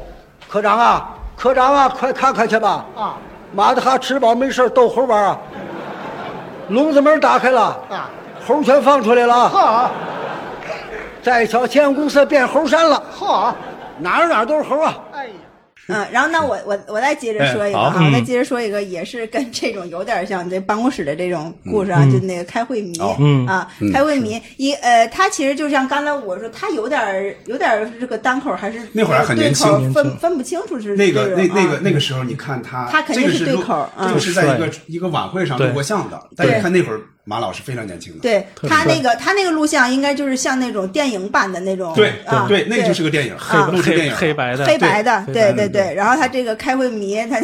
[SPEAKER 1] 科长啊，科长啊，快看看去吧！
[SPEAKER 9] 啊，
[SPEAKER 1] 马德哈吃饱没事儿逗猴玩啊，笼子门打开了
[SPEAKER 9] 啊，
[SPEAKER 1] 猴全放出来了啊！
[SPEAKER 9] 好，
[SPEAKER 1] 再一瞧，千阳公司变猴山了，
[SPEAKER 9] 好，啊
[SPEAKER 1] 哪儿哪儿都是猴啊！
[SPEAKER 9] 哎呀，
[SPEAKER 4] 嗯，然后那我我我再接着说一个
[SPEAKER 3] 哎
[SPEAKER 4] 啊
[SPEAKER 3] 好，
[SPEAKER 4] 我再
[SPEAKER 5] 嗯
[SPEAKER 4] 接着说一个，也是跟这种有点像这办公室的这种
[SPEAKER 3] 嗯
[SPEAKER 4] 故事啊，就那个开会迷、
[SPEAKER 3] 哦
[SPEAKER 5] 嗯
[SPEAKER 4] 啊，开会迷一呃，他其实就像刚才我说，他有点儿有点儿这个单口还是
[SPEAKER 3] 那会儿还很
[SPEAKER 4] 对
[SPEAKER 3] 年轻
[SPEAKER 4] 口
[SPEAKER 3] 年
[SPEAKER 4] 分分不清楚是
[SPEAKER 3] 那个那
[SPEAKER 4] 这种
[SPEAKER 3] 那个
[SPEAKER 4] 啊
[SPEAKER 3] 那个时候，你看他，
[SPEAKER 4] 他肯定
[SPEAKER 3] 这个
[SPEAKER 4] 是对
[SPEAKER 3] 录
[SPEAKER 4] 口儿嗯
[SPEAKER 3] 这个是在一个一个晚会上
[SPEAKER 5] 对
[SPEAKER 3] 录过像的。但
[SPEAKER 4] 对
[SPEAKER 3] 你看那会儿马老师非常年轻的，
[SPEAKER 4] 对
[SPEAKER 5] 别
[SPEAKER 4] 他
[SPEAKER 5] 帅
[SPEAKER 4] 那个他那个录像应该就是像那种电影版的那种，
[SPEAKER 3] 对
[SPEAKER 4] 啊、
[SPEAKER 3] 对，那个就是个电影，
[SPEAKER 4] 啊
[SPEAKER 3] 录制电
[SPEAKER 5] 黑
[SPEAKER 3] 影，
[SPEAKER 5] 黑白的，
[SPEAKER 4] 黑白的，
[SPEAKER 5] 对
[SPEAKER 4] 对
[SPEAKER 5] 黑白的
[SPEAKER 4] 对。 然后他这个开会迷，他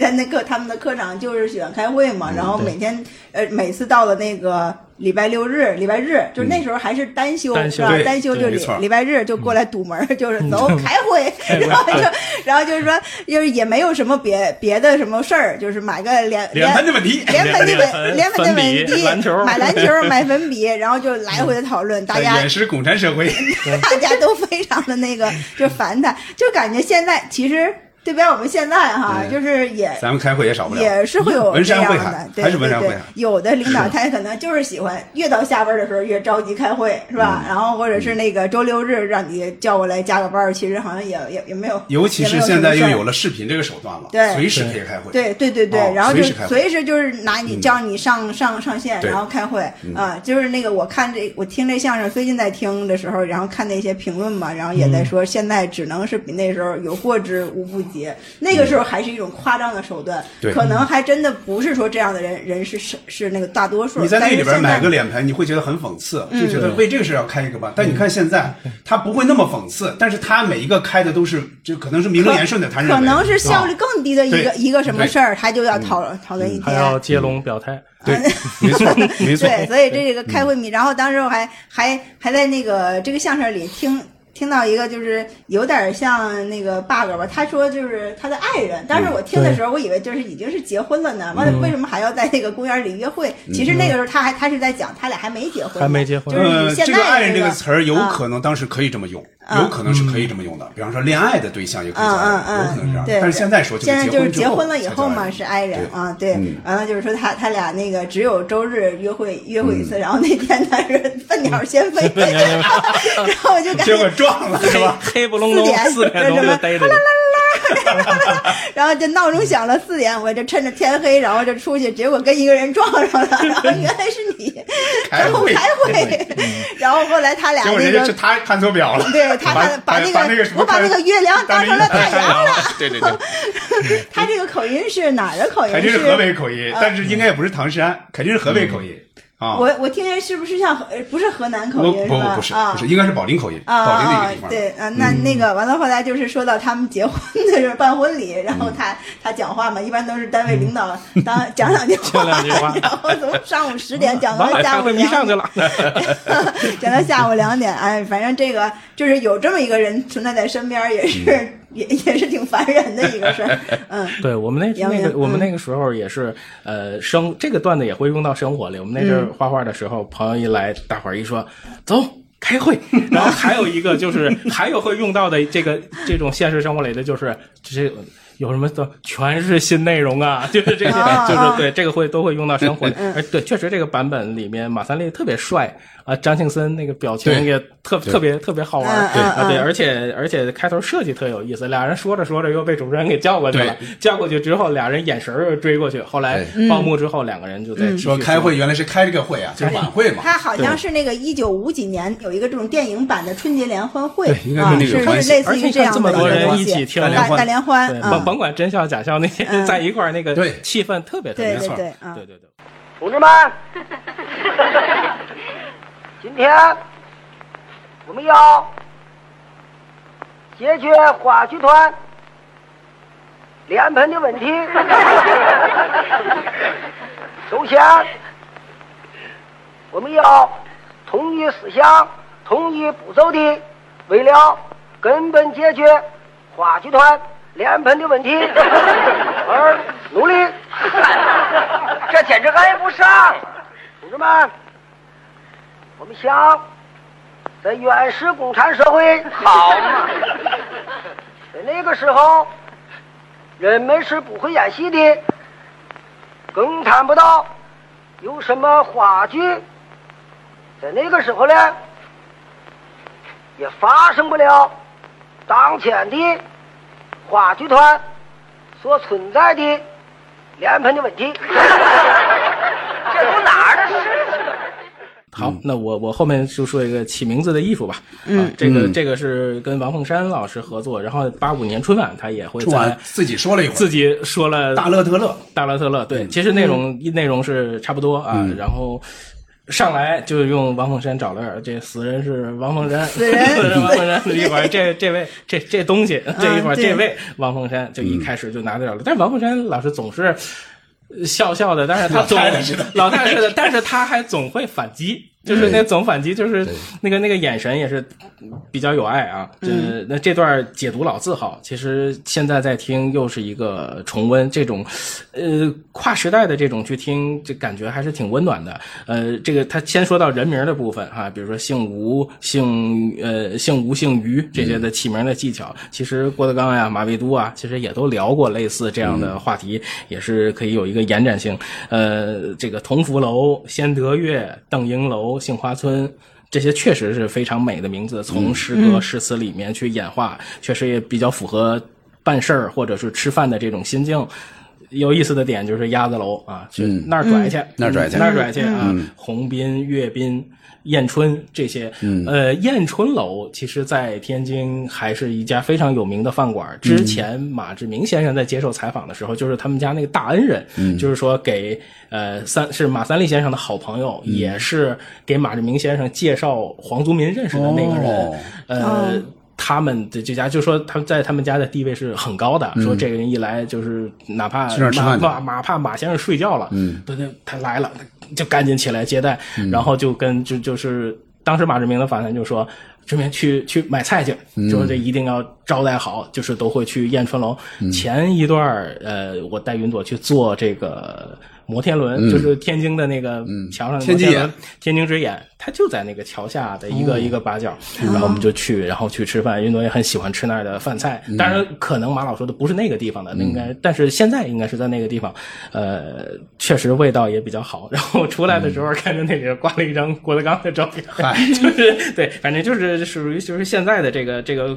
[SPEAKER 4] 他那个他们的科长就是喜欢开会嘛，然后每天呃，每次到了那个礼拜六日、礼拜日，就是那时候还是单休，
[SPEAKER 6] 单休
[SPEAKER 4] 是吧
[SPEAKER 3] 对？
[SPEAKER 4] 单休就
[SPEAKER 3] 对没
[SPEAKER 4] 礼
[SPEAKER 3] 错
[SPEAKER 4] 礼拜日就过来堵门儿，就是走开会， 然后就然后就是说，就是也没有什么别别的什么事儿，就是买个两
[SPEAKER 3] 脸盆的问题，
[SPEAKER 4] 连
[SPEAKER 6] 盆
[SPEAKER 4] 粉
[SPEAKER 6] 地
[SPEAKER 4] 地
[SPEAKER 6] 粉
[SPEAKER 4] 粉，连粉
[SPEAKER 6] 粉
[SPEAKER 4] 地
[SPEAKER 6] 笔
[SPEAKER 4] 粉地，
[SPEAKER 6] 篮球
[SPEAKER 4] 买篮球，买粉笔，然后就来回的讨论，大家
[SPEAKER 3] 演示共产 社会。
[SPEAKER 4] 大家都非常 的那个，就烦他，就感觉现在其实对比我们现在哈，
[SPEAKER 3] 嗯
[SPEAKER 4] 就是也
[SPEAKER 3] 咱们开会也少不了，
[SPEAKER 4] 也是会有
[SPEAKER 3] 文
[SPEAKER 4] 这
[SPEAKER 3] 山
[SPEAKER 4] 样
[SPEAKER 3] 会
[SPEAKER 4] 的
[SPEAKER 3] 海，
[SPEAKER 4] 对
[SPEAKER 3] 还是文山
[SPEAKER 4] 对
[SPEAKER 3] 会
[SPEAKER 4] 对
[SPEAKER 3] 海，
[SPEAKER 4] 有的领导他可能就是喜欢越到下班的时候越着急开会，是
[SPEAKER 3] 嗯
[SPEAKER 4] 吧？然后或者是那个周六日让你叫过来加个班儿，其实好像也也也没有，
[SPEAKER 3] 尤其是
[SPEAKER 4] 也没有什
[SPEAKER 3] 现
[SPEAKER 4] 么
[SPEAKER 3] 在又
[SPEAKER 4] 事儿
[SPEAKER 3] 有了视频这个手段了，
[SPEAKER 4] 对
[SPEAKER 3] 随时可以开会。
[SPEAKER 4] 对对对对，
[SPEAKER 3] 哦
[SPEAKER 4] 然后
[SPEAKER 3] 随
[SPEAKER 4] 就
[SPEAKER 3] 时开会嗯
[SPEAKER 4] 随时就是拿你叫你上、上上线，
[SPEAKER 3] 对嗯
[SPEAKER 4] 然后开会啊、就是那个我看这我听这相声，最近在听的时候，然后看那些评论嘛，然后也
[SPEAKER 3] 嗯
[SPEAKER 4] 在说现在只能是比那时候有过之无不及，那个时候还是一种夸张的手段，
[SPEAKER 3] 嗯对
[SPEAKER 4] 可能还真的不是说这样的人人是是是那个大多数。
[SPEAKER 3] 你在那
[SPEAKER 4] 但是
[SPEAKER 3] 里边
[SPEAKER 4] 现嗯
[SPEAKER 3] 买个脸盆，你会觉得很讽刺，就觉得为这个事儿要开一个吧。但你看现在，他不会那么讽刺，但是他每一个开的都是，就可能是名正言顺的，他认为
[SPEAKER 4] 可能是效率
[SPEAKER 3] 啊
[SPEAKER 4] 更低的一个
[SPEAKER 3] 对
[SPEAKER 4] 一个什么
[SPEAKER 3] 对嗯
[SPEAKER 4] 事儿，他就要讨论讨论一
[SPEAKER 6] 还
[SPEAKER 4] 天。
[SPEAKER 6] 嗯要接龙表态，
[SPEAKER 3] 对， 没错，没错。
[SPEAKER 4] 啊
[SPEAKER 3] 嗯
[SPEAKER 4] 对，所以这个开会迷，然后当时我还还还在那个这个相声里听听到一个，就是有点像那个 bug 吧。他说就是他的爱人，当时
[SPEAKER 3] 嗯
[SPEAKER 4] 我听的时候，我以为就是已经是结婚了呢，完了为什么还要在那个公园里约会？其
[SPEAKER 3] 嗯
[SPEAKER 4] 实那个时候他还他是在讲他俩还没结婚呢，
[SPEAKER 6] 还没结婚
[SPEAKER 4] 就是
[SPEAKER 3] 呃
[SPEAKER 4] 你，现
[SPEAKER 3] 这
[SPEAKER 4] 在
[SPEAKER 3] 个
[SPEAKER 4] 的
[SPEAKER 3] 爱人这
[SPEAKER 4] 个
[SPEAKER 3] 个词儿有
[SPEAKER 4] 啊
[SPEAKER 3] 可能当时可以这么用，
[SPEAKER 4] 啊
[SPEAKER 3] 有可能是可以这么用的。比方说恋爱的对象也可以叫爱
[SPEAKER 4] 嗯嗯
[SPEAKER 3] 人，有可能是这样。
[SPEAKER 4] 对
[SPEAKER 3] 但是现在说
[SPEAKER 4] 现在
[SPEAKER 3] 是
[SPEAKER 4] 就是
[SPEAKER 3] 结
[SPEAKER 4] 结婚了以
[SPEAKER 3] 以
[SPEAKER 4] 后嘛，是爱人啊，对，
[SPEAKER 3] 嗯
[SPEAKER 4] 完了就是说他他俩那个只有周日约会约会一
[SPEAKER 3] 嗯
[SPEAKER 4] 次，然后那天他是笨鸟先飞，
[SPEAKER 6] 笨鸟先飞
[SPEAKER 4] 然后我就 感
[SPEAKER 3] 结果
[SPEAKER 4] 觉。
[SPEAKER 3] 撞了是
[SPEAKER 6] 黑
[SPEAKER 3] 吧？
[SPEAKER 6] 黑不隆
[SPEAKER 4] 四
[SPEAKER 6] 咚
[SPEAKER 4] 点，
[SPEAKER 6] 四点钟就逮着你，
[SPEAKER 4] 然后这闹钟响了四点，我就趁着天黑，然后就出去，结果跟一个人撞上了，然后原来是你，
[SPEAKER 3] 开
[SPEAKER 4] 然后
[SPEAKER 3] 会嗯
[SPEAKER 4] 开 会，然后后来他俩
[SPEAKER 3] 结果
[SPEAKER 4] 那
[SPEAKER 3] 人家
[SPEAKER 4] 个
[SPEAKER 3] 是他看错表了，
[SPEAKER 4] 对他
[SPEAKER 3] 把
[SPEAKER 4] 看把
[SPEAKER 3] 那
[SPEAKER 4] 那
[SPEAKER 3] 个
[SPEAKER 4] 个
[SPEAKER 3] 什么
[SPEAKER 4] 我把那个月亮当成了太
[SPEAKER 3] 太
[SPEAKER 4] 阳
[SPEAKER 3] 了
[SPEAKER 4] 了。，
[SPEAKER 3] 对对 对，
[SPEAKER 4] 他这个口音是哪儿的口音？
[SPEAKER 3] 肯嗯定是河北口音，但是应该也不是唐山，肯定是河北口音啊。
[SPEAKER 4] 嗯我我听着是不是像河呃不是河南口
[SPEAKER 3] 我
[SPEAKER 4] 音
[SPEAKER 3] 不
[SPEAKER 4] 吧？
[SPEAKER 3] 不是
[SPEAKER 4] 啊
[SPEAKER 3] 不是，应该是保定口音，
[SPEAKER 4] 啊
[SPEAKER 3] 保定的一
[SPEAKER 4] 啊
[SPEAKER 3] 个地！方。嗯
[SPEAKER 4] 对啊，那那个完了，后来就是说到他们结婚的时候办婚礼，然后他他讲话嘛，一般都是单位 领导当讲两句话，
[SPEAKER 6] 讲两句话
[SPEAKER 4] 然后从上午十点 讲
[SPEAKER 6] 完
[SPEAKER 4] 到
[SPEAKER 6] 了
[SPEAKER 4] 下
[SPEAKER 6] 开
[SPEAKER 4] 午
[SPEAKER 6] 会迷
[SPEAKER 4] 两
[SPEAKER 6] 上去了，
[SPEAKER 4] 讲到下午两点，哎，反正这个就是有这么一个人存在在身边，也是、
[SPEAKER 3] 嗯
[SPEAKER 4] 也也是挺烦人的一 个事儿。嗯，
[SPEAKER 6] 对我们那
[SPEAKER 4] 杨
[SPEAKER 6] 那
[SPEAKER 4] 明
[SPEAKER 6] 个我们
[SPEAKER 4] 嗯
[SPEAKER 6] 那个时候也是，呃，生这个段子也会用到生活里。我们那阵
[SPEAKER 4] 嗯
[SPEAKER 6] 儿画画的时候，朋友一来，大伙儿一说走。开会，然后还有一个就是 还有会用到的这个这种现实生活里的就是这有什么的全是新内容啊，就是这些
[SPEAKER 4] 啊
[SPEAKER 6] 就是
[SPEAKER 4] 啊
[SPEAKER 6] 对这个会都会用到生活里。
[SPEAKER 4] 嗯
[SPEAKER 6] 而对，确实这个版本里面马三立特别帅啊，张庆森那个表情
[SPEAKER 3] 对
[SPEAKER 6] 也特特别特别好玩儿
[SPEAKER 4] 嗯嗯
[SPEAKER 6] 啊，
[SPEAKER 4] 嗯
[SPEAKER 6] 对，而且而且开头设计特有意思，俩人说着说着又被主持人给叫过去了
[SPEAKER 3] 对，
[SPEAKER 6] 叫过去之后俩人眼神儿又追过去，后来报幕之后两个人就在
[SPEAKER 3] 说开会原来是开这个会啊，就是晚会嘛。
[SPEAKER 4] 他好像是那个一九五几年有一个这种电影版的春节联欢会，
[SPEAKER 3] 对应该是
[SPEAKER 4] 啊
[SPEAKER 3] 那个
[SPEAKER 4] 是
[SPEAKER 3] 环
[SPEAKER 4] 是
[SPEAKER 3] 节
[SPEAKER 4] 类
[SPEAKER 6] 而
[SPEAKER 4] 似
[SPEAKER 6] 且
[SPEAKER 4] 于
[SPEAKER 6] 你
[SPEAKER 4] 这
[SPEAKER 6] 看
[SPEAKER 4] 样
[SPEAKER 6] 这么
[SPEAKER 4] 的
[SPEAKER 6] 多
[SPEAKER 4] 一个
[SPEAKER 6] 人
[SPEAKER 4] 东
[SPEAKER 6] 一
[SPEAKER 4] 西
[SPEAKER 6] 起听
[SPEAKER 3] 大联欢
[SPEAKER 4] 大联欢
[SPEAKER 6] 对，甭
[SPEAKER 4] 啊，
[SPEAKER 6] 甭管真笑假笑，那些
[SPEAKER 4] 嗯
[SPEAKER 6] 在一块儿那个
[SPEAKER 3] 对
[SPEAKER 6] 气氛特别特
[SPEAKER 4] 对对
[SPEAKER 6] 别好，
[SPEAKER 4] 对
[SPEAKER 6] 对
[SPEAKER 4] 啊
[SPEAKER 6] 对对。
[SPEAKER 9] 同志们，今天我们要解决话剧团脸盆的问题。首先，我们要统一思想、统一步骤地，为了根本解决话剧团脸盆的 问题而努力。这简直挨不上！同志们，我们想在原始共产社会好嘛？在那个时候，人们是不会演戏的，更谈不到有什么话剧。在那个时候呢，也发生不了当前的话剧团所存在的脸盆的问 题。这都哪儿的事情？
[SPEAKER 10] 啊
[SPEAKER 3] 嗯
[SPEAKER 6] 好，那我我后面就说一个起名字的艺术吧。嗯，这个这个是跟王凤山老师合作，然后八五年春晚他也会
[SPEAKER 3] 春晚啊
[SPEAKER 6] 在
[SPEAKER 3] 自己说了一会儿，
[SPEAKER 6] 自己说了
[SPEAKER 3] 大乐特乐，
[SPEAKER 6] 大乐特乐，对，其实内容、内容是差不多啊，然后。上来就用王凤山找乐儿，这死人是王凤山，死
[SPEAKER 4] 人
[SPEAKER 6] 王凤山，一会儿这这位这这东西，这一会儿
[SPEAKER 4] 对
[SPEAKER 6] 这位王凤山，就一开始就拿得了了。但是王凤山老师总是呃笑笑的，但是他总
[SPEAKER 11] 老太太似的
[SPEAKER 6] 老太太似的，但是他还总会反击，就是那总反击，就是
[SPEAKER 3] 对
[SPEAKER 6] 那个那个眼神也是比较有爱啊。就是那这段解读老字号，其实现在在听又是一个重温，这种呃跨时代的这种去听，这感觉还是挺温暖的。呃，这个他先说到人名的部分哈、比如说姓吴、姓呃姓吴、姓于这些的起名的技巧，其实郭德纲呀、马未都啊，其实也都聊过类似这样
[SPEAKER 3] 嗯
[SPEAKER 6] 的话题，也是可以有一个延展性。呃，这个同福楼、先德月、邓英楼、杏花村。这些确实是非常美的名字，
[SPEAKER 3] 嗯
[SPEAKER 6] 从诗歌诗词里面去演化，确实也比较符合办事儿或者是吃饭的这种心境。有意思的点就是鸭子楼啊，去那儿拽去，
[SPEAKER 3] 嗯那儿拽去
[SPEAKER 6] 那儿拽去啊！红滨、阅滨、燕春这些，呃，燕春楼其实，在天津还是一家非常有名的饭馆。之前马志明先生在接受采访的时候，就是他们家那个大恩人，就是说给呃三是马三立先生的好朋友，也是给马志明先生介绍黄族民认识的那个人
[SPEAKER 3] 哦，
[SPEAKER 6] 呃。他们的这家就说他们在他们家的地位是很高的，说这个人一来就是哪怕
[SPEAKER 3] 去那儿吃
[SPEAKER 6] 马
[SPEAKER 3] 饭去
[SPEAKER 6] 马马怕马先生睡觉了，嗯，对对，他来了就赶紧起来接待，然后就跟就就是当时马志明的访谈就说。志明去去买菜去，说这一定要招待好，就是都会去燕春楼。前一段儿呃，我带云朵去坐这个摩天轮，就是天津的那个桥上的摩
[SPEAKER 3] 天津
[SPEAKER 6] 天轮
[SPEAKER 3] 眼
[SPEAKER 6] 天津之眼，它就在那个桥下的一个一个八角，然后我们就去，然后去吃饭。云朵也很喜欢吃那儿的饭菜，当然可能马老说的不是那个地方的，那应该，但是现在应该是在那个地方，呃，确实味道也比较好。 然后出来的时候看着那里挂了一张郭德纲的照片， 就是对，反正就是属于就是现在的这个这个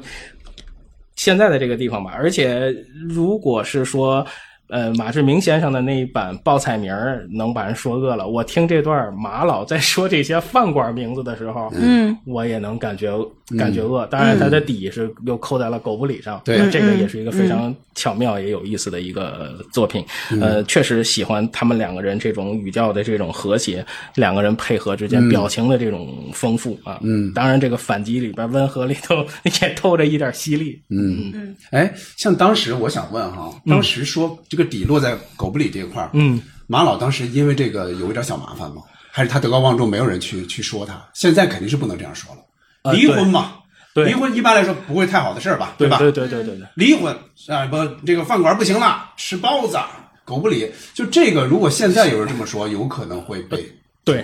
[SPEAKER 6] 现在的这个地方吧。而且如果是说。呃，马志明先生的那一版报菜名儿能把人说饿了。我听这段马老在说这些饭馆名字的时候，嗯，我也能感觉感觉饿。当然，他的底是又扣在了狗不理上，
[SPEAKER 3] 对
[SPEAKER 6] 那这个也是一个非常巧妙也有意思的一个作品。呃，确实喜欢他们两个人这种语调的这种和谐，两个人配合之间表情的这种丰富啊。嗯，当然，这个反击里边温和里头 也透着一点犀利。
[SPEAKER 3] 嗯，哎，像当时我想问哈，当时说这个底落在狗不理这块儿，
[SPEAKER 6] 嗯，
[SPEAKER 3] 马老当时因为这个有一点小麻烦吗？还是他德高望重，没有人去去说他？现在肯定是不能这样说了，
[SPEAKER 6] 呃
[SPEAKER 3] 离婚嘛，
[SPEAKER 6] 对
[SPEAKER 3] 离婚一般来说不会太好的事儿吧，
[SPEAKER 6] 对
[SPEAKER 3] 吧？
[SPEAKER 6] 对对对对对。
[SPEAKER 3] 离婚啊，不，这个饭馆不行了，吃包子，狗不理。就这个，如果现在有人这么说，有可能会被
[SPEAKER 6] 对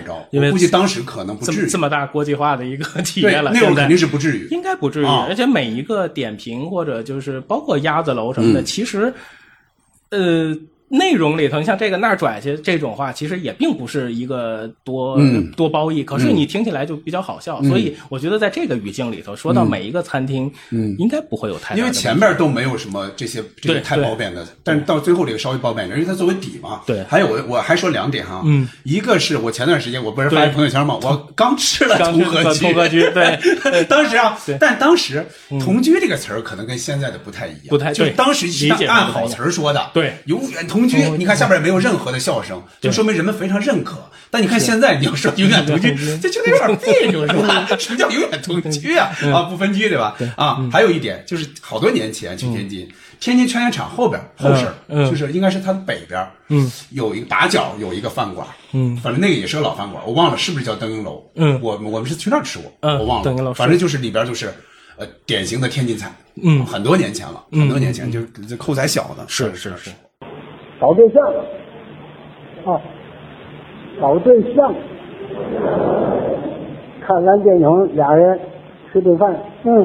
[SPEAKER 3] 怎么着
[SPEAKER 6] 因为
[SPEAKER 3] 我估计当时可能不
[SPEAKER 6] 这
[SPEAKER 3] 至
[SPEAKER 6] 么
[SPEAKER 3] 于，
[SPEAKER 6] 这么大国际化的一个体
[SPEAKER 3] 对
[SPEAKER 6] 验了，
[SPEAKER 3] 那会儿
[SPEAKER 6] 现在
[SPEAKER 3] 肯定是不至于。
[SPEAKER 6] 应该不至于，
[SPEAKER 3] 啊
[SPEAKER 6] 而且每一个点评或者就是包括鸭子楼什么的，
[SPEAKER 3] 嗯
[SPEAKER 6] 其实，呃。内容里头，你像这个那儿拽去这种话，其实也并不是一个多、
[SPEAKER 3] 嗯
[SPEAKER 6] 多褒义，可是你听起来就比较好笑，所以我觉得在这个语境里头，说到每一个餐厅，嗯，应该不会有太大的
[SPEAKER 3] 因为
[SPEAKER 6] 问题
[SPEAKER 3] 前面都没有什么这些这
[SPEAKER 6] 对
[SPEAKER 3] 些太褒贬的，但是到最后这个稍微褒贬一点，因为它作为底嘛。
[SPEAKER 6] 对
[SPEAKER 3] 还有我我还说两点哈，
[SPEAKER 6] 嗯，
[SPEAKER 3] 一个是我前段时间我不是
[SPEAKER 6] 对
[SPEAKER 3] 发一朋友圈嘛，我刚吃了
[SPEAKER 6] 刚
[SPEAKER 3] 同和
[SPEAKER 6] 是同和居 对
[SPEAKER 3] 当时啊
[SPEAKER 6] 对，嗯
[SPEAKER 3] 但当时同居这个词儿可能跟现在的不太一样，
[SPEAKER 6] 不太
[SPEAKER 3] 就
[SPEAKER 6] 对
[SPEAKER 3] 是当时是
[SPEAKER 6] 理解的
[SPEAKER 3] 按
[SPEAKER 6] 不太一
[SPEAKER 3] 好
[SPEAKER 6] 样
[SPEAKER 3] 词儿说的，
[SPEAKER 6] 对
[SPEAKER 3] 永远同居，
[SPEAKER 6] 哦
[SPEAKER 3] 你看下边也没有任何的笑声，就说明人们非常认可。但你看现在你要说永远同居
[SPEAKER 6] 永远同，居
[SPEAKER 3] 这觉得有点别扭，是 吧？什么叫永远同居啊？啊，不分居对吧？
[SPEAKER 6] 嗯
[SPEAKER 3] 啊，还有一点就是好多年前去天津，天津圈烟厂后边后身儿
[SPEAKER 6] 嗯嗯
[SPEAKER 3] 就是应该是它的北边，嗯，有一个打角有一个饭馆，嗯，反正那个也是个老饭馆，我忘了是不是叫登英楼，
[SPEAKER 6] 嗯
[SPEAKER 3] 我我们是去那儿吃过，
[SPEAKER 6] 嗯
[SPEAKER 3] 我忘了，
[SPEAKER 6] 登英楼是
[SPEAKER 3] 反正就是里边就是。呃，典型的天津菜，嗯，很多年前了，很多
[SPEAKER 5] 嗯
[SPEAKER 3] 年前就是这扣仔小的，
[SPEAKER 6] 是是是，
[SPEAKER 1] 搞对象，啊，搞对象。看完电影，俩人吃顿饭，嗯，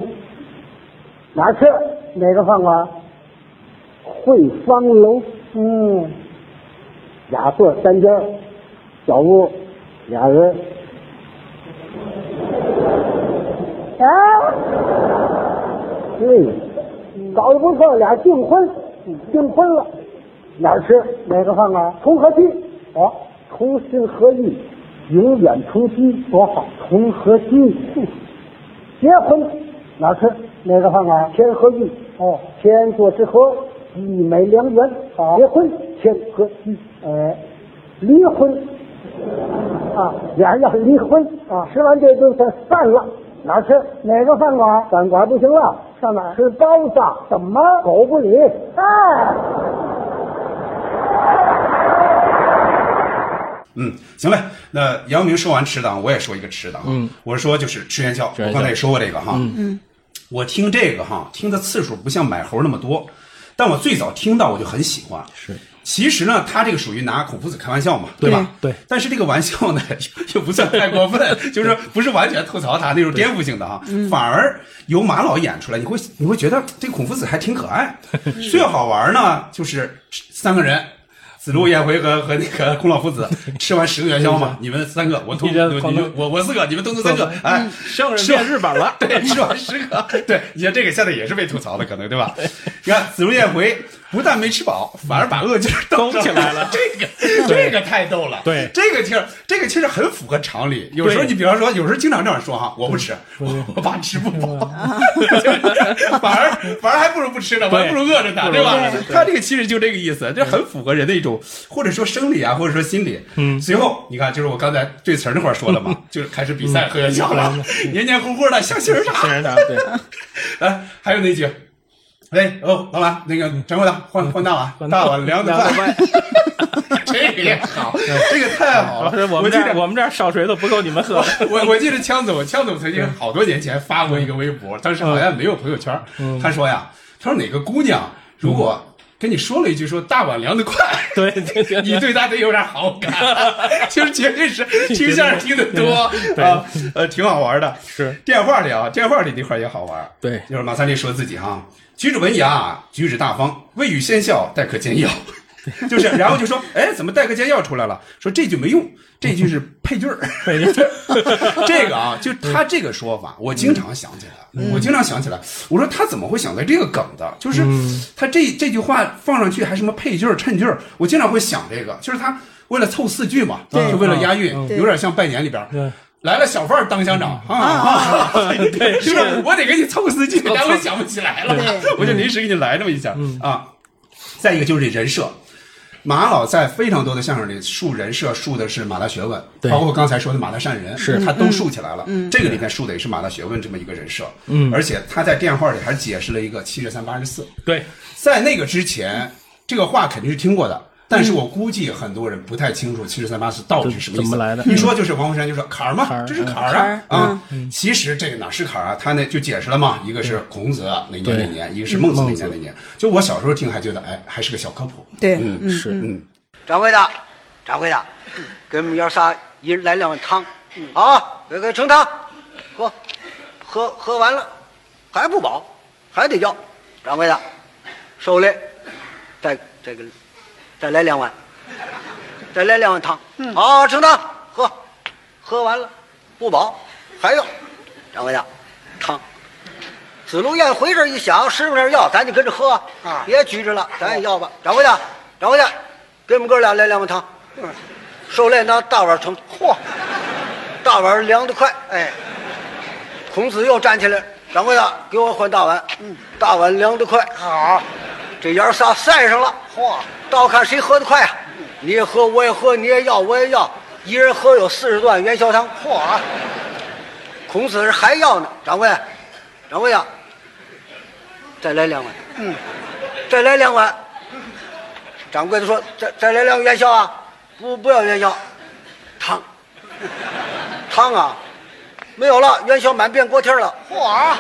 [SPEAKER 1] 哪儿吃？哪个饭馆？汇芳楼。嗯，俩座三间儿，小屋，俩人。啊，对，搞得不错，俩订婚，订婚了。哪儿吃？哪个饭馆？同和居。哦，同心合意，永远同居，多好！同和居。结婚哪儿吃？哪个饭馆？天和居。哦，天作之合，一美良缘。好，结婚天和居。哎，离婚啊，俩人要离婚啊，吃完这顿饭散了，哪儿吃？哪个饭馆？饭馆不行了，上哪儿吃包子？怎么？狗不理。哎。
[SPEAKER 3] 嗯，行嘞。那姚明说完吃的，我也说一个吃的哈。
[SPEAKER 5] 嗯，
[SPEAKER 3] 我是说就是吃元宵，
[SPEAKER 5] 吃元宵
[SPEAKER 3] 我刚才也说过这个哈。
[SPEAKER 5] 嗯
[SPEAKER 4] 嗯，
[SPEAKER 3] 我听这个哈，听的次数不像买猴那么多，但我最早听到我就很喜欢。
[SPEAKER 5] 是，
[SPEAKER 3] 其实呢，他这个属于拿孔夫子开玩笑嘛，对吧？
[SPEAKER 5] 对对
[SPEAKER 3] 但是这个玩笑呢， 又又不算 太过分，就是说不是完全吐槽他那种颠覆性的哈，
[SPEAKER 5] 嗯
[SPEAKER 3] 反而由马老演出来，你会你会觉得这个孔夫子还挺可爱。 最好玩呢，就是三个人。子路、颜回和和那个孔老 夫子吃完十个元宵嘛，你们三个，我通
[SPEAKER 5] 一人
[SPEAKER 3] 你
[SPEAKER 5] 狂
[SPEAKER 3] 们我我四个，你们通通三个，哎，
[SPEAKER 5] 圣人变日本了，
[SPEAKER 3] 对，吃完十个，对，你看这个现在也是被吐槽的，可能对吧？你看子如宴回不但没吃饱，反而把饿劲儿
[SPEAKER 5] 勾
[SPEAKER 3] 上
[SPEAKER 5] 嗯起来了
[SPEAKER 3] 这个这个太逗了，
[SPEAKER 5] 对
[SPEAKER 3] 这个劲儿，这个其实很符合常理。有时候
[SPEAKER 5] 对
[SPEAKER 3] 你比方说，有时候经常这样说哈，我不吃，我我怕吃不饱，就是 反而反而还不如不吃呢，我还
[SPEAKER 5] 对
[SPEAKER 3] 不如饿着呢，
[SPEAKER 5] 不如
[SPEAKER 3] 对吧
[SPEAKER 5] 饿着？对
[SPEAKER 3] 他这个其实就这个意思，这很符合人的一种，或者说生理啊，或者说心理。
[SPEAKER 5] 嗯
[SPEAKER 3] 随后你看，就是我刚才对词儿那块儿说了 嘛，就是开始比赛喝元宵了，
[SPEAKER 5] 嗯
[SPEAKER 3] 黏黏糊糊的，像杏仁茶。
[SPEAKER 5] 圣人堂对，
[SPEAKER 3] 来，还有那句，哎哦，老板，那个掌柜的换换大碗，
[SPEAKER 5] 换
[SPEAKER 3] 大
[SPEAKER 5] 大
[SPEAKER 3] 碗两碗
[SPEAKER 5] 碗
[SPEAKER 3] 饭， 这个也好， 这个太好
[SPEAKER 5] 老师，
[SPEAKER 3] 了。
[SPEAKER 5] 我们
[SPEAKER 3] 记
[SPEAKER 5] 这儿
[SPEAKER 3] 得
[SPEAKER 5] 我们这儿烧水都不够你们 喝。
[SPEAKER 3] 我我记得枪总，枪总曾经好多年前发过一个微博，当时好像没有朋友圈，他说呀，他说哪个姑娘如果跟你说了一句说大碗凉得快。
[SPEAKER 5] 对对对，
[SPEAKER 3] 你对他得有点好感，就是绝对是听相声听得多
[SPEAKER 5] 对
[SPEAKER 3] 啊，呃，挺好玩的。
[SPEAKER 5] 是
[SPEAKER 3] 电话里啊，电话里那块儿也好玩。
[SPEAKER 5] 对
[SPEAKER 3] 就是马三立说自己哈，举止文雅，举止大方，未语先笑，待客煎药。就是，然后就说，哎，怎么待客煎药出来了？说这句没用，这句是配句儿。
[SPEAKER 5] 北京
[SPEAKER 3] 这个啊，就他这个说法，我经常想起来，我经常想起来，我说他怎么会想到这个梗的？就是他这这句话放上去还什么配句儿、衬句儿，我经常会想这个，就是他为了凑四句嘛，
[SPEAKER 4] 对
[SPEAKER 3] 就为了押韵，
[SPEAKER 4] 对
[SPEAKER 3] 有点像拜年里边儿。
[SPEAKER 5] 对
[SPEAKER 3] 来了，小贩儿当乡长啊啊！ 对，是不是？我得给你凑四句，然后我想不起来了
[SPEAKER 4] 对，
[SPEAKER 3] 我就临时给你来这么一下啊。再一个就是这人设，马老在非常多的相声里树人设树的是马大学问，
[SPEAKER 5] 对
[SPEAKER 3] 包括刚才说的马大善人，
[SPEAKER 5] 是
[SPEAKER 3] 他都树起来了。这个里面树的也是马大学问这么一个人设。
[SPEAKER 5] 嗯
[SPEAKER 3] 而且他在电话里还解释了一个七月三八十四，
[SPEAKER 5] 对
[SPEAKER 3] 在那个之前，这个话肯定是听过
[SPEAKER 5] 嗯
[SPEAKER 3] 的。但是我估计很多人不太清楚七十三八四到底是什么意
[SPEAKER 5] 怎
[SPEAKER 3] 思。
[SPEAKER 5] 么来的
[SPEAKER 3] 一说就是王洪山就说坎儿嘛，
[SPEAKER 5] 坎儿
[SPEAKER 3] 这是坎儿啊
[SPEAKER 4] 嗯
[SPEAKER 3] 啊！其实这个哪是坎儿啊？他那就解释了嘛，一个是孔子哪年哪年，一个是孟子哪年哪年。就我小时候听还觉得，哎，还是个小科普。
[SPEAKER 4] 对
[SPEAKER 3] 嗯，
[SPEAKER 5] 是
[SPEAKER 3] 嗯，
[SPEAKER 1] 掌柜的，掌柜的，嗯给我们爷仨一人来两碗汤，好啊，给给盛汤，喝，喝喝完了还不饱，还得要，掌柜的，受累，再再给再来两碗，再来两碗汤，好，盛汤，喝，喝完了不饱还要，掌柜的，汤。子路宴回这一想，师傅那儿要，咱就跟着喝啊，别拘着了，咱也要吧。掌柜的，掌柜的，给我们哥俩来两碗汤。嗯，受累拿大碗盛。嚯，大碗凉得快。哎，孔子又站起来，掌柜的，给我换大碗。嗯，大碗凉得快。好，这爷儿仨赛上了。嚯，倒看谁喝得快啊！你也喝，我也喝，你也要，我也要，一人喝有四十段元宵汤。嚯！孔子还要呢，掌柜，掌柜呀，再来两碗，嗯，再来两碗。掌柜的说：“再再来两个元宵啊，不不要元宵，汤，汤啊，没有了，元宵满遍锅贴了。”嚯！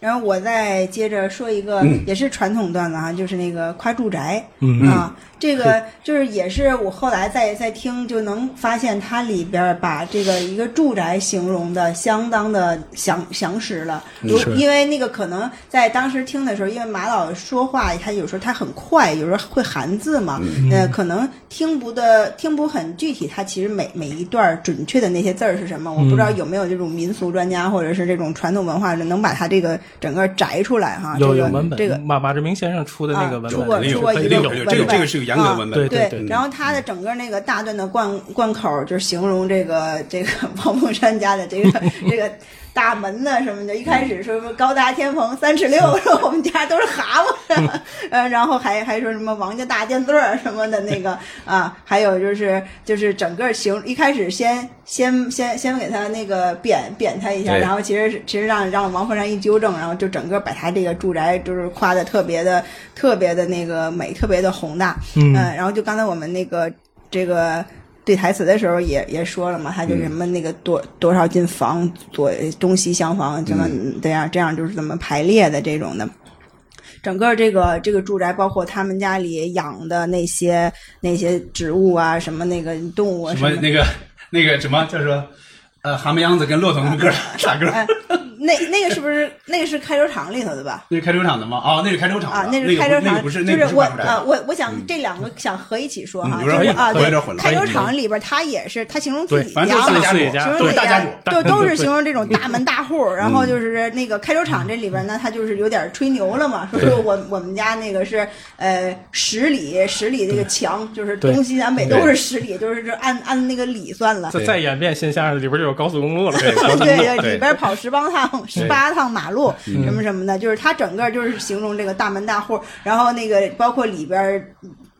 [SPEAKER 4] 然后我再接着说一个，
[SPEAKER 3] 嗯
[SPEAKER 4] 也是传统段子哈，就是那个夸住宅，
[SPEAKER 5] 嗯
[SPEAKER 4] 啊，这个就是也是我后来再再听就能发现，它里边儿把这个一个住宅形容的相当的详详实了。如
[SPEAKER 5] 嗯是
[SPEAKER 4] 因为那个可能在当时听的时候，因为马老说话，他有时候他很快，有时候会含字嘛，
[SPEAKER 5] 嗯
[SPEAKER 4] 呃，可能听不的听不很具体，他其实每每一段儿准确的那些字儿是什么，
[SPEAKER 5] 嗯
[SPEAKER 4] 我不知道有没有这种民俗专家或者是这种传统文化人能把他这个整个摘出来哈。
[SPEAKER 5] 有
[SPEAKER 4] 啊这
[SPEAKER 5] 有
[SPEAKER 4] 个
[SPEAKER 5] 文本，
[SPEAKER 4] 这个
[SPEAKER 5] 马马志明先生出的那个
[SPEAKER 4] 啊
[SPEAKER 5] 文
[SPEAKER 4] 出
[SPEAKER 5] 本
[SPEAKER 4] 过
[SPEAKER 5] 里
[SPEAKER 4] 出
[SPEAKER 5] 有
[SPEAKER 4] 过一
[SPEAKER 5] 肯定有
[SPEAKER 4] 个文
[SPEAKER 3] 这个
[SPEAKER 4] 本
[SPEAKER 3] 这个是个严格的
[SPEAKER 4] 啊
[SPEAKER 3] 文
[SPEAKER 5] 对
[SPEAKER 3] 本。
[SPEAKER 5] 对
[SPEAKER 4] 然后他的整个那个大段的贯贯口，就是形容这个 这个王凤山家的 这个这个大门呐什么的。一开始说什么高大天蓬三尺六，说 我们家都是蛤蟆， 呃，然后还还说什么王家大电座儿什么的那个 啊，还有就是就是整个形一开始先先先先给他那个贬贬他一下，
[SPEAKER 3] 对
[SPEAKER 4] 然后其实是其实让让王凤山一纠正，然后就整个把他这个住宅就是夸的特别的特别的那个美，特别的宏大。呃
[SPEAKER 5] 嗯
[SPEAKER 4] 然后就刚才我们那个这个对台词的时候也也说了嘛，他就什么那个多、多少进房左东西厢房什么这样、这样就是怎么排列的这种的。整个这个这个住宅，包括他们家里养的那些那些植物啊，什么那个动物啊，
[SPEAKER 3] 什
[SPEAKER 4] 什
[SPEAKER 3] 么
[SPEAKER 4] 么
[SPEAKER 3] 那个那个什么叫说，呃，蛤蟆秧子跟骆驼 那歌大歌，
[SPEAKER 4] 哎，那那个是不是那个是开州厂里头的吧？
[SPEAKER 3] 那是开州厂的吗？哦，那是开州厂的
[SPEAKER 4] 啊，
[SPEAKER 3] 那
[SPEAKER 4] 是开州
[SPEAKER 3] 个不那
[SPEAKER 4] 厂，
[SPEAKER 3] 个不是，那
[SPEAKER 4] 就
[SPEAKER 3] 个不
[SPEAKER 4] 我
[SPEAKER 3] 外出来
[SPEAKER 4] 啊，
[SPEAKER 3] 的
[SPEAKER 4] 我我想这两个想合一起说哈，
[SPEAKER 3] 嗯
[SPEAKER 4] 就
[SPEAKER 3] 有
[SPEAKER 4] 是
[SPEAKER 3] 点
[SPEAKER 4] 啊，
[SPEAKER 3] 混有点
[SPEAKER 4] 对，
[SPEAKER 3] 混
[SPEAKER 4] 开
[SPEAKER 3] 乱
[SPEAKER 4] 州厂里边他也是，他形容
[SPEAKER 6] 对
[SPEAKER 4] 自己
[SPEAKER 3] 反正
[SPEAKER 4] 家
[SPEAKER 3] 都是
[SPEAKER 4] 嘛
[SPEAKER 3] 大
[SPEAKER 6] 四家
[SPEAKER 3] 家
[SPEAKER 6] 族
[SPEAKER 3] 族，
[SPEAKER 4] 形
[SPEAKER 3] 都
[SPEAKER 4] 容
[SPEAKER 3] 是
[SPEAKER 4] 自
[SPEAKER 3] 大
[SPEAKER 4] 己
[SPEAKER 3] 家
[SPEAKER 4] 家
[SPEAKER 3] 族，嗯
[SPEAKER 6] 大
[SPEAKER 4] 就都是
[SPEAKER 6] 对
[SPEAKER 4] 形容这种大门大户儿，然后就是那个开州厂这里边呢，他就是有点吹牛了嘛，说
[SPEAKER 6] 对
[SPEAKER 4] 说我我们家那个是呃十里十里这个墙，就是
[SPEAKER 6] 对
[SPEAKER 4] 东西南北
[SPEAKER 3] 对
[SPEAKER 4] 都是十里，就是这按按那个里算了。
[SPEAKER 6] 再再演变现象，里边就有高速公路了。
[SPEAKER 4] 对对，
[SPEAKER 3] 对嗯
[SPEAKER 4] 里边跑十八趟、十八趟马路，什么什么的，就是他整个就是形容这个大门大户，然后那个包括里边。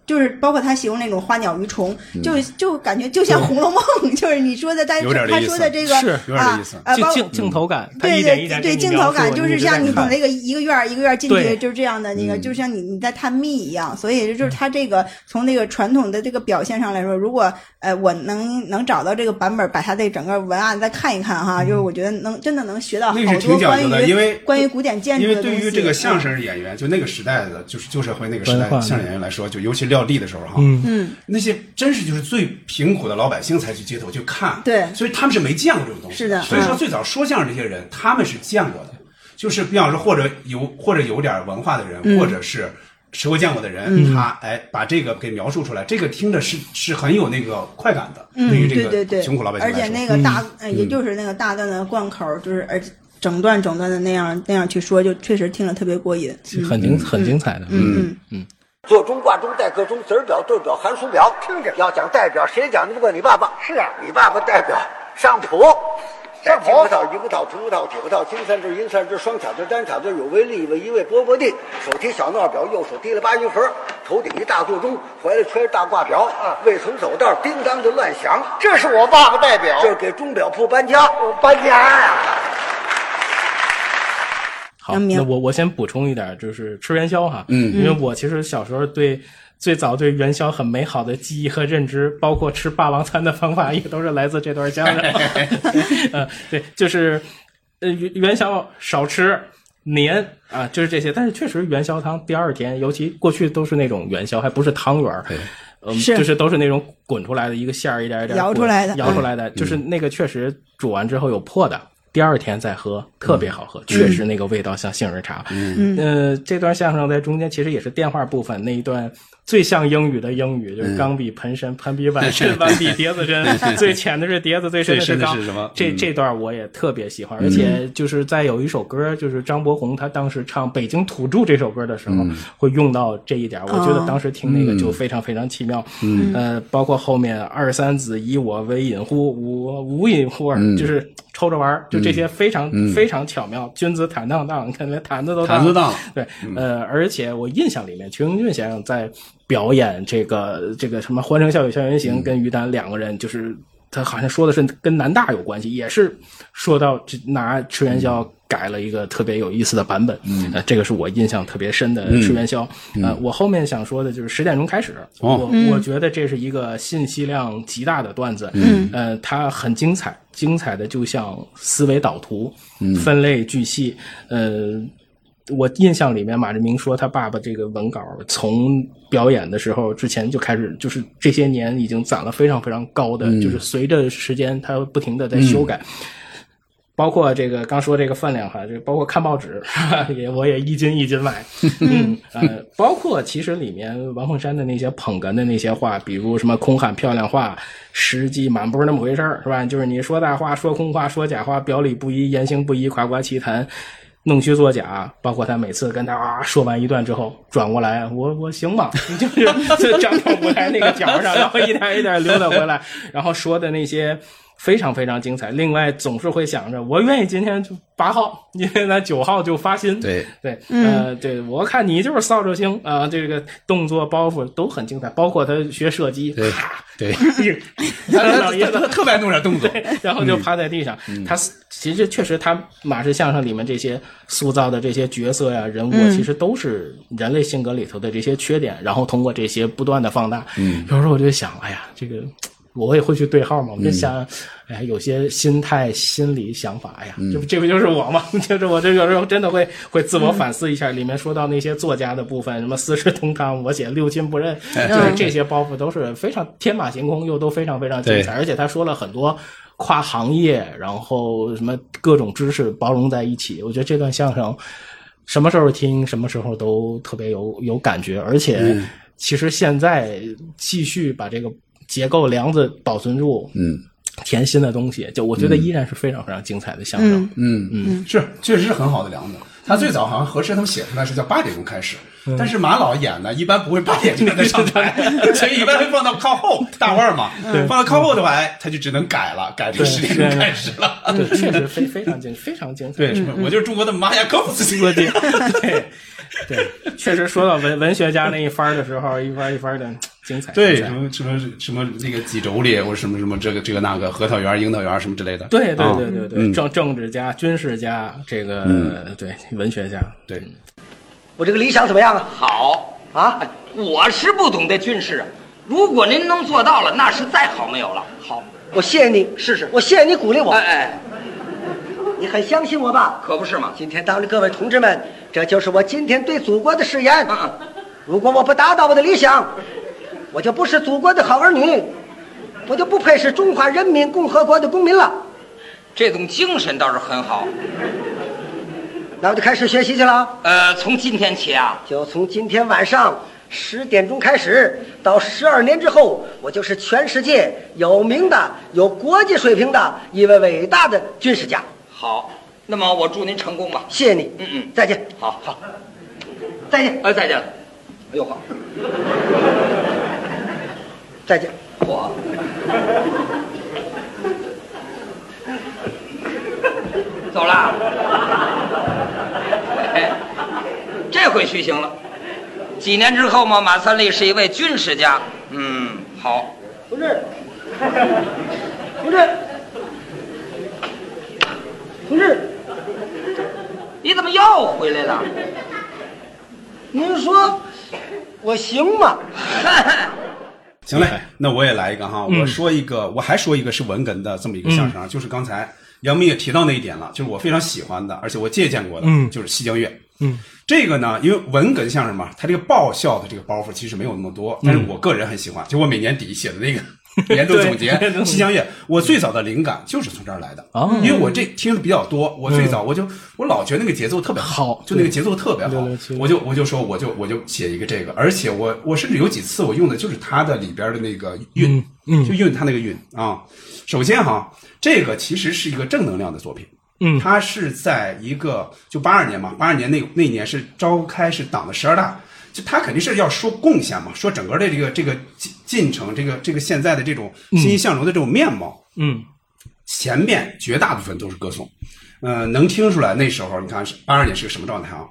[SPEAKER 4] 就是包括他形容那种花鸟鱼虫，就就感觉就像《红楼梦》，就是你说的，但
[SPEAKER 3] 嗯有点这
[SPEAKER 4] 他
[SPEAKER 3] 意
[SPEAKER 4] 说
[SPEAKER 3] 思
[SPEAKER 4] 的这个
[SPEAKER 6] 是
[SPEAKER 3] 有点这
[SPEAKER 4] 啊
[SPEAKER 3] 意思
[SPEAKER 4] 啊，
[SPEAKER 6] 镜
[SPEAKER 4] 包
[SPEAKER 6] 镜镜头感，它
[SPEAKER 4] 对
[SPEAKER 6] 一点一
[SPEAKER 4] 对
[SPEAKER 6] 点
[SPEAKER 4] 对，
[SPEAKER 6] 给你
[SPEAKER 4] 镜头
[SPEAKER 6] 描述
[SPEAKER 4] 感就是像你
[SPEAKER 6] 看
[SPEAKER 4] 从那个一个院儿一个院儿进
[SPEAKER 6] 对
[SPEAKER 4] 去，就是这样的
[SPEAKER 3] 嗯
[SPEAKER 4] 那个，就像你你在探秘一样。所以就是他这个从那个传统的这个表现上来说，如果呃我能能找到这个版本，把它这整个文案再看一看哈，就是我觉得能真的能学到好
[SPEAKER 3] 嗯那个是挺
[SPEAKER 4] 多
[SPEAKER 3] 讲究
[SPEAKER 4] 关
[SPEAKER 3] 的因为
[SPEAKER 4] 于关于古典建
[SPEAKER 3] 因
[SPEAKER 4] 筑
[SPEAKER 3] 为
[SPEAKER 4] 的东
[SPEAKER 3] 对
[SPEAKER 4] 西。
[SPEAKER 3] 于这个相
[SPEAKER 4] 嗯，
[SPEAKER 3] 声演员，就那个时代的，就是旧社会那个时代
[SPEAKER 6] 文化
[SPEAKER 3] 的相声演员来说，就尤其撂地的时候哈，
[SPEAKER 6] 嗯
[SPEAKER 4] 嗯，
[SPEAKER 3] 那些真是就是最贫苦的老百姓才去街头去看，
[SPEAKER 4] 对
[SPEAKER 3] 所以他们是没见过这种东西，
[SPEAKER 4] 是的
[SPEAKER 3] 所以说
[SPEAKER 4] 嗯
[SPEAKER 3] 最早说相声这些人，他们是见过的，就是比方说或者有或者有点文化的人，
[SPEAKER 4] 嗯
[SPEAKER 3] 或者是吃过见过的人，他哎把这个给描述出来，这个听着是是很有那个快感的，对于
[SPEAKER 4] 嗯，对
[SPEAKER 3] 这
[SPEAKER 4] 对
[SPEAKER 3] 个
[SPEAKER 4] 对，
[SPEAKER 3] 穷苦老百姓
[SPEAKER 4] 而
[SPEAKER 3] 来说，嗯
[SPEAKER 4] 且那个大，呃也就是那个大段的贯口，就是而整段整段的那样那样去说，就确实听了特别过瘾。
[SPEAKER 6] 很精很精彩的。
[SPEAKER 4] 嗯嗯。
[SPEAKER 1] 做中挂中带各中子儿表对表寒暑表，听着要讲代表，谁讲的不过你爸爸？是啊，你爸爸代表上谱，上谱。金葡萄、银葡萄、葡葡萄、铁葡萄、金三只、银三只、双巧枝、单巧枝、有为利为一位饽饽地，手提小闹表，右手提了八音盒，头顶一大座钟，怀里揣着大挂表，啊，未曾走道，叮当的乱响。这是我爸爸代表，这是给钟表铺搬家，我搬家呀、
[SPEAKER 6] 好，
[SPEAKER 4] 杨明
[SPEAKER 6] 那我我先补充一点，就是吃元宵哈，嗯，因为我其实小时候对最早对元宵很美好的记忆和认知，包括吃霸王餐的方法，也都是来自这段相声。 呃，对，就是呃元元宵少吃。年啊，就是这些，但是确实元宵汤第二天，尤其过去都是那种元宵，还不是汤圆儿，嗯，
[SPEAKER 4] 是
[SPEAKER 6] 就是都是那种滚出来的一个馅儿，一点儿一点儿
[SPEAKER 4] 摇
[SPEAKER 6] 滚
[SPEAKER 4] 出来的
[SPEAKER 6] 摇出
[SPEAKER 3] 嗯
[SPEAKER 6] 来的，就是那个确实煮完之后有破的，第二天再喝特
[SPEAKER 3] 嗯
[SPEAKER 6] 别好喝，确实那个味道像杏仁茶。嗯，呃，这段相声在中间其实也是电话部分那一段。最像英语的英语
[SPEAKER 3] 嗯
[SPEAKER 6] 就是钢笔盆身，盆笔碗身，碗笔碟子针，最浅的是碟子，最深
[SPEAKER 3] 最深的
[SPEAKER 6] 钢。
[SPEAKER 3] 是什么
[SPEAKER 6] 这
[SPEAKER 3] 嗯
[SPEAKER 6] 这段我也特别喜欢，而且就是在有一首歌，就是张伯宏他当时唱《北京土著》这首歌的时候，会用到这一点。我觉得当时听那个就非常非常奇妙。嗯，呃，包括后面二三子以我为引乎，我无引乎尔，就是抽着玩儿，就这些非常非常巧妙。君子坦荡荡，你看连坛子都
[SPEAKER 3] 坛子荡了嗯
[SPEAKER 6] 对，呃，而且我印象里面，瞿明俊先生在表演这个这个什么《欢声笑语校园行》，
[SPEAKER 3] 嗯
[SPEAKER 6] 跟于丹两个人就是。他好像说的是跟南大有关系，也是说到这拿吃元
[SPEAKER 3] 嗯
[SPEAKER 6] 宵改了一个特别有意思的版本，嗯、呃，这个是我印象特别深
[SPEAKER 3] 嗯
[SPEAKER 6] 的吃元宵。呃，我后面想说的就是十点钟开始，
[SPEAKER 3] 哦
[SPEAKER 6] 我我觉得这是一个信息量极大的段子，嗯，呃，它很精彩，精彩的就像思维导图，嗯、分类巨细，呃，我印象里面，马志明说他爸爸这个文稿从表演的时候之前就开始，就是这些年已经攒了非常非常高的，就是随着时间他不停的在修改。包括这个刚说这个分量哈，这包括看报纸， 也我也一斤一斤买。嗯，呃，包括其实里面王凤山的那些捧哏的那些话，比如什么空喊漂亮话，实际满不是那么回事儿，是吧？就是你说大话，说空话，说假话，表里不一，言行不一，夸夸其谈。弄虚作假，包括他每次跟他啊说完一段之后，转过来，我我行吗？ 就是就站到舞台那个角上，然后一点一点溜达回来，然后说的那些非常非常精彩。另外，总是会想着我愿意今天就八号，因为咱九号就发薪。
[SPEAKER 3] 对
[SPEAKER 6] 对，呃，对我看你就是扫帚星啊、这个动作包袱都很精彩，包括他学射击，
[SPEAKER 3] 对
[SPEAKER 6] 啪，
[SPEAKER 3] 对， 他
[SPEAKER 6] 一一个
[SPEAKER 3] 他
[SPEAKER 6] 脑叶
[SPEAKER 3] 他
[SPEAKER 6] 子
[SPEAKER 3] 他特别爱弄点动作，
[SPEAKER 6] 然后就趴在地上。他其实确实，他马氏相声里面这些塑造的这些角色呀、人物啊，其实都是人类性格里头的这些缺点，然后通过这些不断的放大。嗯，有时候我就想，哎呀，这个。我也会去对号嘛。我就想，哎，有些心态、心理、想法，哎呀，这不这不就是我吗？ 就是我这有时候真的会会自我反思一下。里面说到那些作家的部分，什么四世同堂，我写六亲不认，就是这些包袱都是非常天马行空，又都非常非常精彩。而且他说了很多。跨行业，然后什么各种知识包容在一起，我觉得这段相声什么时候听，什么时候都特别有有感觉。而且，
[SPEAKER 3] 嗯
[SPEAKER 6] 其实现在继续把这个结构梁子保存住，
[SPEAKER 3] 嗯，
[SPEAKER 6] 填新的东西，就我觉得依然是非常非常精彩的相声。
[SPEAKER 3] 嗯嗯，是，确实是很好的梁子。他最早好像和珅他们写出来是叫八点钟开始，但是马老演呢，一般不会八点就让他上台， 所以一般会放到靠后大腕儿嘛，放到靠后的话，哎他就只能改了，改成十点钟开始了。
[SPEAKER 6] 啊对，确实非非常精非常精彩。
[SPEAKER 3] 对，什么我就是中国的马雅科夫斯基。
[SPEAKER 6] 我的，对对，确实说到文文学家那一番儿的时候，一番儿一番儿的精 彩。
[SPEAKER 3] 对，
[SPEAKER 6] 精彩
[SPEAKER 3] 什么什么什么那个几轴里，或者什么什么这个这个那个核桃园、樱桃园什么之类的。
[SPEAKER 6] 对对
[SPEAKER 3] 啊
[SPEAKER 6] 对对对，政政治家、军事家，这个、对文学家，
[SPEAKER 3] 嗯对，
[SPEAKER 1] 我这个理想怎么样啊？
[SPEAKER 10] 好，
[SPEAKER 1] 啊，
[SPEAKER 10] 我是不懂得军事啊。如果您能做到了，那是再好没有了。好，
[SPEAKER 1] 我谢谢你，
[SPEAKER 10] 试试
[SPEAKER 1] 我谢谢你鼓励我
[SPEAKER 10] 哎，哎，
[SPEAKER 1] 你很相信我吧？
[SPEAKER 10] 可不是嘛。
[SPEAKER 1] 今天当着各位同志们，这就是我今天对祖国的誓言。
[SPEAKER 10] 嗯嗯，
[SPEAKER 1] 如果我不达到我的理想，我就不是祖国的好儿女，我就不配是中华人民共和国的公民了。
[SPEAKER 10] 这种精神倒是很好。
[SPEAKER 1] 那我就开始学习去了，
[SPEAKER 10] 呃，从今天起啊，
[SPEAKER 1] 就从今天晚上十点钟开始，到十二年之后，我就是全世界有名的、有国际水平的一位伟大的军事家。
[SPEAKER 10] 好，那么我祝您成功吧。
[SPEAKER 1] 谢谢你，
[SPEAKER 10] 嗯嗯
[SPEAKER 1] 再见，
[SPEAKER 10] 好好，
[SPEAKER 1] 再见，
[SPEAKER 10] 呃，再见了。哎呦呵，
[SPEAKER 1] 再见。
[SPEAKER 10] 我走啦。哎，这回虚行了。几年之后嘛，马三立是一位军事家。嗯，好。
[SPEAKER 1] 同志，同志，同志，
[SPEAKER 10] 你怎么又回来了？
[SPEAKER 1] 您说我行吗？
[SPEAKER 3] 行嘞，那我也来一个哈，
[SPEAKER 6] 嗯
[SPEAKER 3] 我说一个，我还说一个是文哏的这么一个相声啊，就是刚才杨明也提到那一点了，就是我非常喜欢的，而且我借鉴过的，
[SPEAKER 6] 嗯
[SPEAKER 3] 就是西江月。
[SPEAKER 6] 嗯，
[SPEAKER 3] 这个呢，因为文哏相声嘛，它这个爆笑的这个包袱其实没有那么多，
[SPEAKER 6] 嗯
[SPEAKER 3] 但是我个人很喜欢，就我每年底写的那个 年度总结
[SPEAKER 6] 对
[SPEAKER 3] 《西江月》，我最早的灵感就是从这儿来的，
[SPEAKER 6] 哦嗯
[SPEAKER 3] 因为我这听的比较多，我最早我就我老觉得那个节奏特别
[SPEAKER 6] 好
[SPEAKER 3] 就那个节奏特别好
[SPEAKER 6] 对对对，
[SPEAKER 3] 我就我就说我就我就写一个这个，而且我我甚至有几次我用的就是它的里边的那个韵，
[SPEAKER 6] 嗯
[SPEAKER 3] 就韵它那个韵啊。首先哈，这个其实是一个正能量的作品。
[SPEAKER 6] 嗯
[SPEAKER 3] 它是在一个就八二年嘛，八二年那那年是召开是党的十二大，就他肯定是要说贡献嘛，说整个的这个这个进进程，这个这个现在的这种欣欣向荣的这种面貌，
[SPEAKER 6] 嗯
[SPEAKER 3] 前面绝大部分都是歌颂，呃，能听出来那时候你看是八二年是个什么状态啊？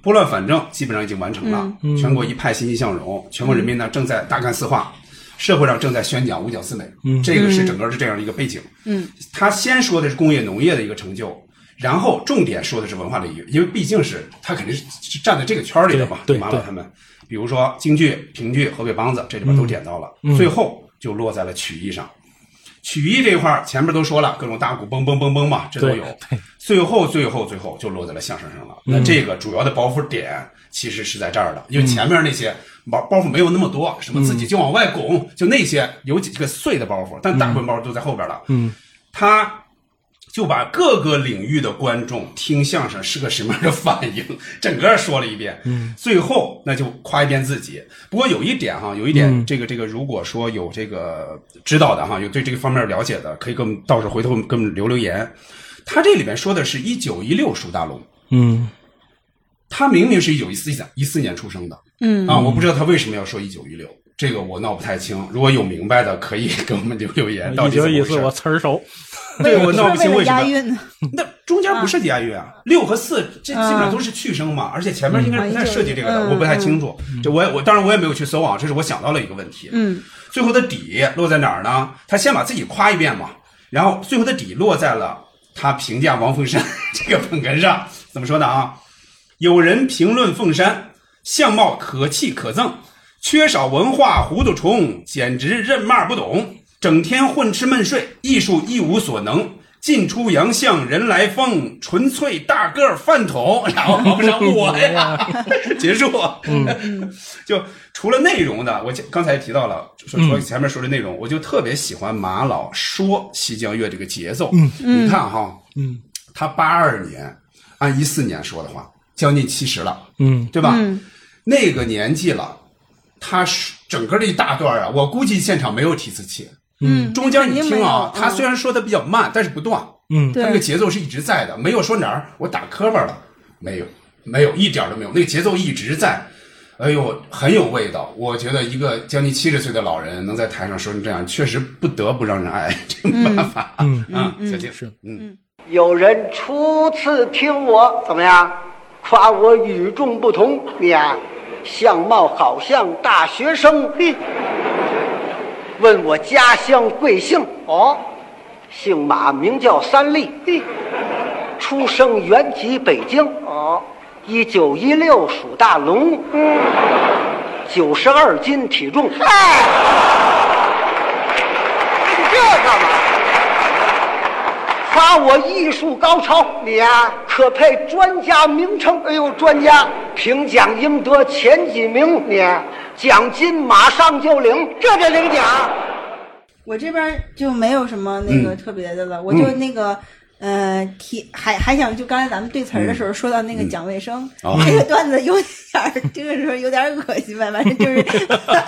[SPEAKER 3] 拨乱反正基本上已经完成了，
[SPEAKER 6] 嗯
[SPEAKER 3] 全国一派欣欣向荣，全国人民呢正在大干四化，社会上正在宣讲五讲四美，
[SPEAKER 6] 嗯
[SPEAKER 3] 这个是整个是这样的一个背景。嗯，他先说的是工业农业的一个成就。然后重点说的是文化领域，因为毕竟是他肯定是是站在这个圈儿里的嘛，
[SPEAKER 6] 对对
[SPEAKER 3] 马
[SPEAKER 6] 对
[SPEAKER 3] 老他们，比如说京剧、评剧、河北梆子这里边
[SPEAKER 6] 嗯
[SPEAKER 3] 都点到了，最后就落在了曲艺上。曲艺这块儿前面都说了，各种大鼓嘣嘣嘣嘣嘛，这都有。最后最后最后就落在了相声上了。那这个主要的包袱点其实是在这儿的，因为前面那些包包袱没有那么多，什么自己就往外拱，就那些有几个碎的包袱，但大部分包袱都在后边了。嗯，他就把各个领域的观众听相声是个什么样的反应，整个说了一遍。嗯，最后那就夸一遍自己。不过有一点哈，有一
[SPEAKER 6] 嗯
[SPEAKER 3] 点这个这个，如果说有这个知道的哈，有对这个方面了解的，可以给我们到时候回头给我们留留言。他这里面说的是一九一六鼠大龙，
[SPEAKER 6] 嗯
[SPEAKER 3] 他明明是一九一四一四年出生的，嗯啊，我不知道他为什么要说一九一六，这个我闹不太清。如果有明白的，可以给我们留留言。到
[SPEAKER 6] 嗯一
[SPEAKER 3] 底怎
[SPEAKER 6] 九
[SPEAKER 3] 么
[SPEAKER 6] 一
[SPEAKER 3] 回
[SPEAKER 6] 四
[SPEAKER 3] 事？
[SPEAKER 6] 我词儿熟，
[SPEAKER 3] 对我闹不
[SPEAKER 4] 是
[SPEAKER 3] 清
[SPEAKER 4] 为了
[SPEAKER 3] 为什
[SPEAKER 4] 押
[SPEAKER 3] 么。
[SPEAKER 4] 韵，
[SPEAKER 3] 那中间不涉及押韵啊，六和四这基本上都是去声嘛，而且前面应该不太涉及这个的，我不太清楚。这我也我当然我也没有去搜啊，这是我想到了一个问题。嗯，最后的底落在哪儿呢？他先把自己夸一遍嘛，然后最后的底落在了他评价王凤山 这个本哏上，怎么说呢啊？有人评论凤山相貌可气可憎，缺少文化糊涂虫，简直认骂不懂。整天混吃闷睡，艺术一无所能。进出洋相人来疯，纯粹大个儿饭桶，然后不是我呀， 结束。啊 就除了内容的，我刚才提到了，说说前面说的内容，我就特别喜欢马老说西江月这个节奏。你看哈，
[SPEAKER 6] 嗯，
[SPEAKER 3] 他八二年，按一四年说的话，将近七十了，
[SPEAKER 6] 嗯，
[SPEAKER 3] 对吧？那个年纪了，他是整个这一大段啊，我估计现场没有提词器。
[SPEAKER 4] 嗯，
[SPEAKER 3] 中间你
[SPEAKER 4] 肯定
[SPEAKER 3] 听
[SPEAKER 4] 没
[SPEAKER 3] 啊
[SPEAKER 4] 有，嗯
[SPEAKER 3] 他虽然说的比较慢，但是不断，
[SPEAKER 6] 嗯
[SPEAKER 3] 他那
[SPEAKER 4] 对
[SPEAKER 3] 个节奏是一直在的，没有说哪儿我打磕巴了，没有，没有，一点儿都没有，那个节奏一直在，哎呦，很有味道。我觉得一个将近七十岁的老人能在台上说成这样，确实不得不让人爱， 这没办法
[SPEAKER 6] 嗯
[SPEAKER 3] 啊。小静
[SPEAKER 6] 是，
[SPEAKER 3] 嗯，
[SPEAKER 1] 有人初次听我怎么样，夸我与众不同呀，相貌好像大学生，嘿，问我家乡贵姓，哦，姓马，名叫三立，嘿，出生原籍北京，哦，一九一六属大龙，嗯，九十二斤体重，嗨，你这干嘛？夸我艺术高超，你呀、可配专家名称。哎呦，专家评奖应得前几名，你、奖金马上就领，这就领奖。
[SPEAKER 4] 我这边就没有什么那
[SPEAKER 3] 嗯
[SPEAKER 4] 个特别的了，我就那个。呃，提还还想就刚才咱们对词儿的时候说到那个讲卫生，
[SPEAKER 3] 嗯哦
[SPEAKER 4] 这个段子有点儿， 这个时候有点儿恶心吧，反正就是 他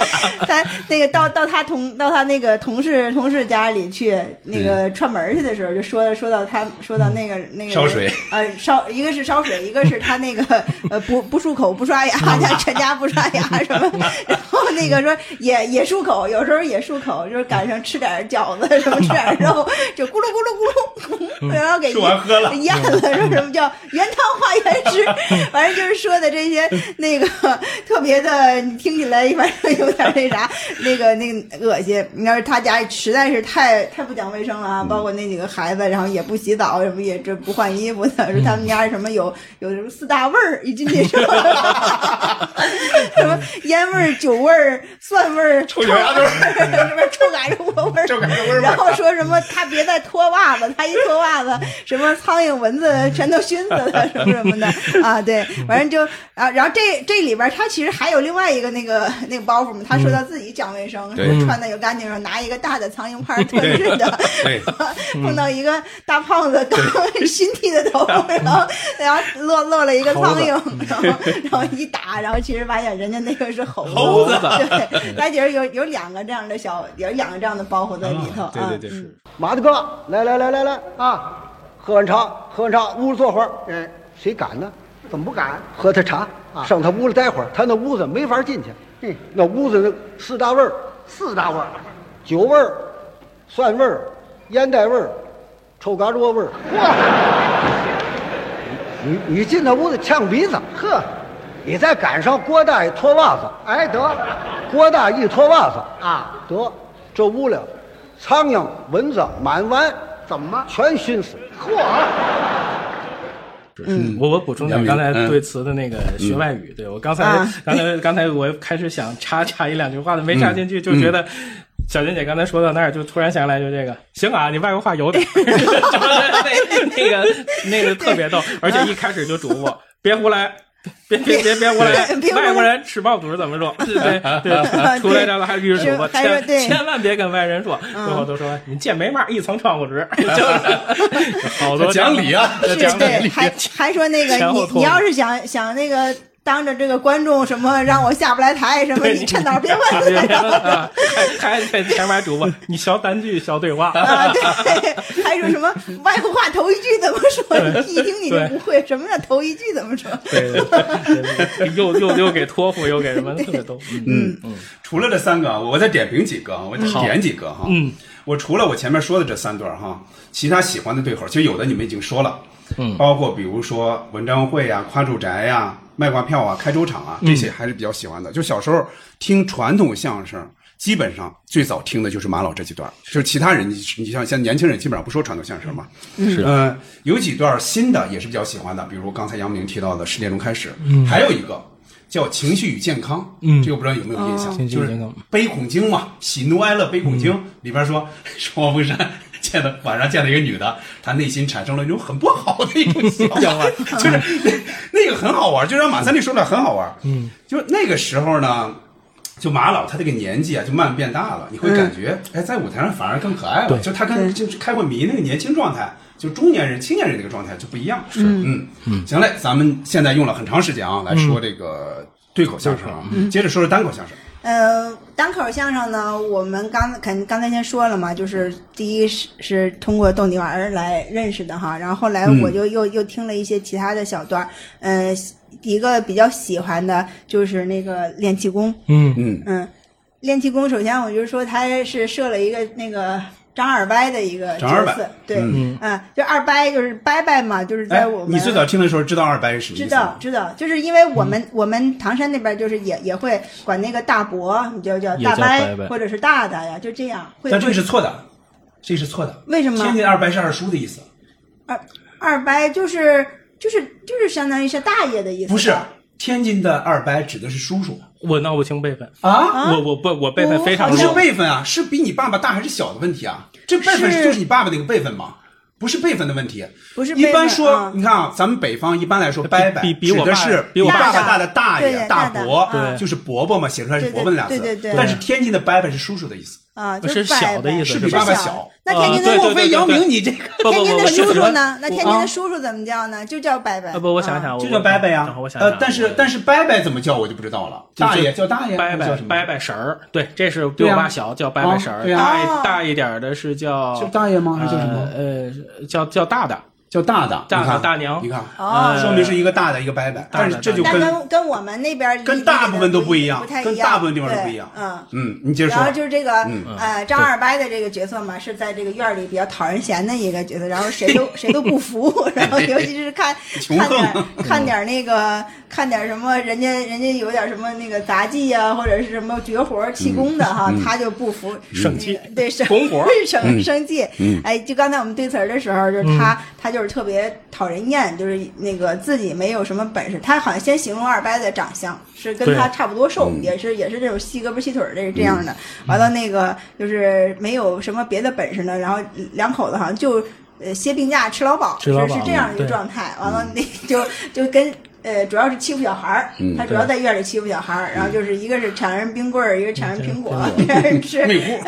[SPEAKER 4] 他那个到到他同到他那个同事同事家里去那个串门儿去的时候，就说说到他说到那个那个
[SPEAKER 3] 烧水
[SPEAKER 4] 呃烧一个是烧水，一个是他那个 呃不不漱口不刷牙，家全家不刷牙什么，然后那个说也也漱口，有时候也漱口，就是赶上吃点饺子什么吃点肉，就咕噜咕噜咕噜，然后给
[SPEAKER 3] 嗯吃完喝了
[SPEAKER 4] 咽了，说什么叫原汤化原食，反正就是说的这些那个 特别的，你听起来反正有点那啥，那个那个恶心。你要是他家实在是太太不讲卫生了啊，包括那几个孩子，然后也不洗澡，什么也这不换衣服的，说他们家什么有有什么四大味儿，一进去 说 什么烟味儿、酒味儿、蒜味儿、
[SPEAKER 3] 臭脚丫子味儿
[SPEAKER 4] 什么臭 嘎吱窝味儿，
[SPEAKER 3] 这个味儿
[SPEAKER 4] 然后说什么他别再脱袜子，他一脱袜子，什么苍蝇蚊子全都熏死了，什么什么的啊，对，反正就啊，然后这这里边他其实还有另外一个那个那个包袱嘛，他说到自己讲卫生，
[SPEAKER 3] 嗯对
[SPEAKER 4] 什么穿的又干净，然后拿一个大的苍蝇拍 特制的，
[SPEAKER 3] 对，
[SPEAKER 4] 碰到一个大胖子刚 新剃的头，然后然后落落了一个苍蝇，然后然后一打，然后其实发现人家那个是猴子，
[SPEAKER 3] 猴子
[SPEAKER 4] 对，他觉得有有两个这样的小，有两个这样的包
[SPEAKER 3] 啊
[SPEAKER 4] 袱在里头，
[SPEAKER 6] 啊对对对，
[SPEAKER 4] 嗯
[SPEAKER 6] 是，
[SPEAKER 1] 马大哥，来来来来来啊，喝碗茶，喝碗茶，屋里坐会儿。哎，谁敢呢？怎么不敢？喝他茶啊，上他屋里待会儿。他那屋子没法进去，嗯，那屋子那四大味儿，四大味儿，酒味儿，蒜味儿，烟袋味儿，臭嘎窝味儿。你你进他屋子呛鼻子，呵，你再赶上郭大爷脱袜子，哎得，郭大一脱袜子啊，得这屋里苍蝇蚊子满湾，怎么全熏死？嚯！
[SPEAKER 6] 嗯，我我补充点
[SPEAKER 3] 嗯
[SPEAKER 6] 刚才
[SPEAKER 3] 嗯
[SPEAKER 6] 对词的那个学外语，对我刚才
[SPEAKER 4] 啊
[SPEAKER 6] 刚才刚才我开始想插插一两句话的，没插
[SPEAKER 3] 嗯
[SPEAKER 6] 进去，就觉得小娟姐刚才说到那儿，就突然想起来就这个，行啊，你外国话 有点儿，那个那个特别逗，而且一开始就嘱咐别胡来。别别别别胡来！
[SPEAKER 4] 别胡来啊
[SPEAKER 6] 外国人吃爆肚是怎么说？ 对对对，出来这了还是什么？
[SPEAKER 4] 是还说
[SPEAKER 6] 千
[SPEAKER 4] 对嗯
[SPEAKER 6] 千万别跟外人说。最后都说你见眉毛一层窗户纸， 就是好多
[SPEAKER 3] 讲理啊
[SPEAKER 6] 这
[SPEAKER 4] 是
[SPEAKER 6] 讲理
[SPEAKER 4] 对，还还说那个
[SPEAKER 6] 前后
[SPEAKER 4] 你
[SPEAKER 6] 脱
[SPEAKER 4] 你
[SPEAKER 6] 离
[SPEAKER 4] 要是想想那个当着这个观众什么让我下不来台什么，
[SPEAKER 6] 对
[SPEAKER 4] 你趁早别
[SPEAKER 6] 啊
[SPEAKER 4] 问。
[SPEAKER 6] 啊还还得前面主播，你小单句小对话，
[SPEAKER 4] 啊，对，还说什么外国话头一句怎么说？一听你就不会，什么叫头一句怎么说？
[SPEAKER 6] 对对对对， 又又又给托付，又给什么，特别逗。嗯
[SPEAKER 3] 除了这三个啊，我再点评几个啊，我
[SPEAKER 6] 好
[SPEAKER 3] 点几个哈。
[SPEAKER 6] 嗯，
[SPEAKER 3] 我除了我前面说的这三段哈，其他喜欢的对口，其实有的你们已经说了，嗯，包括比如说文章会啊、夸住宅呀、卖挂票啊、开州场啊，这些还是比较喜欢的。就小时候听传统相声。基本上最早听的就是马老这几段，就是其他人，你你像像年轻人基本上不说传统相声嘛，是，嗯，有几段新的也是比较喜欢的，比如刚才杨明提到的《十点钟开始》，还有一个叫《情绪与健康》，嗯，这个不知道有没有印象？
[SPEAKER 6] 情绪
[SPEAKER 3] 就
[SPEAKER 6] 与
[SPEAKER 3] 是
[SPEAKER 6] 健康
[SPEAKER 3] 悲恐惊嘛，喜怒哀乐悲恐惊、里边说， 说王凤山见到晚上见到一个女的，她内心产生了一种很不好的一种 想法，就是那那个很好玩，就让马三立说的很好玩，嗯，就那个时候呢。就马老他这个年纪啊，就慢慢变大了，你会感觉，哎，在舞台上反而更可爱了。
[SPEAKER 6] 对
[SPEAKER 3] 就他跟就是开会迷那个年轻状态，就中年人、青年人那个状态就不一样。是，嗯嗯，行嘞，咱们现在用了很长时间啊，来说这个对口相声啊，接着说说单口相声。
[SPEAKER 4] 呃，单口相声呢，我们刚肯刚才先说了嘛，就是第一是是通过逗你玩儿来认识的哈，然后后来我
[SPEAKER 6] 嗯
[SPEAKER 4] 就又、又听了一些其他的小段儿，呃，一个比较喜欢的就是那个练气功，
[SPEAKER 6] 嗯
[SPEAKER 3] 嗯
[SPEAKER 4] 嗯，练气功，首先我就说他是设了一个那个张二掰的一个角
[SPEAKER 3] 张二
[SPEAKER 4] 色
[SPEAKER 3] 掰，
[SPEAKER 4] 对，
[SPEAKER 3] 嗯
[SPEAKER 4] 啊，就二掰就是掰掰嘛，就是在
[SPEAKER 3] 哎
[SPEAKER 4] 我，们、
[SPEAKER 3] 你最早听的时候知道二白是什么意
[SPEAKER 4] 知
[SPEAKER 3] 思吗
[SPEAKER 4] 道？知道，就是因为我们、
[SPEAKER 6] 嗯
[SPEAKER 4] 我们唐山那边就是也也会管那个大伯，你就叫
[SPEAKER 6] 也叫
[SPEAKER 4] 大
[SPEAKER 6] 伯伯
[SPEAKER 4] 或者是大大呀，就这样。会
[SPEAKER 3] 但这个是
[SPEAKER 4] 会
[SPEAKER 3] 错的，这个是错的。
[SPEAKER 4] 为什么
[SPEAKER 3] 天津二白是二叔的意思，
[SPEAKER 4] 二二伯就是就是就是相当于是大爷的意思吧，
[SPEAKER 3] 不是天津的二白指的是叔叔
[SPEAKER 6] 我闹不清辈分，
[SPEAKER 3] 啊。
[SPEAKER 6] 我我不我辈分非常
[SPEAKER 3] 不是
[SPEAKER 6] 弱，
[SPEAKER 3] 辈分啊，是比你爸爸大还是小的问题啊？这辈分
[SPEAKER 4] 是
[SPEAKER 3] 就是你爸爸那个辈分嘛，不是辈分的问题。
[SPEAKER 4] 不是辈
[SPEAKER 3] 一
[SPEAKER 4] 分
[SPEAKER 3] 般说
[SPEAKER 4] 啊，
[SPEAKER 3] 你看啊，咱们北方一般来说，伯伯
[SPEAKER 6] 比比我
[SPEAKER 3] 指的
[SPEAKER 6] 爸
[SPEAKER 3] 是
[SPEAKER 6] 比我
[SPEAKER 3] 爸爸
[SPEAKER 6] 爸
[SPEAKER 4] 大
[SPEAKER 3] 大的大爷、
[SPEAKER 4] 对
[SPEAKER 3] 大伯
[SPEAKER 4] 大的，啊
[SPEAKER 3] 就是伯伯嘛，写出来是
[SPEAKER 4] 对对
[SPEAKER 3] 伯伯那俩字。
[SPEAKER 4] 对对对
[SPEAKER 3] 但是天津的伯伯是叔叔的意思。
[SPEAKER 4] 啊，就是伯
[SPEAKER 6] 小的
[SPEAKER 4] 伯
[SPEAKER 6] 意思
[SPEAKER 3] 是
[SPEAKER 6] 吧
[SPEAKER 3] 比爸爸
[SPEAKER 4] 小
[SPEAKER 3] 小
[SPEAKER 4] 那天津的
[SPEAKER 6] 啊对对
[SPEAKER 3] 莫非姚明，你这个
[SPEAKER 6] 不不
[SPEAKER 4] 天津
[SPEAKER 6] 不，
[SPEAKER 4] 的
[SPEAKER 6] 我
[SPEAKER 4] 叔
[SPEAKER 6] 喜
[SPEAKER 4] 叔
[SPEAKER 6] 欢
[SPEAKER 4] 呢？那
[SPEAKER 6] 我
[SPEAKER 4] 天津的叔叔怎么叫呢？就叫伯伯。
[SPEAKER 6] 啊不，我想
[SPEAKER 4] 啊
[SPEAKER 6] 想，
[SPEAKER 3] 就
[SPEAKER 6] 我
[SPEAKER 3] 叫伯伯
[SPEAKER 6] 然
[SPEAKER 3] 呀
[SPEAKER 6] 后我。想想
[SPEAKER 3] 呃
[SPEAKER 6] 啊，，
[SPEAKER 3] 但是但是伯伯怎么叫我就不知道了。大爷叫大爷，
[SPEAKER 6] 掰
[SPEAKER 3] 叫
[SPEAKER 6] 掰
[SPEAKER 3] 什么？
[SPEAKER 6] 掰掰婶儿，对，这是比我爸小，叫掰掰婶
[SPEAKER 3] 啊
[SPEAKER 6] 儿。
[SPEAKER 3] 对呀
[SPEAKER 6] 大
[SPEAKER 4] 哦
[SPEAKER 6] 一大一点儿的是叫
[SPEAKER 3] 叫大爷吗？还是叫什么？
[SPEAKER 6] 呃呃叫叫大大，
[SPEAKER 3] 叫大大，
[SPEAKER 6] 大
[SPEAKER 3] 你看
[SPEAKER 6] 大娘
[SPEAKER 3] 你看，
[SPEAKER 4] 哦
[SPEAKER 3] 说明是一个大的，一个伯伯。但是这就
[SPEAKER 4] 那
[SPEAKER 3] 跟
[SPEAKER 4] 跟跟我们那边
[SPEAKER 3] 跟
[SPEAKER 4] 理解
[SPEAKER 3] 大
[SPEAKER 4] 的
[SPEAKER 3] 部分都不一样
[SPEAKER 4] 不太
[SPEAKER 3] 跟
[SPEAKER 4] 一样
[SPEAKER 3] 大部分地方都
[SPEAKER 4] 对
[SPEAKER 3] 不一样
[SPEAKER 4] 嗯。
[SPEAKER 3] 嗯，你接着说
[SPEAKER 4] 然
[SPEAKER 3] 吧。
[SPEAKER 4] 后就是这个、
[SPEAKER 3] 嗯
[SPEAKER 4] 呃张二掰的这个角色嘛，是在这个院儿里比较讨人嫌的一个角色，然后谁都谁都不服， 然后尤其是看
[SPEAKER 3] 穷
[SPEAKER 4] 看点儿
[SPEAKER 3] 横
[SPEAKER 4] 看点儿那个看点儿什么人家人家有点什么那个杂技呀、或者是什么绝活儿气
[SPEAKER 3] 嗯
[SPEAKER 4] 功的哈，他就不服，
[SPEAKER 6] 省气
[SPEAKER 4] 那个对省
[SPEAKER 6] 拱火儿
[SPEAKER 4] 省 生气，哎，就刚才我们对词儿的时候，
[SPEAKER 6] 嗯
[SPEAKER 4] 就是他他就是特别讨人厌，就是那个自己没有什么本事，他好像先形容二掰的长相是跟
[SPEAKER 6] 对嗯
[SPEAKER 4] 他差不多瘦，也是也是这种细胳膊细腿儿这这样的。完了那个就是没有什么别的本事呢，然后两口子好像就呃歇病假吃老饱，
[SPEAKER 6] 吃老
[SPEAKER 4] 是
[SPEAKER 6] 饱
[SPEAKER 4] 是这样一个
[SPEAKER 6] 对
[SPEAKER 4] 状态。完了那就就跟。呃，主要是欺负小孩儿，他主要在院里欺负小孩儿，然后就是一个是抢人冰棍儿，一个
[SPEAKER 6] 嗯
[SPEAKER 4] 抢人苹果，这 人吃
[SPEAKER 3] 内裤，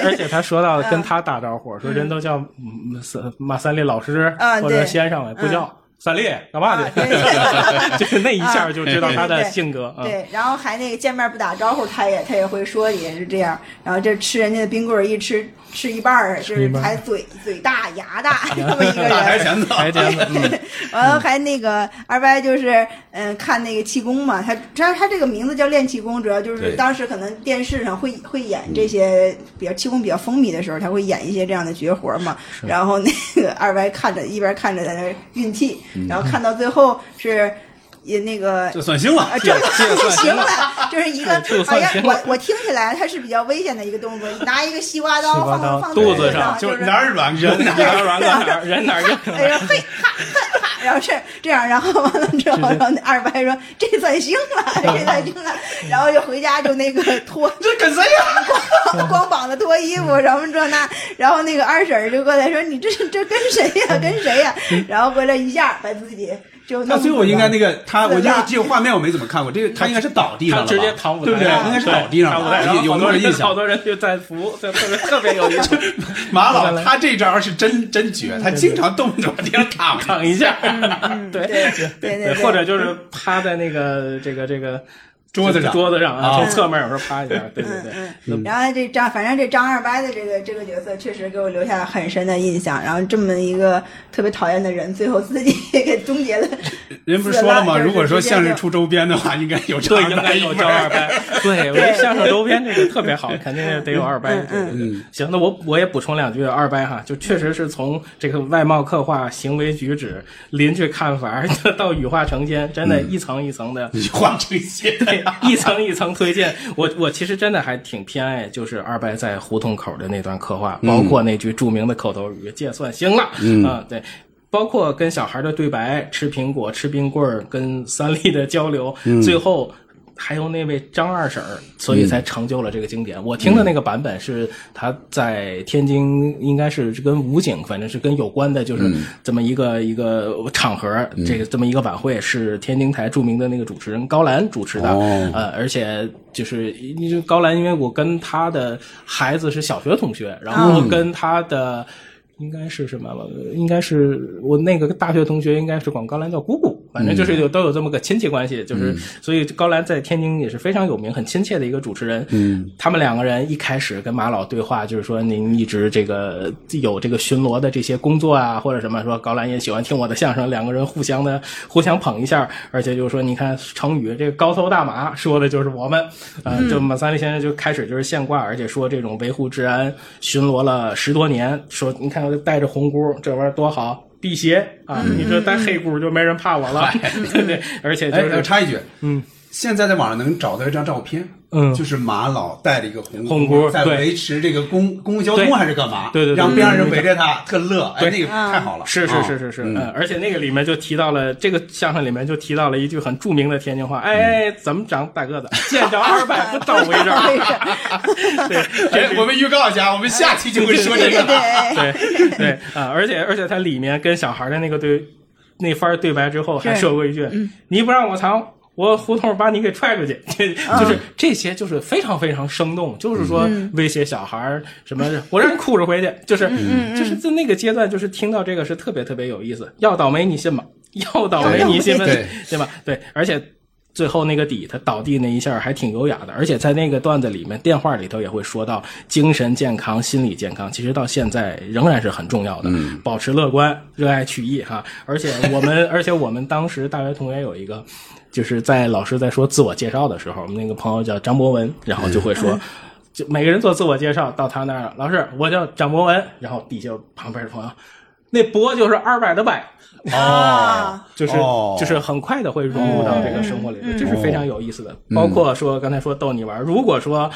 [SPEAKER 6] 而且他说到跟他打招呼，说人都叫嗯三马三立老师
[SPEAKER 4] 啊
[SPEAKER 6] 或者
[SPEAKER 4] 对嗯
[SPEAKER 6] 先生了，不叫三立，干嘛
[SPEAKER 4] 啊
[SPEAKER 6] 去？
[SPEAKER 4] 对
[SPEAKER 6] 就是那一下就知道他
[SPEAKER 4] 啊
[SPEAKER 6] 的
[SPEAKER 4] 对
[SPEAKER 6] 性格。嗯
[SPEAKER 4] 对，然后还那个见面不打招呼，他也他也会说，也是这样。然后这吃人家的冰棍儿，一吃吃一半儿，就是还嘴嘴大牙大这么一个
[SPEAKER 3] 大台
[SPEAKER 4] 人。
[SPEAKER 3] 前子，
[SPEAKER 6] 哎，这样子，嗯
[SPEAKER 4] 完了还那个二伯就是嗯、看那个气功嘛，他他他这个名字叫练气功，主要就是
[SPEAKER 3] 对
[SPEAKER 4] 当时可能电视上会会演这些，比较气功比较风靡的时候，他会演一些这样的绝活儿嘛。然后那个二伯看着一边看着在那儿运气，然后看到最后是也那个
[SPEAKER 3] 这算兴了
[SPEAKER 4] 啊，。这个
[SPEAKER 6] 这个
[SPEAKER 4] 就
[SPEAKER 6] 算
[SPEAKER 4] 行了，就是一 个
[SPEAKER 6] 这个
[SPEAKER 4] 好
[SPEAKER 6] 算
[SPEAKER 4] 像
[SPEAKER 6] 行
[SPEAKER 4] 我我听起来它是比较危险的一个动作，拿一个西瓜刀
[SPEAKER 6] 西瓜
[SPEAKER 4] 放
[SPEAKER 6] 刀
[SPEAKER 4] 放
[SPEAKER 6] 肚
[SPEAKER 4] 子
[SPEAKER 6] 子上
[SPEAKER 4] 啊就是
[SPEAKER 3] 哪儿软人哪
[SPEAKER 6] 哪
[SPEAKER 3] 儿
[SPEAKER 6] 儿软搁哪儿，人哪儿 硬搁哪
[SPEAKER 4] 哎
[SPEAKER 6] 儿。
[SPEAKER 4] 呀嘿哈哈哈，然后是这样，然后完了之后，然后那二伯说这算行了，这算行 了，然后就回家就那个脱
[SPEAKER 3] 这跟谁呀？
[SPEAKER 4] 光光膀子脱衣
[SPEAKER 6] 嗯
[SPEAKER 4] 服什么这那，然后那个二婶儿就过来说你这这跟谁呀跟谁呀，
[SPEAKER 6] 嗯
[SPEAKER 4] 然后回来一下把自己就弄
[SPEAKER 3] 那最后应该那个他，
[SPEAKER 4] 对
[SPEAKER 3] 我
[SPEAKER 4] 吧
[SPEAKER 3] 记得这个画面我没怎么看过，这个他应该是倒地上了吧，
[SPEAKER 6] 他直接躺舞台
[SPEAKER 3] 对不对？
[SPEAKER 6] 上
[SPEAKER 3] 应该是倒地上
[SPEAKER 6] 躺舞台
[SPEAKER 3] 了，
[SPEAKER 6] 上，
[SPEAKER 3] 有有
[SPEAKER 6] 好
[SPEAKER 3] 那
[SPEAKER 6] 多
[SPEAKER 3] 么
[SPEAKER 6] 人
[SPEAKER 3] 印
[SPEAKER 6] 好
[SPEAKER 3] 象。
[SPEAKER 6] 多人就在扶，就特别特别有意 思，
[SPEAKER 3] 马 老他这招是真真
[SPEAKER 6] 嗯
[SPEAKER 3] 绝，他经常动不动往地上躺 着。
[SPEAKER 6] 躺一下， 对
[SPEAKER 4] 嗯对对对
[SPEAKER 6] 对，或者就是趴在那个这个这个
[SPEAKER 3] 桌子上
[SPEAKER 6] 桌子上啊，
[SPEAKER 3] 啊
[SPEAKER 6] 从侧面有时候趴一下，对对对。
[SPEAKER 4] 嗯嗯，然后这张，反正这张二白的这个这个角色确实给我留下很深的印象。然后这么一个特别讨厌的人，最后自己给终结了。
[SPEAKER 3] 人不是说了吗？
[SPEAKER 4] 死了
[SPEAKER 3] 如果说
[SPEAKER 4] 就是直接
[SPEAKER 3] 相声
[SPEAKER 4] 就
[SPEAKER 3] 出周边的 话，应该有啊这
[SPEAKER 6] 对，
[SPEAKER 3] 样
[SPEAKER 6] 应该
[SPEAKER 3] 的
[SPEAKER 6] 有叫 二掰。对，我觉得相声周边这个特别好，肯定得有二掰。
[SPEAKER 3] 嗯
[SPEAKER 6] 对对对，行，那我我也补充两句二掰哈，就确实是从这个外貌刻画、行为举止、邻居看法 到羽化成仙，真
[SPEAKER 3] 嗯
[SPEAKER 6] 的，一层一层的。
[SPEAKER 3] 你画这 些。
[SPEAKER 6] 对，一层一层推荐。我我其实真的还挺偏爱，就是二白在胡同口的那段刻画，包括那句著名的口头语“这算行了”啊、对。包括跟小孩的对白、吃苹果、吃冰棍儿、跟三立的交流，最后。还有那位张二婶儿，所以才成就了这个经典。我听的那个版本是他在天津，应该是跟武警，反正是跟有关的，就是这么一个一个场合，这个这么一个晚会是天津台著名的那个主持人高兰主持的，
[SPEAKER 3] 哦
[SPEAKER 6] 呃，而且就是因为高兰，因为我跟他的孩子是小学同学，然后跟他的。应该是什么？应该是我那个大学同学，应该是管高兰叫姑姑，反正就是有、都有这么个亲戚关系，就是、所以高兰在天津也是非常有名、很亲切的一个主持人。嗯，他们两个人一开始跟马老对话，就是说您一直这个有这个巡逻的这些工作啊，或者什么，说高兰也喜欢听我的相声，两个人互相的互相捧一下，而且就是说你看成语这个高头大马说的就是我们，呃，就马三立先生就开始就是现挂，而且说这种维护治安巡逻了十多年，说你看我带着红箍这玩意儿多好。辟邪啊！
[SPEAKER 3] 嗯
[SPEAKER 6] 你说带黑箍就没人怕我了， 对对，而且就
[SPEAKER 3] 哎，
[SPEAKER 6] 是
[SPEAKER 3] 我插一句，嗯，现在在网上能找到一张照片，
[SPEAKER 6] 嗯
[SPEAKER 3] 就是马老戴了一个红
[SPEAKER 6] 红
[SPEAKER 3] 箍
[SPEAKER 6] 箍
[SPEAKER 3] 在
[SPEAKER 6] 对
[SPEAKER 3] 维持这个公公共交
[SPEAKER 6] 对
[SPEAKER 3] 通还是干嘛？
[SPEAKER 6] 对对对
[SPEAKER 3] 让
[SPEAKER 6] 对
[SPEAKER 3] 边上人
[SPEAKER 6] 对
[SPEAKER 3] 围着他，特乐，哎，
[SPEAKER 6] 对
[SPEAKER 3] 那个
[SPEAKER 4] 嗯
[SPEAKER 3] 太好了，
[SPEAKER 6] 是是
[SPEAKER 3] 啊
[SPEAKER 6] 是是是，嗯，而且那个里面就提到了这个相声里面就提到了一句很著名的天津话，
[SPEAKER 3] 嗯
[SPEAKER 6] 哎，怎么长大个子？见着二百不倒围着。 对，这
[SPEAKER 3] 哎，我们预告一下，我们下期就会说这
[SPEAKER 4] 对
[SPEAKER 3] 个。
[SPEAKER 4] 对，
[SPEAKER 6] 对对啊，而且而且它里面跟小孩的那个对那番儿对嗯白之后，还
[SPEAKER 4] 是
[SPEAKER 6] 说过一句：“你不让我藏。”我胡同把你给踹出去，这就是这些，就是非常非常生动，就是说威胁小孩儿什么，我让你哭着回去，就是就是在那个阶段，就是听到这个是特别特别有意思。要倒霉你信吗？要倒霉你信吗？
[SPEAKER 3] 对
[SPEAKER 6] 对吧？对，而且最后那个底他倒地那一下还挺优雅的，而且在那个段子里面，电话里头也会说到精神健康、心理健康，其实到现在仍然是很重要的。保持乐观，热爱曲艺哈。而且我们，而且我们当时大学同学有一个，就是在老师在说自我介绍的时候，我们那个朋友叫张博文，然后就会说。就每个人做自我介绍，到他那儿了，老师，我叫张博文，然后底下旁边的朋友，那博就是二百的百，
[SPEAKER 3] 哦，
[SPEAKER 6] 就是、
[SPEAKER 3] 哦嗯
[SPEAKER 6] 就是很快的会融入到这个生活里头，这是非常有意思的。包括说刚才说逗你玩儿，如果说。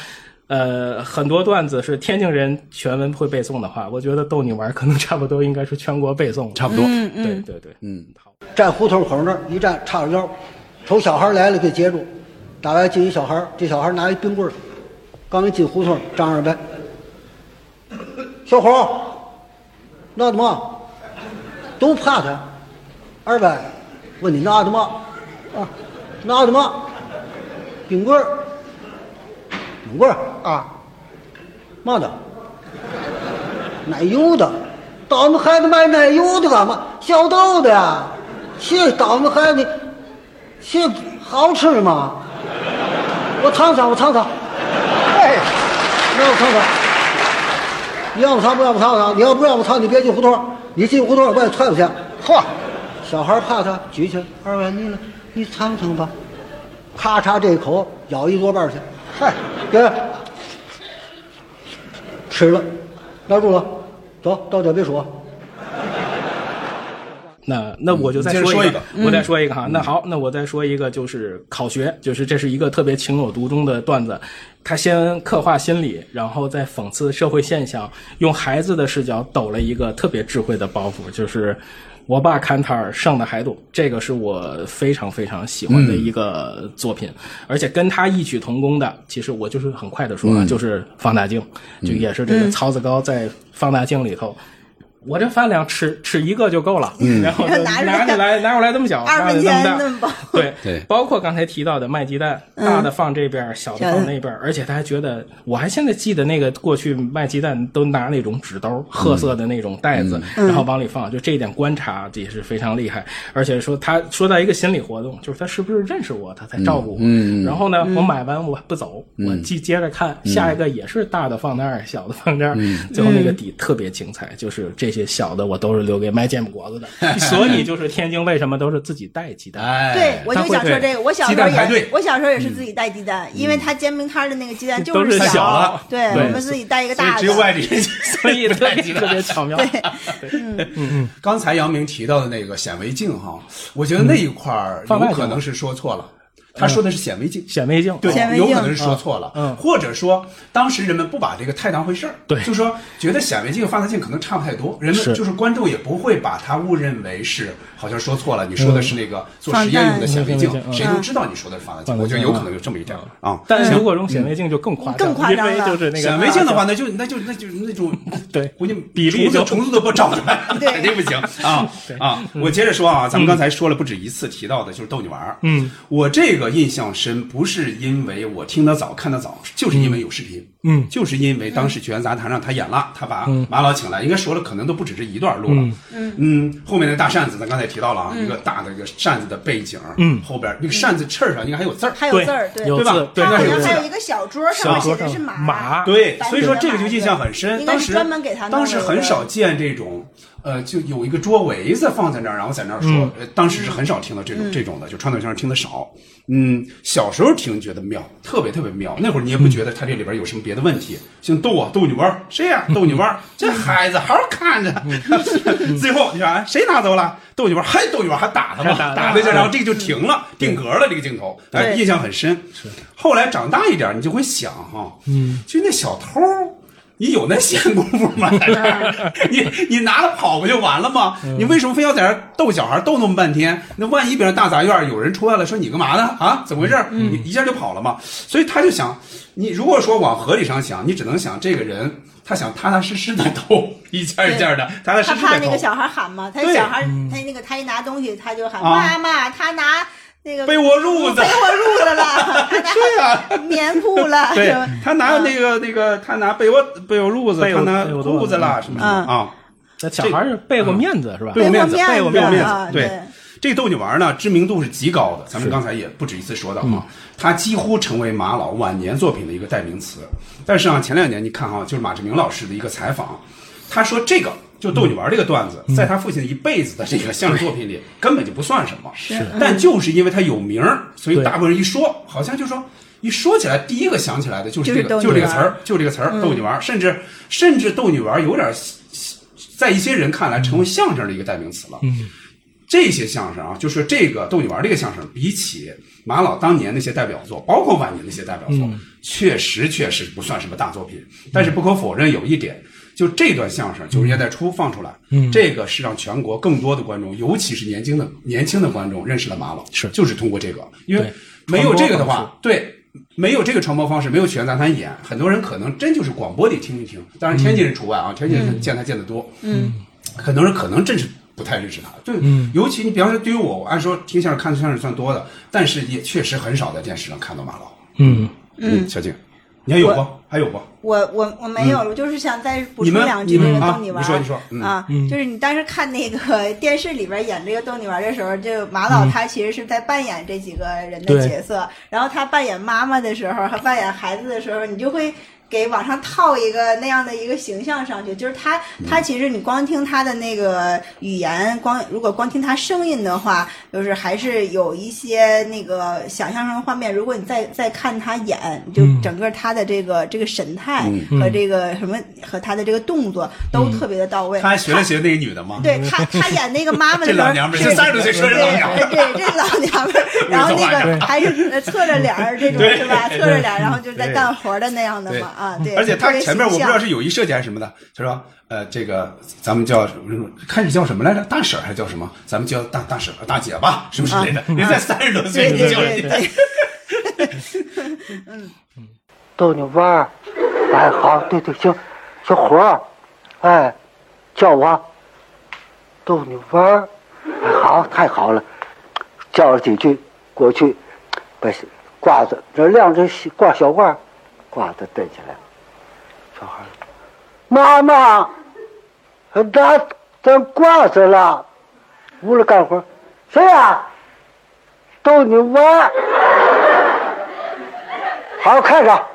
[SPEAKER 6] 呃，很多段子是天津人全文会背诵的话，我觉得逗你玩儿可能差不多应该是全国背诵了。
[SPEAKER 3] 差不多，
[SPEAKER 6] 对对对，嗯，好，
[SPEAKER 1] 站胡同口那儿一站，叉着腰，瞅小孩来了给截住，打外进一小孩，这小孩拿一冰棍儿，刚一进胡同，张二白，小伙儿，那的嘛，都怕他，二白，问你那的嘛，啊，那的嘛，冰棍儿，冰棍儿啊，嘛的。奶油的，倒霉孩子卖奶油的干嘛？小豆的呀，这倒霉孩子，这好吃吗？我尝尝，我尝尝。哎，让我尝尝。你让我尝不让我尝我尝，你要不让我尝，你别进胡同，你进胡同我把你踹出去。嚯，小孩怕他，举起来二百你来，你尝尝吧。咔嚓，这一口咬一多半去。嗨，给。吃了，拉住了，走到点别数。
[SPEAKER 6] 那那我就再
[SPEAKER 3] 嗯你接着
[SPEAKER 6] 说
[SPEAKER 3] 说一
[SPEAKER 6] 一
[SPEAKER 3] 个
[SPEAKER 6] 我再说一个哈。那好，那我再说一个，就是考学，就是这是一个特别情有独钟的段子。他先刻画心理，然后再讽刺社会现象，用孩子的视角抖了一个特别智慧的包袱，就是我爸看摊儿剩的还多。这个是我非常非常喜欢的
[SPEAKER 3] 嗯
[SPEAKER 6] 一个作品，而且跟他异曲同工的，其实我就是很快的
[SPEAKER 3] 嗯
[SPEAKER 6] 说啊，就是放大镜，就也是这个曹子高在放大镜里头。我这饭量吃吃一个就够了， 然后就
[SPEAKER 4] 拿
[SPEAKER 6] 拿
[SPEAKER 4] 出来
[SPEAKER 6] 出来拿过来这么小，
[SPEAKER 4] 二
[SPEAKER 6] 拿
[SPEAKER 4] 分
[SPEAKER 6] 过
[SPEAKER 4] 钱
[SPEAKER 6] 来这么大
[SPEAKER 4] 那，么嗯薄，
[SPEAKER 6] 对
[SPEAKER 3] 对
[SPEAKER 6] 包括刚才提到的卖鸡蛋，大的放这边，小的放那边，而且他还觉得，我还现在记得那个过去卖鸡蛋都拿那种纸兜，褐色的那种袋子，
[SPEAKER 4] 嗯
[SPEAKER 6] 然后往里放，就这一点观察也是非常厉害。而且说他说到一个心理活动，就是他是不是认识我，他才照顾我。然后
[SPEAKER 4] 嗯
[SPEAKER 6] 呢，我买完我不走，我继接着看下一个也是大的放那儿，小的放这儿，
[SPEAKER 4] 嗯
[SPEAKER 6] 最后那个底特别精彩，就是这些小的我都是留 给卖煎饼果子的，所以就是天津为什么都是自己带鸡
[SPEAKER 4] 啊
[SPEAKER 6] 蛋。
[SPEAKER 3] 哎，
[SPEAKER 4] 对，我就想说这个。我小时候
[SPEAKER 3] 鸡蛋排队
[SPEAKER 4] 也，我小时候也是自己带鸡蛋，因为他煎饼摊儿的那个鸡蛋就
[SPEAKER 6] 都是
[SPEAKER 4] 小，
[SPEAKER 6] 小
[SPEAKER 3] 的
[SPEAKER 4] 对
[SPEAKER 6] 对
[SPEAKER 4] 我们自己带一个
[SPEAKER 3] 所以
[SPEAKER 4] 大
[SPEAKER 3] 只有
[SPEAKER 4] 的。
[SPEAKER 3] 外地人
[SPEAKER 6] 所以特 别特别巧妙。
[SPEAKER 4] 嗯
[SPEAKER 6] 嗯
[SPEAKER 3] 刚才杨明提到的那个显微镜哈，我觉得那一块儿
[SPEAKER 6] 嗯放大
[SPEAKER 3] 有
[SPEAKER 6] 镜
[SPEAKER 3] 可能是说错了。他说的是显微镜，
[SPEAKER 6] 显微镜，
[SPEAKER 3] 对
[SPEAKER 4] 显微，
[SPEAKER 3] 有
[SPEAKER 4] 镜
[SPEAKER 3] 可能是说错了，
[SPEAKER 6] 嗯
[SPEAKER 3] 或者说当时人们不把这个太当回事儿，
[SPEAKER 6] 对
[SPEAKER 3] 就说觉得显微镜、放大镜可能差不太多，人们
[SPEAKER 6] 是
[SPEAKER 3] 就是观众也不会把它误认为是好像说错了，你说的是那个做实验用的显微镜
[SPEAKER 6] 放大，嗯
[SPEAKER 3] 谁都知道你说的是放大镜，
[SPEAKER 6] 嗯
[SPEAKER 3] 我觉得有可能有这么一点儿啊。
[SPEAKER 6] 但是如果用显微镜就更夸
[SPEAKER 4] 嗯
[SPEAKER 6] 张，
[SPEAKER 4] 更夸张了
[SPEAKER 6] 因为就是那个
[SPEAKER 3] 显微镜的话，，那就那就那就那种
[SPEAKER 6] 对
[SPEAKER 3] 估计
[SPEAKER 6] 比
[SPEAKER 3] 虫
[SPEAKER 6] 例
[SPEAKER 3] 子
[SPEAKER 6] 就嗯
[SPEAKER 3] 虫子都不找出来，
[SPEAKER 4] 对
[SPEAKER 3] 肯定不行 啊啊！我接着说啊，咱们刚才说了不止一次提到的，就是逗你玩儿。
[SPEAKER 6] 嗯，
[SPEAKER 3] 我这个印象深，不是因为我听得早看得早，就是因为有视频。
[SPEAKER 6] 嗯
[SPEAKER 3] 就是因为当时《曲苑杂谈》让他演了，他把马老请来，应该说了，可能都不止这一段录了。嗯后面那大扇子，咱刚才提到了啊，一个大的一个扇子的背景，
[SPEAKER 6] 嗯
[SPEAKER 3] 后边那个扇子翅儿上应该还有字儿。
[SPEAKER 4] 还有
[SPEAKER 6] 对
[SPEAKER 4] 字儿，对，
[SPEAKER 6] 有
[SPEAKER 3] 对吧
[SPEAKER 6] 字，对，
[SPEAKER 4] 它
[SPEAKER 3] 那
[SPEAKER 4] 好
[SPEAKER 3] 是有
[SPEAKER 4] 像
[SPEAKER 3] 字
[SPEAKER 4] 还
[SPEAKER 3] 的
[SPEAKER 4] 有一个小桌，上
[SPEAKER 6] 小
[SPEAKER 4] 面写
[SPEAKER 6] 桌
[SPEAKER 4] 的是
[SPEAKER 6] 上
[SPEAKER 4] 马，
[SPEAKER 3] 对，
[SPEAKER 4] 当时
[SPEAKER 3] 所以说
[SPEAKER 4] 的
[SPEAKER 3] 这个就
[SPEAKER 4] 马
[SPEAKER 3] 印象很深。
[SPEAKER 4] 应该
[SPEAKER 3] 当
[SPEAKER 4] 是
[SPEAKER 3] 时
[SPEAKER 4] 专门给他弄
[SPEAKER 3] 当时
[SPEAKER 4] 了一
[SPEAKER 3] 很
[SPEAKER 4] 个
[SPEAKER 3] 少见这种，呃，就有一个桌围子放在那儿，然后在那儿说、
[SPEAKER 6] 嗯
[SPEAKER 3] 呃当时是很少听到这种、
[SPEAKER 4] 嗯
[SPEAKER 3] 这种的，就传统相声听的少。嗯，小时候听觉得妙，特别特别妙。那会儿你也不觉得他这里边有什么别的问题，像逗我逗你玩儿，谁呀、逗你玩儿，
[SPEAKER 6] 嗯
[SPEAKER 3] 这孩子好好看着。 最后你看哎谁拿走了？逗你玩儿，还逗你玩儿，还打他吗？
[SPEAKER 6] 还打
[SPEAKER 3] 打他一下，然后这个就停了，定格了这个镜头，哎，
[SPEAKER 4] 嗯对
[SPEAKER 3] 印象很深。是，后来长大一点，你就会想哈，嗯，就那小偷。你有那闲工夫吗？在这
[SPEAKER 4] 嗯
[SPEAKER 3] 儿 你你拿了跑不就完了吗？你为什么非要在这儿逗小孩逗那么半天？那万一别人大杂院有人出来了，说你干嘛呢？啊，怎么回事？
[SPEAKER 4] 嗯
[SPEAKER 3] 你一下就跑了嘛。所以他就想，你如果说往合理上想，你只能想这个人他想踏踏实实的 逗，一件一件的，踏踏实
[SPEAKER 4] 他
[SPEAKER 3] 实的
[SPEAKER 4] 怕
[SPEAKER 3] 逗。
[SPEAKER 4] 那个小孩喊嘛，他
[SPEAKER 3] 对
[SPEAKER 4] 小孩他那个他一拿东西他就喊
[SPEAKER 3] 啊
[SPEAKER 4] 妈妈，他拿那个
[SPEAKER 3] 被窝褥子
[SPEAKER 4] 被窝褥子 了，他拿
[SPEAKER 3] 对呀、
[SPEAKER 4] 棉裤了，
[SPEAKER 3] 啊 对嗯
[SPEAKER 4] 什么
[SPEAKER 3] 他拿那个那个，他拿被窝被窝褥子，
[SPEAKER 6] 被
[SPEAKER 3] 他
[SPEAKER 6] 窝
[SPEAKER 3] 拿
[SPEAKER 6] 被窝
[SPEAKER 3] 裤子啦
[SPEAKER 6] 肚子
[SPEAKER 3] 什么的啊，
[SPEAKER 6] 那小孩儿背
[SPEAKER 4] 嗯
[SPEAKER 6] 过面子是吧？
[SPEAKER 3] 对
[SPEAKER 4] 被
[SPEAKER 3] 面
[SPEAKER 4] 窝
[SPEAKER 3] 子
[SPEAKER 4] 面
[SPEAKER 3] 被
[SPEAKER 4] 子
[SPEAKER 3] 窝面子
[SPEAKER 4] 啊
[SPEAKER 3] 对
[SPEAKER 4] 对
[SPEAKER 3] 这逗你玩儿呢，知名度是极高的，咱们刚才也不止一次说到啊，他几乎成为马老晚年作品的一个代名词。但是啊，前两年你看哈、就是马志明老师的一个采访，他说这个就逗你玩儿这个段
[SPEAKER 4] 嗯
[SPEAKER 3] 子，在他父亲一辈子的这个相声作品里根本就不算什么，是，但就是因为他有名儿，所以
[SPEAKER 6] 对
[SPEAKER 3] 大部分人一说，好像就说。一说起来，第一个想起来的就是这个，
[SPEAKER 4] 就是逗你
[SPEAKER 3] 就是这个词
[SPEAKER 4] 玩儿嗯
[SPEAKER 3] 儿，就这个词儿，逗你玩儿，甚至甚至逗你玩儿有点儿在一些人看来成为相声的一个代名词了。嗯，这些相声啊，就说这个逗你玩儿这个相声，比起马老当年那些代表作，包括晚年那些代表作，
[SPEAKER 6] 嗯
[SPEAKER 3] 确实确实不算什么大作品。但是不可否认有一点。就这段相声，九十年代初放出来，
[SPEAKER 6] 嗯
[SPEAKER 3] 这个是让全国更多的观众，尤其是年轻的年轻的观众认识了马老，
[SPEAKER 6] 是
[SPEAKER 3] 就是通过这个，因为
[SPEAKER 6] 对
[SPEAKER 3] 没有这个的
[SPEAKER 6] 传播方式
[SPEAKER 3] 话，对，没有这个传播方式，没有全杂谈演，很多人可能真就是广播里听一听，当
[SPEAKER 6] 嗯
[SPEAKER 3] 然天津人除外啊，天津人见他见得多，嗯，很多人可能真是不太认识他，对，尤其你比方说对于我，我按说听相声看相声算多的，但是也确实很少在电视上看到马老，
[SPEAKER 6] 嗯，
[SPEAKER 4] 嗯，
[SPEAKER 3] 小静，你还有不？还有不？
[SPEAKER 4] 我我我没有了，我就是想再补
[SPEAKER 3] 嗯你
[SPEAKER 4] 充
[SPEAKER 3] 们
[SPEAKER 4] 两
[SPEAKER 3] 你
[SPEAKER 4] 句
[SPEAKER 3] 们
[SPEAKER 4] 那个
[SPEAKER 3] 啊
[SPEAKER 4] 逗你玩
[SPEAKER 3] 你说你说嗯
[SPEAKER 4] 儿啊，就是你当时看那个 电视里边演这个逗你玩儿的时候，就马老他其实是在扮演这几个人的
[SPEAKER 6] 对
[SPEAKER 4] 角色，然后他扮演妈妈的时候和扮演孩子的时候，你就会。给往上套一个那样的一个形象上去，就是他，他其实你光听他的那个语言，光如果光听他声音的话，就是还是有一些那个想象上的画面。如果你再再看他演，就整个他的这个、这个神态和这个什么和他的这个动作都特别的到位。
[SPEAKER 3] 他学了学那个女的吗？
[SPEAKER 4] 哎对他，他演那个妈妈的
[SPEAKER 3] 这
[SPEAKER 4] 时
[SPEAKER 3] 老
[SPEAKER 4] 候
[SPEAKER 3] 娘们儿，
[SPEAKER 4] 是
[SPEAKER 3] 这三十多岁说
[SPEAKER 4] 对
[SPEAKER 3] 这老娘们儿，
[SPEAKER 4] 对，这老娘们儿，然后那个还是呃侧着脸儿这种
[SPEAKER 3] 对
[SPEAKER 4] 是吧？侧着脸儿，然后就在
[SPEAKER 3] 对
[SPEAKER 4] 干活的那样的
[SPEAKER 3] 对
[SPEAKER 4] 嘛啊，对。
[SPEAKER 3] 而且
[SPEAKER 4] 特
[SPEAKER 3] 他
[SPEAKER 4] 别
[SPEAKER 3] 前面我不
[SPEAKER 4] 形
[SPEAKER 3] 知
[SPEAKER 4] 象
[SPEAKER 3] 道是有意设计还是什么的，他说呃，这个咱们叫开始叫什么来着？大婶儿还是叫什么？咱们叫大大婶儿、大姐吧，是不是类的？人在三十多岁
[SPEAKER 4] 对
[SPEAKER 3] 你
[SPEAKER 4] 对
[SPEAKER 3] 叫人
[SPEAKER 4] 啊
[SPEAKER 3] 家
[SPEAKER 4] 对对，
[SPEAKER 9] 逗你玩儿。哎，好，对对，行，小伙儿，哎，叫我逗你玩儿。哎，好，太好了，叫了几句，过去把褂子这晾着小挂小褂儿，褂子蹬起来，小孩儿，妈妈，拿咱褂子了，屋里干活儿，谁呀、逗你玩儿，好好看着。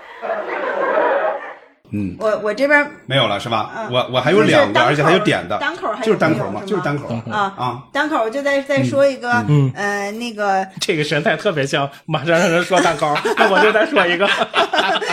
[SPEAKER 4] 我我这边儿
[SPEAKER 3] 没有了是吧？
[SPEAKER 4] 嗯
[SPEAKER 3] 我我还有两个，
[SPEAKER 4] 就是单口
[SPEAKER 3] 而且还有点的，
[SPEAKER 4] 单口还有
[SPEAKER 3] 就是单口嘛，
[SPEAKER 4] 没有是吗
[SPEAKER 3] 就是单口
[SPEAKER 4] 啊
[SPEAKER 3] 啊。嗯
[SPEAKER 4] 单口就再再说一个，呃，那个
[SPEAKER 6] 这个神态特别像马上让人说蛋糕，那我就再说一个，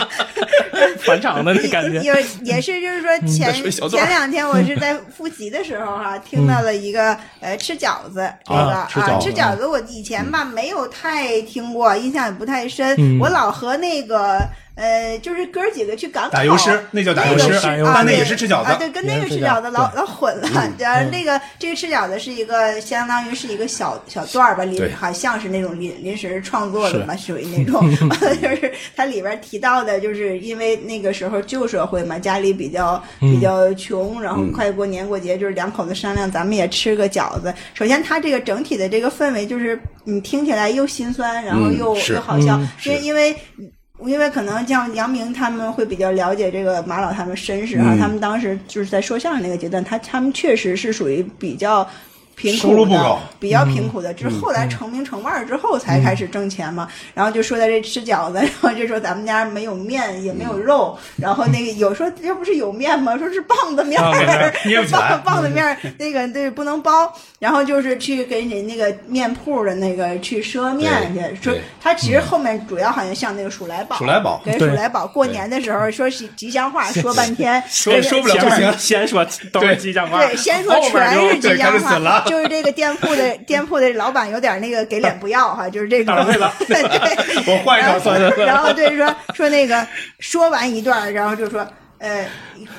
[SPEAKER 6] 返场的那感觉。
[SPEAKER 4] 有也是，就是说
[SPEAKER 3] 嗯
[SPEAKER 4] 前
[SPEAKER 6] 水小段
[SPEAKER 4] 前两天我是在复习的时候哈、听到了一个呃吃饺子
[SPEAKER 3] 嗯
[SPEAKER 4] 这个
[SPEAKER 6] 啊
[SPEAKER 4] 啊
[SPEAKER 6] 吃饺子
[SPEAKER 4] 吃饺子，我以前吧没有太听过，印象也不太
[SPEAKER 6] 嗯
[SPEAKER 4] 深。我老和那个呃就是哥几个去港口
[SPEAKER 3] 打油诗那叫打油
[SPEAKER 4] 那
[SPEAKER 3] 诗
[SPEAKER 4] 个是
[SPEAKER 6] 打油
[SPEAKER 4] 啊
[SPEAKER 6] 诗
[SPEAKER 3] 但那
[SPEAKER 4] 对
[SPEAKER 3] 也是吃饺
[SPEAKER 4] 啊，
[SPEAKER 3] 子。
[SPEAKER 4] 对，跟那
[SPEAKER 6] 也
[SPEAKER 4] 个
[SPEAKER 6] 是
[SPEAKER 4] 吃
[SPEAKER 6] 吃饺
[SPEAKER 4] 饺
[SPEAKER 6] 子
[SPEAKER 4] 子
[SPEAKER 12] 嗯
[SPEAKER 4] 老老混了。 然后那个这个吃饺子是一个相当于是一个小小段儿吧，临
[SPEAKER 12] 对
[SPEAKER 4] 好像是那种临临时创作
[SPEAKER 6] 是
[SPEAKER 4] 的嘛，属于那 种。完了就是它里边提到的，就是因为那个时候旧社会嘛，家里比较
[SPEAKER 12] 嗯
[SPEAKER 4] 比较穷，然后快过年过节，就是两口子商量，咱们也吃个饺子。首先，它这个整体的这个氛围，就是你听起来又心酸，然后
[SPEAKER 12] 嗯
[SPEAKER 4] 又
[SPEAKER 12] 是
[SPEAKER 4] 又好笑
[SPEAKER 6] 嗯，
[SPEAKER 4] 因为因为。因为可能像杨明他们会比较了解这个马老他们身世
[SPEAKER 3] 嗯
[SPEAKER 4] 啊，他们当时就是在说相声那个阶段，他他们确实是属于比较贫
[SPEAKER 3] 收入
[SPEAKER 4] 苦
[SPEAKER 3] 不高嗯
[SPEAKER 4] 的，比较贫苦的，只是后来成名成腕儿之后才开始挣钱嘛。然后就说在这吃饺子，然后就说咱们家没有面也没
[SPEAKER 3] 嗯
[SPEAKER 4] 有肉，然后那个有说这不是有面吗？说是棒子面
[SPEAKER 6] 棒子面
[SPEAKER 4] 儿
[SPEAKER 6] 儿，
[SPEAKER 3] 捏不起来
[SPEAKER 4] 棒棒子面儿那个对不能包，然后就是去给你那个面铺的那个去赊面
[SPEAKER 12] 对
[SPEAKER 4] 去说
[SPEAKER 12] 对。
[SPEAKER 4] 他其实后面主要好像像那个鼠来宝，
[SPEAKER 12] 鼠来宝
[SPEAKER 4] 跟鼠
[SPEAKER 6] 对
[SPEAKER 4] 来宝过年的时候说是吉祥话，说半天，
[SPEAKER 6] 说
[SPEAKER 4] 对
[SPEAKER 6] 说不了
[SPEAKER 4] 就是
[SPEAKER 6] 不行，先说都是吉祥话，
[SPEAKER 4] 对，先说
[SPEAKER 6] 后面
[SPEAKER 4] 全是
[SPEAKER 6] 就
[SPEAKER 4] 吉
[SPEAKER 6] 对开
[SPEAKER 4] 祥
[SPEAKER 6] 始损
[SPEAKER 4] 话
[SPEAKER 6] 了，，
[SPEAKER 4] 就是这个店铺的店铺的老板有点那个给脸不要哈，就是这种
[SPEAKER 6] 大老妹子。
[SPEAKER 4] 对，
[SPEAKER 6] 我换一
[SPEAKER 4] 然
[SPEAKER 6] 张
[SPEAKER 4] 后
[SPEAKER 6] 算了。
[SPEAKER 4] 然后对说说那个说完一段儿，然后就说。呃，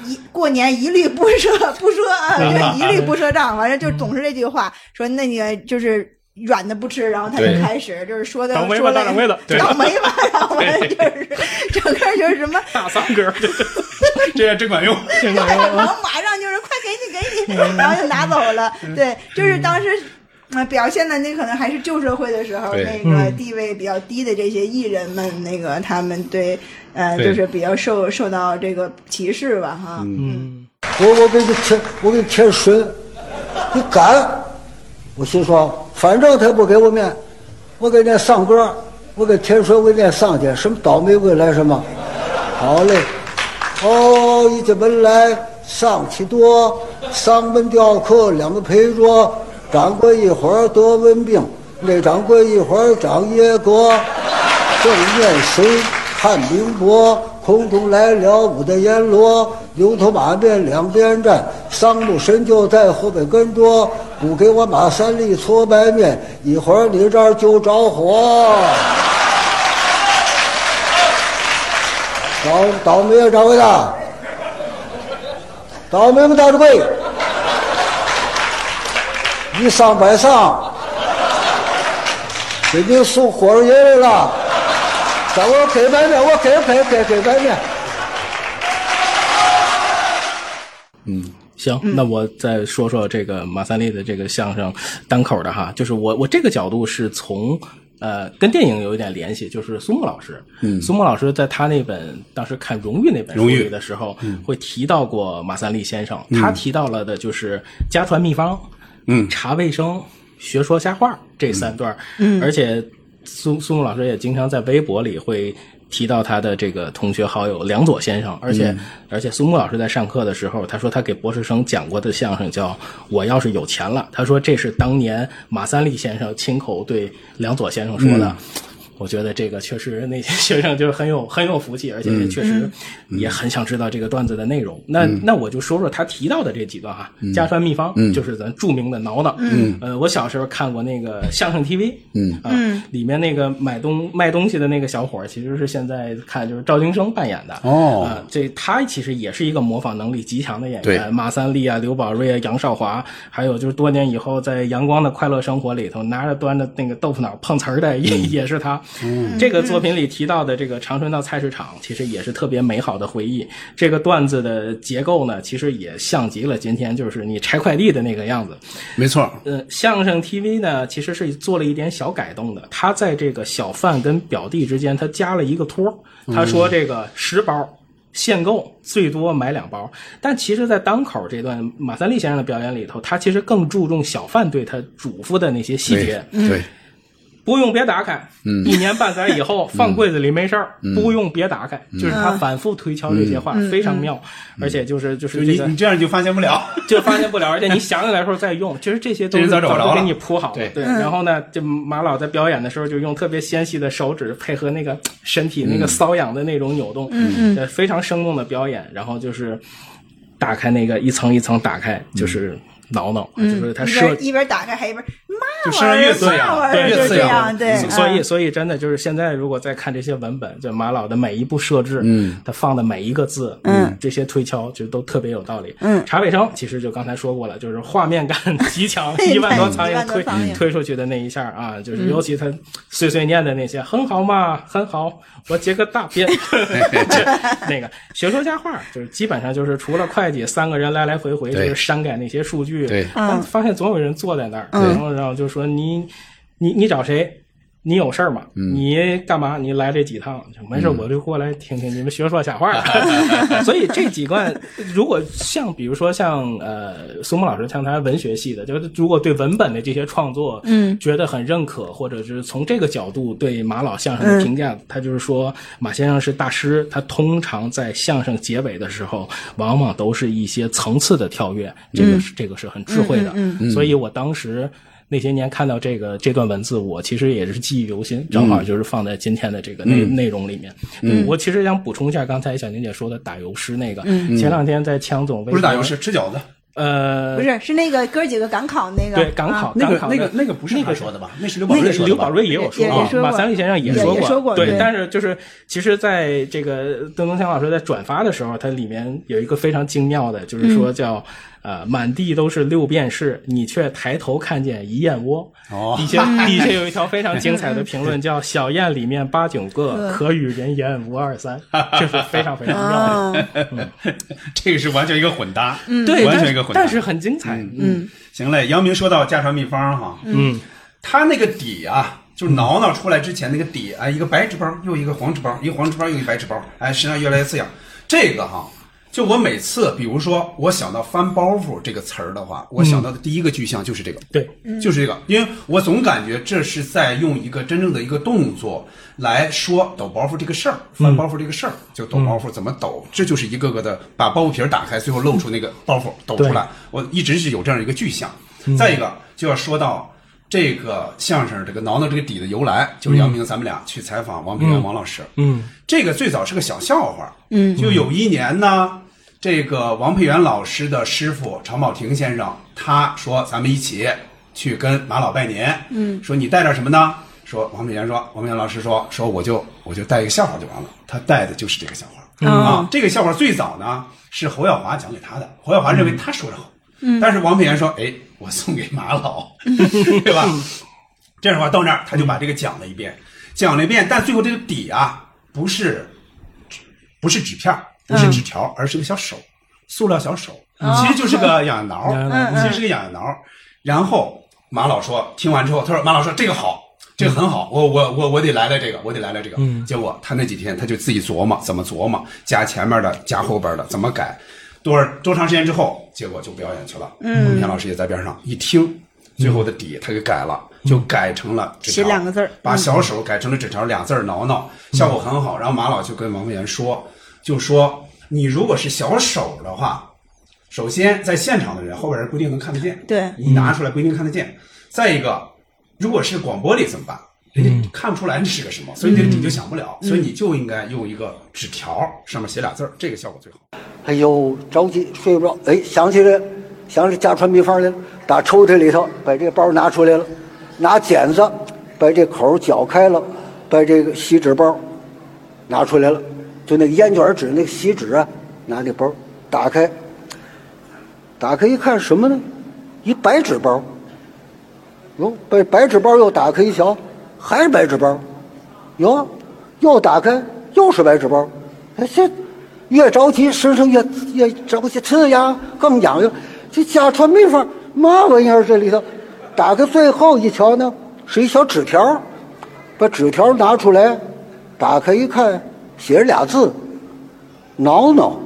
[SPEAKER 4] 一过年一律不赊不赊 啊，这一律不赊账，完了就总是这句话，说那个就是软的不吃，然后他就
[SPEAKER 12] 对
[SPEAKER 4] 开始就是说的
[SPEAKER 6] 倒霉吧
[SPEAKER 4] 说的
[SPEAKER 6] 大掌柜的对
[SPEAKER 4] 倒霉吧，然后完了就是整个就是 什么
[SPEAKER 6] 大三哥，这
[SPEAKER 3] 这个真管用，
[SPEAKER 6] 这
[SPEAKER 4] 然后
[SPEAKER 6] 个
[SPEAKER 4] 马上就是快给你给你，然后就拿走了。
[SPEAKER 12] 嗯
[SPEAKER 4] 对，就是当时。呃表现的那可能还是旧社会的时候，
[SPEAKER 12] 对
[SPEAKER 4] 那个
[SPEAKER 6] 嗯
[SPEAKER 4] 地位比较低的这些艺人们，那个他们对，呃，
[SPEAKER 12] 对
[SPEAKER 4] 就是比较受受到这个歧视吧，哈。
[SPEAKER 12] 嗯
[SPEAKER 4] 嗯
[SPEAKER 6] 嗯
[SPEAKER 1] 我我给你添，我给你添水，你敢？我心说，反正他不给我面，我给那上歌，我给添水，我给那上去，什么倒霉鬼来什么？好嘞，哦，一进门来，上气多，上门雕刻两个陪桌，掌柜一会儿得文病，那掌柜一会儿长耶格。正面谁看明博，空中来了我的阎罗，牛头马面两边站，桑木神就在后背跟着，不给我马三立搓白面，一会儿你这儿就着火。倒倒霉啊，掌柜的，倒霉吗，大掌柜？一上百上，给您送火烧爷来了。掌柜，我给白面，我给给给给白面。
[SPEAKER 6] 行，
[SPEAKER 4] 嗯
[SPEAKER 6] 那我再说说这个马三立的这个相声单口的哈，就是我我这个角度是从。呃，跟电影有一点联系，就是苏木老师。嗯，苏木老师在他那本当时看《荣誉》那本书
[SPEAKER 3] 荣誉
[SPEAKER 6] 里的时候，会提到过马三立先生。他提到了的就是家传秘方，
[SPEAKER 3] 嗯
[SPEAKER 6] 查卫生、学说瞎话这三段儿。嗯，而且苏苏木老师也经常在微博里会提到他的这个同学好友梁左先生，而且、而且苏木老师在上课的时候，他说他给博士生讲过的相声叫《我要是有钱了》，他说这是当年马三立先生亲口对梁左先生说的。我觉得这个确实那些学生就是很有很有福气，而且也确实也很想知道这个段子的内容。那那我就说说他提到的这几段哈，家传秘方》就是咱著名的挠挠。嗯，呃，我小时候看过那个相声 TV，嗯啊，里面那个买东卖东西的那个小伙儿，其实是现在看就是赵今生扮演的。
[SPEAKER 3] 哦
[SPEAKER 6] 啊，这他其实也是一个模仿能力极强的演
[SPEAKER 3] 对
[SPEAKER 6] 员，马三立啊、刘宝瑞啊、杨少华，还有就是多年以后在《阳光的快乐生活》里头拿着端着那个豆腐脑碰瓷儿的也、也是他。这个作品里提到的这个长春道菜市场，其实也是特别美好的回忆。这个段子的结构呢，其实也像极了今天就是你拆快递的那个样子。
[SPEAKER 3] 没错。
[SPEAKER 6] 呃，相声 TV 呢，其实是做了一点小改动的。他在这个小贩跟表弟之间，他加了一个托儿。他说这个十包限购，最多买两包。但其实，在当口这段马三立
[SPEAKER 3] 嗯
[SPEAKER 6] 先生的表演里头，他其实更注重小贩对他嘱咐的那些细节。
[SPEAKER 3] 对，
[SPEAKER 6] 不用别打开，
[SPEAKER 13] 嗯
[SPEAKER 6] 一年半载以后放柜子里没事儿，不用别打开，就是他反复推敲这些话，非常妙，而且就是就是这
[SPEAKER 3] 你
[SPEAKER 6] 个
[SPEAKER 3] 你这样就发现不了。
[SPEAKER 6] 就发现不了，而且你想起来的时候 再用，其实这些都是
[SPEAKER 3] 这人早找不着了
[SPEAKER 6] 都给你铺好
[SPEAKER 3] 对
[SPEAKER 6] 对，然后呢，这马老在表演的时候就用特别纤细的手指配合那个身体
[SPEAKER 3] 嗯
[SPEAKER 6] 那个瘙痒的那种扭动，嗯嗯，非常生动的表演。然后就是打开那个一层一层打开，就是挠挠，就是他
[SPEAKER 4] 一
[SPEAKER 6] 设
[SPEAKER 4] 边一边打开还一边骂
[SPEAKER 3] 就
[SPEAKER 4] 我
[SPEAKER 3] 声儿
[SPEAKER 4] 儿
[SPEAKER 3] 越
[SPEAKER 4] 子，
[SPEAKER 3] 刺
[SPEAKER 4] 骂
[SPEAKER 3] 痒
[SPEAKER 4] 我儿
[SPEAKER 6] 啊对，
[SPEAKER 4] 子，
[SPEAKER 3] 越
[SPEAKER 4] 就
[SPEAKER 3] 刺
[SPEAKER 4] 这
[SPEAKER 3] 痒
[SPEAKER 4] 样对。
[SPEAKER 6] 嗯所以，
[SPEAKER 4] 啊
[SPEAKER 6] 所以真的就是现在，如果再看这些文本，就马老的每一步设置，
[SPEAKER 13] 嗯，
[SPEAKER 6] 他放的每一个字，
[SPEAKER 4] 嗯，
[SPEAKER 6] 这些推敲就都特别有道理。
[SPEAKER 4] 嗯
[SPEAKER 6] 茶尾生其实就刚才说过了，就是画面感 极强，
[SPEAKER 4] 对
[SPEAKER 6] 一万多
[SPEAKER 4] 对
[SPEAKER 6] 苍
[SPEAKER 4] 一
[SPEAKER 6] 蝇
[SPEAKER 4] 万多嗯
[SPEAKER 6] 推
[SPEAKER 4] 苍蝇
[SPEAKER 6] 推出去的那一下啊，就是尤其他碎碎念的那些，很好嘛，很好，我截个大 便。那个学说家话，就是基本上就是除了会计三个人来来回回就
[SPEAKER 13] 对
[SPEAKER 6] 是删改那些数据，
[SPEAKER 13] 对
[SPEAKER 6] 但发现总有人坐在那儿，
[SPEAKER 4] 嗯
[SPEAKER 6] 然后然后就说你你你找谁？你有事儿吗？
[SPEAKER 4] 嗯
[SPEAKER 6] 你干嘛？你来这几趟？没事儿，我就过来 听听你们学说瞎话儿。所以这几段，如果像比如说像呃苏木老师，像他文学系的，就是如果对文本的这些创作，
[SPEAKER 4] 嗯
[SPEAKER 6] 觉得很认可，或者是从这个角度对马老相声的评价，他就是说马先生是大师，他通常在相声结尾的时候，往往都是一些层次的跳跃，这个是、这个是很智慧的。
[SPEAKER 4] 嗯
[SPEAKER 6] 所以我当时那些年看到这个这段文字，我其实也是记忆犹新，正
[SPEAKER 3] 嗯
[SPEAKER 6] 好就是放在今天的这个内、内容里面。嗯，我其实想补充一下刚才小宁姐说的打油诗那个，前两天在强总微 博
[SPEAKER 3] 不是打油诗，，吃饺子。
[SPEAKER 6] 呃，
[SPEAKER 4] 不是，是那个哥几个赶考那个，
[SPEAKER 6] 对赶考
[SPEAKER 4] 啊，
[SPEAKER 3] 那
[SPEAKER 6] 赶
[SPEAKER 3] 个
[SPEAKER 6] 考
[SPEAKER 3] 那
[SPEAKER 6] 的
[SPEAKER 3] 个那个不是他说的吧？那是刘宝瑞
[SPEAKER 6] 那
[SPEAKER 3] 说的
[SPEAKER 6] 个
[SPEAKER 3] 吧。
[SPEAKER 6] 刘宝瑞也有
[SPEAKER 4] 也也
[SPEAKER 6] 过
[SPEAKER 4] 也，说过
[SPEAKER 6] 马三立先生也
[SPEAKER 4] 也
[SPEAKER 6] 说
[SPEAKER 4] 也说过
[SPEAKER 6] 对
[SPEAKER 4] 对。
[SPEAKER 6] 但是就是，其实在这个邓东强老师在转发的时候，它里面有一个非常精妙的，就是
[SPEAKER 4] 嗯
[SPEAKER 6] 说叫。呃，满地都是六便士，你却抬头看见一燕窝。
[SPEAKER 3] 哦
[SPEAKER 6] 底下 底下有一条非常精彩的评论，叫“小宴里面八九个，可与人言五二 三”，就是非常非常妙的。
[SPEAKER 4] 啊，
[SPEAKER 3] 这个是完全一个混搭，
[SPEAKER 6] 对，
[SPEAKER 3] 完
[SPEAKER 6] 但
[SPEAKER 3] 全一个
[SPEAKER 6] 是
[SPEAKER 3] 混搭。
[SPEAKER 6] 但是很精彩。
[SPEAKER 4] 嗯，
[SPEAKER 3] 行嘞，杨明说到家传秘方哈，
[SPEAKER 6] 嗯，
[SPEAKER 3] 他那个底啊，就是挠挠出来之前那个底啊，一个白纸包，又一个黄纸包，一个黄纸包又一个白纸包，哎，身上越来越刺痒。这个哈，就我每次，比如说我想到翻包袱这个词儿的话，我想到的第一个具象就是这个，
[SPEAKER 6] 对，
[SPEAKER 3] 就是这个，因为我总感觉这是在用一个真正的一个动作来说抖包袱这个事儿，翻包袱这个事儿，就抖包袱怎么抖，这就是一个个的把包袱皮儿打开，最后露出那个包袱抖出
[SPEAKER 6] 嗯
[SPEAKER 3] 来。我一直是有这样一个具象。再一个就要说到这个相声这个挠挠这个底的由来，就是杨明咱们俩去采访王平安王老师，
[SPEAKER 6] 嗯
[SPEAKER 3] 这个最早是个小笑话，嗯，就有一年呢，这个王佩元老师的师傅常宝霆先生，他说咱们一起去跟马老拜年，嗯，说你带点什么呢？说王佩元说，王佩元老师说，说我就我就带一个笑话就完了，他带的就是这个笑话、啊。这个笑话最早呢是侯耀华讲给他的，侯耀华认为他说的好，嗯，但是王佩元说，哎，我送给马老，对吧？这样的话到那儿他就把这个讲了一遍，讲了一遍，但最后这个底啊不是不是纸片儿，不是纸条儿，而是个小手，塑料小手，其实就是个痒痒挠
[SPEAKER 6] 痒
[SPEAKER 3] 儿，其实是个痒痒挠儿。然后马老说，听完之后，他说马老说这个好。这个很好，我我我我得来来这个，我得来来这个。结果他那几天他就自己琢磨怎么琢磨，加前面的，加后边的，怎么改，多少多长时间之后，结果就表演去了。嗯，我们田老师也在边上一听，最后的底他给改了，就改成了纸条
[SPEAKER 4] 嗯写两个字儿嗯
[SPEAKER 3] 把小手改成了纸条，俩字儿挠挠，效果很
[SPEAKER 4] 嗯
[SPEAKER 3] 好。然后马老就跟王文元说，就说你如果是小手的话，首先在现场的人后边人不一定能看得见，
[SPEAKER 4] 对
[SPEAKER 3] 你拿出来不一定看得见。再一个，如果是广播里怎么办？
[SPEAKER 4] 嗯
[SPEAKER 3] 人家看不出来这是个什么，所以这个底就想不了，所以你就应该用一个纸条上面写俩字儿，这个效果最好。
[SPEAKER 1] 哎呦，着急睡不着，哎，想起来了，想起家传秘方来了，打抽屉里头把这包拿出来了，拿剪子把这口绞开了，把这个锡纸包拿出来了，就那个烟卷纸那个锡纸啊，拿那包打开，打开一看什么呢？一白纸包。哟，白白纸包又打开一瞧，还是白纸包。哟，又打开又是白纸包，哎这越着急身上越越着急，刺呀更痒痒。这家传秘方嘛玩意儿这里头？打开最后一瞧呢，是一小纸条，把纸条拿出来，打开一看，写着俩字：挠挠。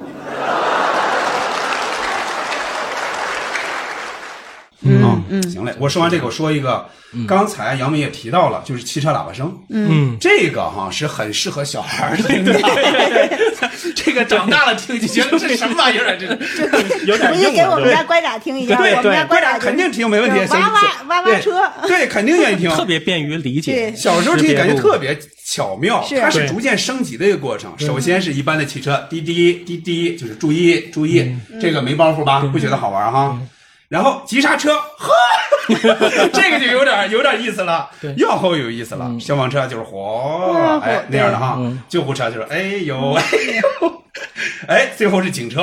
[SPEAKER 3] 啊、啊，行嘞。我说完这个，我说一个，刚才杨明也提到了，就是汽车喇叭声，嗯，这个哈是很适合小孩儿的，对吧？ 这个长大了听就觉得这什么玩意儿啊，这是。
[SPEAKER 6] 有点
[SPEAKER 4] 回去
[SPEAKER 6] 硬
[SPEAKER 4] 给
[SPEAKER 6] 了，
[SPEAKER 4] 我们
[SPEAKER 6] 啊对
[SPEAKER 4] 家乖仔听一下，
[SPEAKER 6] 对
[SPEAKER 4] 我们家
[SPEAKER 6] 对
[SPEAKER 4] 乖
[SPEAKER 3] 对
[SPEAKER 4] 仔
[SPEAKER 3] 俩
[SPEAKER 4] 就是
[SPEAKER 3] 肯定听没问题，
[SPEAKER 4] 就是
[SPEAKER 3] 行
[SPEAKER 4] 哇哇哇哇
[SPEAKER 3] 对
[SPEAKER 4] 车，
[SPEAKER 3] 对，肯定愿意听，
[SPEAKER 14] 特别便于理解
[SPEAKER 4] 对。
[SPEAKER 3] 小时候听感觉特别巧妙，
[SPEAKER 4] 是
[SPEAKER 3] 它是
[SPEAKER 6] 对
[SPEAKER 3] 逐渐升级的一个过程。首先是一般的汽车，滴滴滴滴，就是注意注意，
[SPEAKER 4] 嗯
[SPEAKER 3] 这个没包袱吧？不觉得好玩哈？然后急刹车，呵， 这个就有点有点意思了
[SPEAKER 6] 对，
[SPEAKER 3] 要后有意思了。
[SPEAKER 4] 嗯
[SPEAKER 3] 消防车就是嚯，哎那样的哈，救护车就是哎呦哎呦，哎，最后是警车，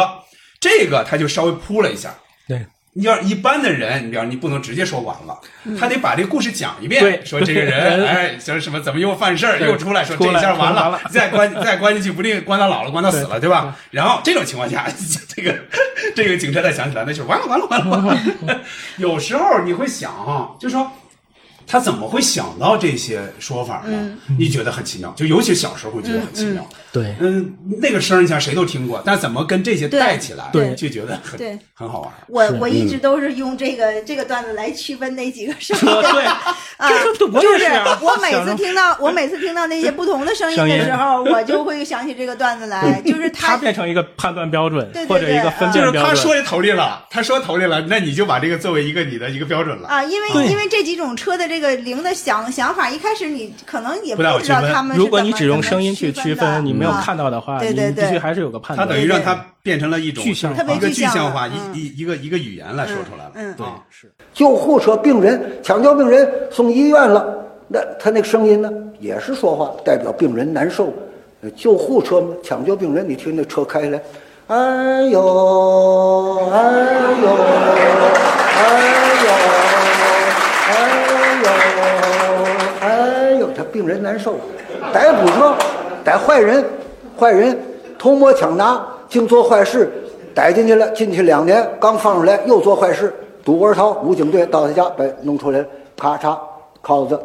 [SPEAKER 3] 这个他就稍微铺了一下。
[SPEAKER 6] 对
[SPEAKER 3] 你要一般的人，你比方你不能直接说完了，他得把这故事讲一遍，
[SPEAKER 6] 嗯对
[SPEAKER 3] 说这个人
[SPEAKER 6] 对
[SPEAKER 3] 哎，就是什么怎么又犯事儿
[SPEAKER 6] 对
[SPEAKER 3] 又出来，说这
[SPEAKER 6] 出
[SPEAKER 3] 一
[SPEAKER 6] 来
[SPEAKER 3] 下完
[SPEAKER 6] 完
[SPEAKER 3] 了
[SPEAKER 6] 了，
[SPEAKER 3] 再关再关进去，不定关到老了，关到死了，对吧？然后这种情况下， 这个这个警车再想起来，那就是完了完了完了完 了。有时候你会想哈，就说。他怎么会想到这些说法呢？你觉得很奇妙，就尤其小时候会觉得很奇妙。
[SPEAKER 6] 嗯对
[SPEAKER 3] 嗯，那个声儿你想谁都听过，但怎么跟这些
[SPEAKER 4] 对
[SPEAKER 3] 带起来，
[SPEAKER 4] 对
[SPEAKER 3] 就觉得很
[SPEAKER 4] 对
[SPEAKER 3] 很好玩。
[SPEAKER 4] 我我一
[SPEAKER 6] 嗯
[SPEAKER 4] 直都是用这个这个段子来区分那几个声音，
[SPEAKER 6] 对
[SPEAKER 4] 啊，
[SPEAKER 6] 这个我
[SPEAKER 4] 就
[SPEAKER 6] 也
[SPEAKER 4] 是
[SPEAKER 6] 是啊
[SPEAKER 4] 我每
[SPEAKER 6] 小时
[SPEAKER 4] 次
[SPEAKER 6] 候
[SPEAKER 4] 听到我每次听到那些不同的声音
[SPEAKER 6] 声
[SPEAKER 4] 的
[SPEAKER 6] 音
[SPEAKER 4] 时候，我就会想起这个段子来，就是
[SPEAKER 6] 它
[SPEAKER 4] 他
[SPEAKER 6] 变成一个判断标准
[SPEAKER 4] 对对啊
[SPEAKER 6] 或者一个分
[SPEAKER 3] 就是
[SPEAKER 6] 辨标
[SPEAKER 3] 他
[SPEAKER 6] 准。
[SPEAKER 3] 说的头里了，他说头里了，那你就把这个作为一个你的一个标准了。
[SPEAKER 4] 啊，因为因为这几种车的这个铃的想想法，一开始你可能也不
[SPEAKER 3] 不太好
[SPEAKER 4] 知道
[SPEAKER 3] 区分
[SPEAKER 4] 他们是
[SPEAKER 6] 如果
[SPEAKER 4] 怎
[SPEAKER 6] 你
[SPEAKER 4] 么
[SPEAKER 6] 只用声音去区
[SPEAKER 4] 怎么的
[SPEAKER 6] 分，你没有
[SPEAKER 4] 啊
[SPEAKER 6] 看到的话，
[SPEAKER 4] 对对
[SPEAKER 6] 你
[SPEAKER 4] 对
[SPEAKER 6] 必须还是有个判
[SPEAKER 3] 他
[SPEAKER 6] 断。
[SPEAKER 3] 等于让它变成了一种
[SPEAKER 6] 具象化
[SPEAKER 3] 一个
[SPEAKER 4] 特别具
[SPEAKER 3] 具
[SPEAKER 4] 象
[SPEAKER 3] 象化
[SPEAKER 4] 了
[SPEAKER 3] 一一一个一个语言来说出来了。
[SPEAKER 4] 嗯嗯
[SPEAKER 3] 对，
[SPEAKER 1] 救护车病人抢救病人送医院了，那他那个声音呢，也是说话，代表病人难受。呃救护车嘛，抢救病人，你听那车开来，哎呦，哎呦，哎呦，哎呦，哎呦，他病人难受，逮捕车，逮坏人，坏人偷摸抢拿，净做坏事，逮进去了，进去两年，刚放出来又做坏事。赌博涛武警队到他家把弄出来了，咔嚓，铐子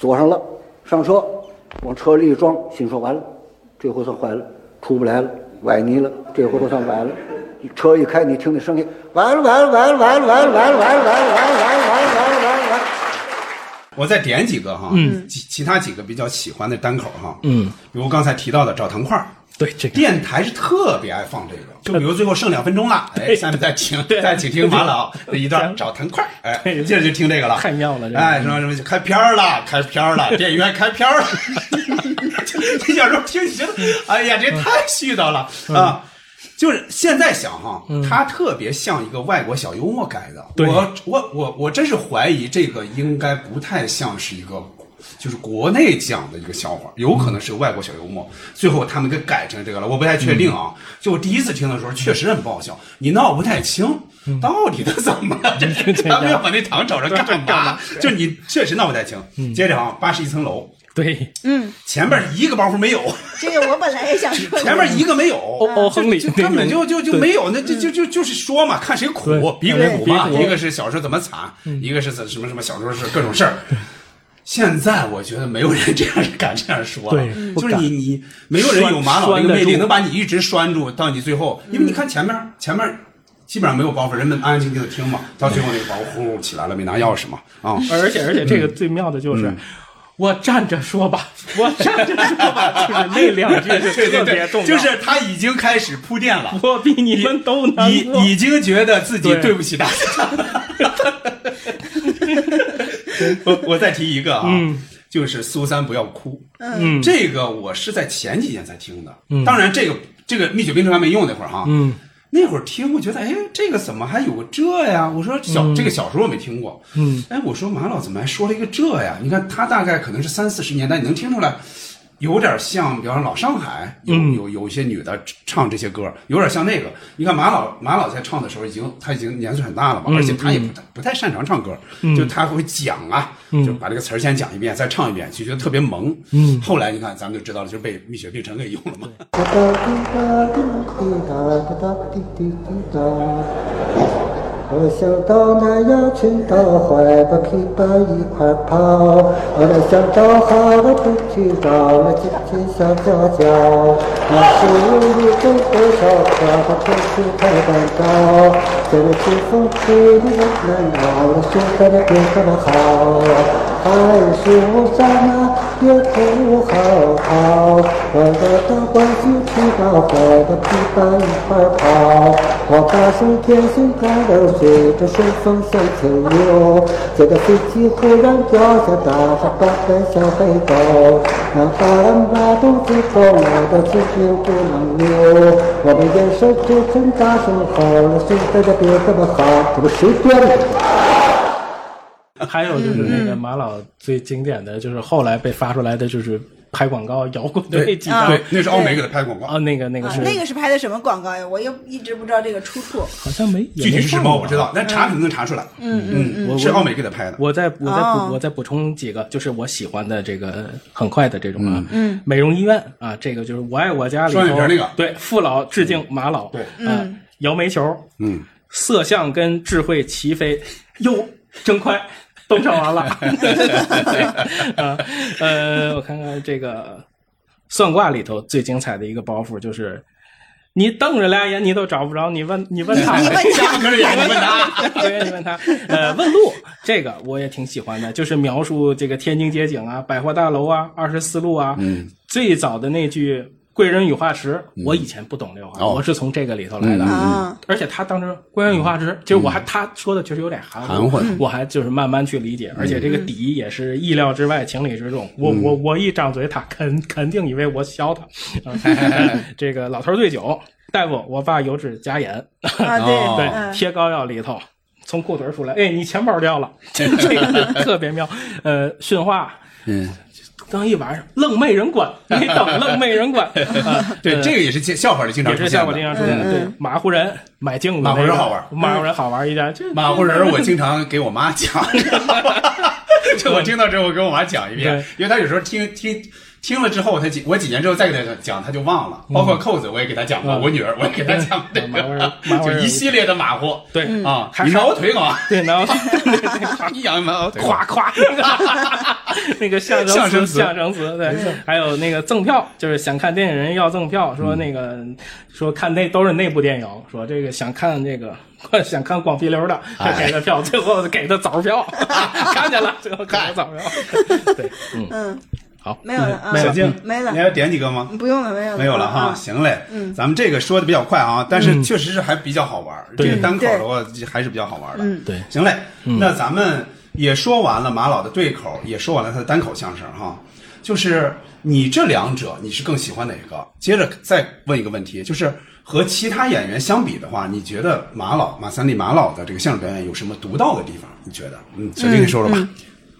[SPEAKER 1] 锁上了，上车，往车里一装，心说完了，这回算坏了，出不来了，崴泥了，这回算崴了。车一开，你听那声音，完了完了完了完了完了完了完了完了完了完了完了完了。
[SPEAKER 3] 我再点几个哈，嗯，其其他几个比较喜欢的单口哈，嗯，比如刚才提到的找糖块儿。
[SPEAKER 6] 对 这个
[SPEAKER 3] 电台是特别爱放这个，就比如最后剩两分钟 了，哎，下面再请再请听马老那一段找糖块儿，哎，
[SPEAKER 6] 对
[SPEAKER 3] 接着就听这个了，
[SPEAKER 6] 太妙了这个
[SPEAKER 3] 哎，什么什么开片儿了，开片儿 了，电影院开片儿了， 这小时候听你觉得，哎呀，这太絮叨了
[SPEAKER 6] 嗯
[SPEAKER 3] 啊。就是现在想哈，它特别像一个外国小幽默改的。
[SPEAKER 6] 对
[SPEAKER 3] 我我我我真是怀疑这个应该不太像是一个，就是国内讲的一个笑话，有可能是个外国小幽默。最后他们给改成这个了，我不太确定啊。就我第一次听的时候，确实很不好笑，你闹不太清，到底他怎么 了？这嗯是他们要把那糖找着 干嘛？就你确实闹不太清。接着啊，八十一层楼
[SPEAKER 6] 对
[SPEAKER 3] 前面一个包袱没有。
[SPEAKER 4] 这个我本来也想说，
[SPEAKER 3] 前面一个没有，欧
[SPEAKER 6] 欧哦亨利
[SPEAKER 3] 根本就就就没有，那就就就就是说嘛，看谁苦
[SPEAKER 6] 对，嗯
[SPEAKER 3] 比苦
[SPEAKER 6] 对
[SPEAKER 3] 苦嘛。
[SPEAKER 6] 比苦
[SPEAKER 3] 一个是小时候怎么惨，一个是怎什么什么小时候是各种事儿。现在我觉得没有人这样敢这样说了
[SPEAKER 6] 对，不
[SPEAKER 3] 就是
[SPEAKER 6] 敢
[SPEAKER 3] 你你没有人有马老
[SPEAKER 6] 拴
[SPEAKER 3] 这个魅
[SPEAKER 6] 拴得
[SPEAKER 3] 力
[SPEAKER 6] 住
[SPEAKER 3] 能把你一直拴住到你最后，因为你看前面前面基本上没有包袱，人们安安静静的听嘛，到最后那个包袱呼噜起来了，没拿钥匙嘛，啊，
[SPEAKER 6] 而且而且这个最妙的就是。我站着说吧，我站着说吧， 就是那两 句
[SPEAKER 3] 对对
[SPEAKER 6] 是特别重
[SPEAKER 3] 对，
[SPEAKER 6] 要。
[SPEAKER 3] 就是他已经开始铺垫了，
[SPEAKER 6] 我比你们都难
[SPEAKER 3] 已
[SPEAKER 6] 过。
[SPEAKER 3] 已经觉得自己
[SPEAKER 6] 对
[SPEAKER 3] 对不起大家。 我我再提一个啊，
[SPEAKER 6] 嗯
[SPEAKER 3] 就是苏三不要哭，嗯，这个我是在前几天才听的，
[SPEAKER 6] 嗯
[SPEAKER 3] 当然这个这个蜜雪冰城还没用那会儿哈，嗯。那会儿听，我觉得，哎，这个怎么还有个这呀？我说小、这个小时候我没听过，嗯，哎，我说马老怎么还说了一个这呀？你看他大概可能是三四十年代，你能听出来，有点像，比方说老上海有有有一些女的唱这些歌，有点像那个。你看马老马老在唱的时候，已经他已经年岁很大了嘛，而且他也不太不太擅长唱歌，就他会讲啊，就把这个词儿先讲一遍，再唱一遍，就觉得特别萌。嗯，后来你看，咱们就知道了，就被蜜雪冰城给用了嘛。
[SPEAKER 15] 哒哒滴哒滴滴哒哒哒滴滴滴哒，我想到南阳群岛，怀抱琵琶一块跑。我的想到哈尔滨去找，那亲亲小脚脚。那是我一种多少，跨过天气太干燥。这里清风吹得人难熬，那现在的变这么好。海树上啊，夜空浩浩，我的大欢喜去到怀抱琵琶一块跑。我大声天心高楼，随着顺风向前游。这个飞机忽然掉下，打着八个小黑狗。那巴兰巴肚子痛，我的心情不能留。我们眼神就成大声吼，那现在的别这么好，这不谁编的？
[SPEAKER 6] 还有就是那
[SPEAKER 4] 嗯
[SPEAKER 6] 个马老最经典的就是后来被发出来的就是拍广告摇滚的那几张
[SPEAKER 3] 对，那是奥美给他拍广告
[SPEAKER 6] 啊，，那个那个
[SPEAKER 4] 啊
[SPEAKER 6] 是，
[SPEAKER 4] 那个是拍的什么广告呀？我又一直不知道这个出处。
[SPEAKER 6] 好像没
[SPEAKER 3] 具体是什么我不知。
[SPEAKER 6] 也没
[SPEAKER 3] 道，
[SPEAKER 6] 放过啊
[SPEAKER 3] 但查肯定能查出来。嗯
[SPEAKER 6] 我
[SPEAKER 3] 是奥美给他拍的。
[SPEAKER 6] 我再我再
[SPEAKER 4] 哦
[SPEAKER 6] 补我再补充几个，就是我喜欢的这个很快的这种啊，嗯，美容医院啊，这个就是我爱我家里头
[SPEAKER 3] 双眼皮儿那个嗯
[SPEAKER 6] 对，父老致敬马老，
[SPEAKER 3] 对，
[SPEAKER 6] 啊，摇煤球，
[SPEAKER 3] 嗯，
[SPEAKER 6] 色相跟智慧齐飞，哟，真快。都唱完了， 啊，呃，我看看这个算卦里头最精彩的一个包袱就是，你瞪着俩眼你都找不着，你问你问他，
[SPEAKER 4] 你问他
[SPEAKER 3] 不是眼睛问他，
[SPEAKER 6] 对，你问他，呃，问路这个我也挺喜欢的，就是描述这个天津街景啊、百货大楼啊、二十四路啊，嗯，最早的那句“贵人与化石”，我以前不懂这话，
[SPEAKER 3] 嗯哦嗯
[SPEAKER 6] 我是从这个里头来的。
[SPEAKER 4] 啊，
[SPEAKER 6] 而且他当时“贵人与化石”，就是我还他说的确实有点含
[SPEAKER 3] 含嗯混
[SPEAKER 6] 我还就是慢慢去理解，而且这个底也是意料之外、情理之中。
[SPEAKER 3] 嗯
[SPEAKER 6] 我我我一张嘴，他肯肯定以为我削他。啊 这个老头儿醉酒，大夫，我爸有指甲 炎。
[SPEAKER 4] 啊，
[SPEAKER 3] 哦
[SPEAKER 4] 对，
[SPEAKER 6] 对，
[SPEAKER 4] 嗯
[SPEAKER 6] 贴膏药里头，从裤腿儿出来，哎，你钱包掉了，这个特别妙。呃，训话
[SPEAKER 3] 嗯，
[SPEAKER 6] 刚一晚上，愣没人 管，没等愣没人管。啊
[SPEAKER 3] 对，这
[SPEAKER 6] 个
[SPEAKER 3] 个也是经笑话里经常
[SPEAKER 6] 也
[SPEAKER 3] 出
[SPEAKER 6] 是
[SPEAKER 3] 现
[SPEAKER 6] 效果经
[SPEAKER 3] 的。
[SPEAKER 6] 常出现的。对，马虎人买镜子那个，
[SPEAKER 3] 马虎人好玩儿
[SPEAKER 6] 马虎人好玩儿一点。这
[SPEAKER 3] 马虎人儿，我经常给我妈讲， 就我听到之后，我跟我妈讲一遍
[SPEAKER 6] 对，
[SPEAKER 3] 因为她有时候听听听了之后，她几我几年之后再给她讲，她就忘了。包括扣子，我也给她讲过，
[SPEAKER 6] 嗯
[SPEAKER 3] 我女儿我也给她讲这
[SPEAKER 6] 嗯马虎人
[SPEAKER 3] 个
[SPEAKER 6] 马，虎
[SPEAKER 3] 就
[SPEAKER 6] 人
[SPEAKER 3] 一系列的马虎。
[SPEAKER 6] 对
[SPEAKER 3] 啊，
[SPEAKER 6] 还
[SPEAKER 3] 你挠
[SPEAKER 6] 还
[SPEAKER 3] 我腿狗 啊，
[SPEAKER 6] 对，然后 对对
[SPEAKER 3] 一痒挠我腿狗。
[SPEAKER 6] 夸夸， 那个相
[SPEAKER 3] 相声
[SPEAKER 6] 声
[SPEAKER 3] 词
[SPEAKER 6] 词，相声词，对，还有那个赠票，就是想看电影人要赠票，
[SPEAKER 3] 嗯
[SPEAKER 6] 说那个、说看那都是内部电影，说这个想看这个 想看光皮溜的，就
[SPEAKER 3] 哎
[SPEAKER 6] 给他票，最后给他枣票， 看见了，最后给他枣票， 对，嗯，
[SPEAKER 4] 嗯，
[SPEAKER 6] 好，嗯
[SPEAKER 4] 没有了啊，
[SPEAKER 6] 没有
[SPEAKER 3] 小静，
[SPEAKER 4] 没了
[SPEAKER 3] 你还要点几个吗？
[SPEAKER 4] 不用了，没有了，
[SPEAKER 3] 没有了哈，
[SPEAKER 4] 啊。
[SPEAKER 3] 行嘞，嗯，咱们这个说的比较快啊，但是确实是还比较好玩儿，这
[SPEAKER 6] 对
[SPEAKER 3] 个单口的话还是比较好玩的，
[SPEAKER 4] 嗯
[SPEAKER 6] 对
[SPEAKER 3] 行嘞，那咱们也说完了马老的对口，也说完了他的单口相声哈，就是你这两者你是更喜欢哪个？接着再问一个问题，就是和其他演员相比的话，你觉得马老马三立马老的这个相声表演有什么独到的地方？你觉得？嗯，小丁你说说吧，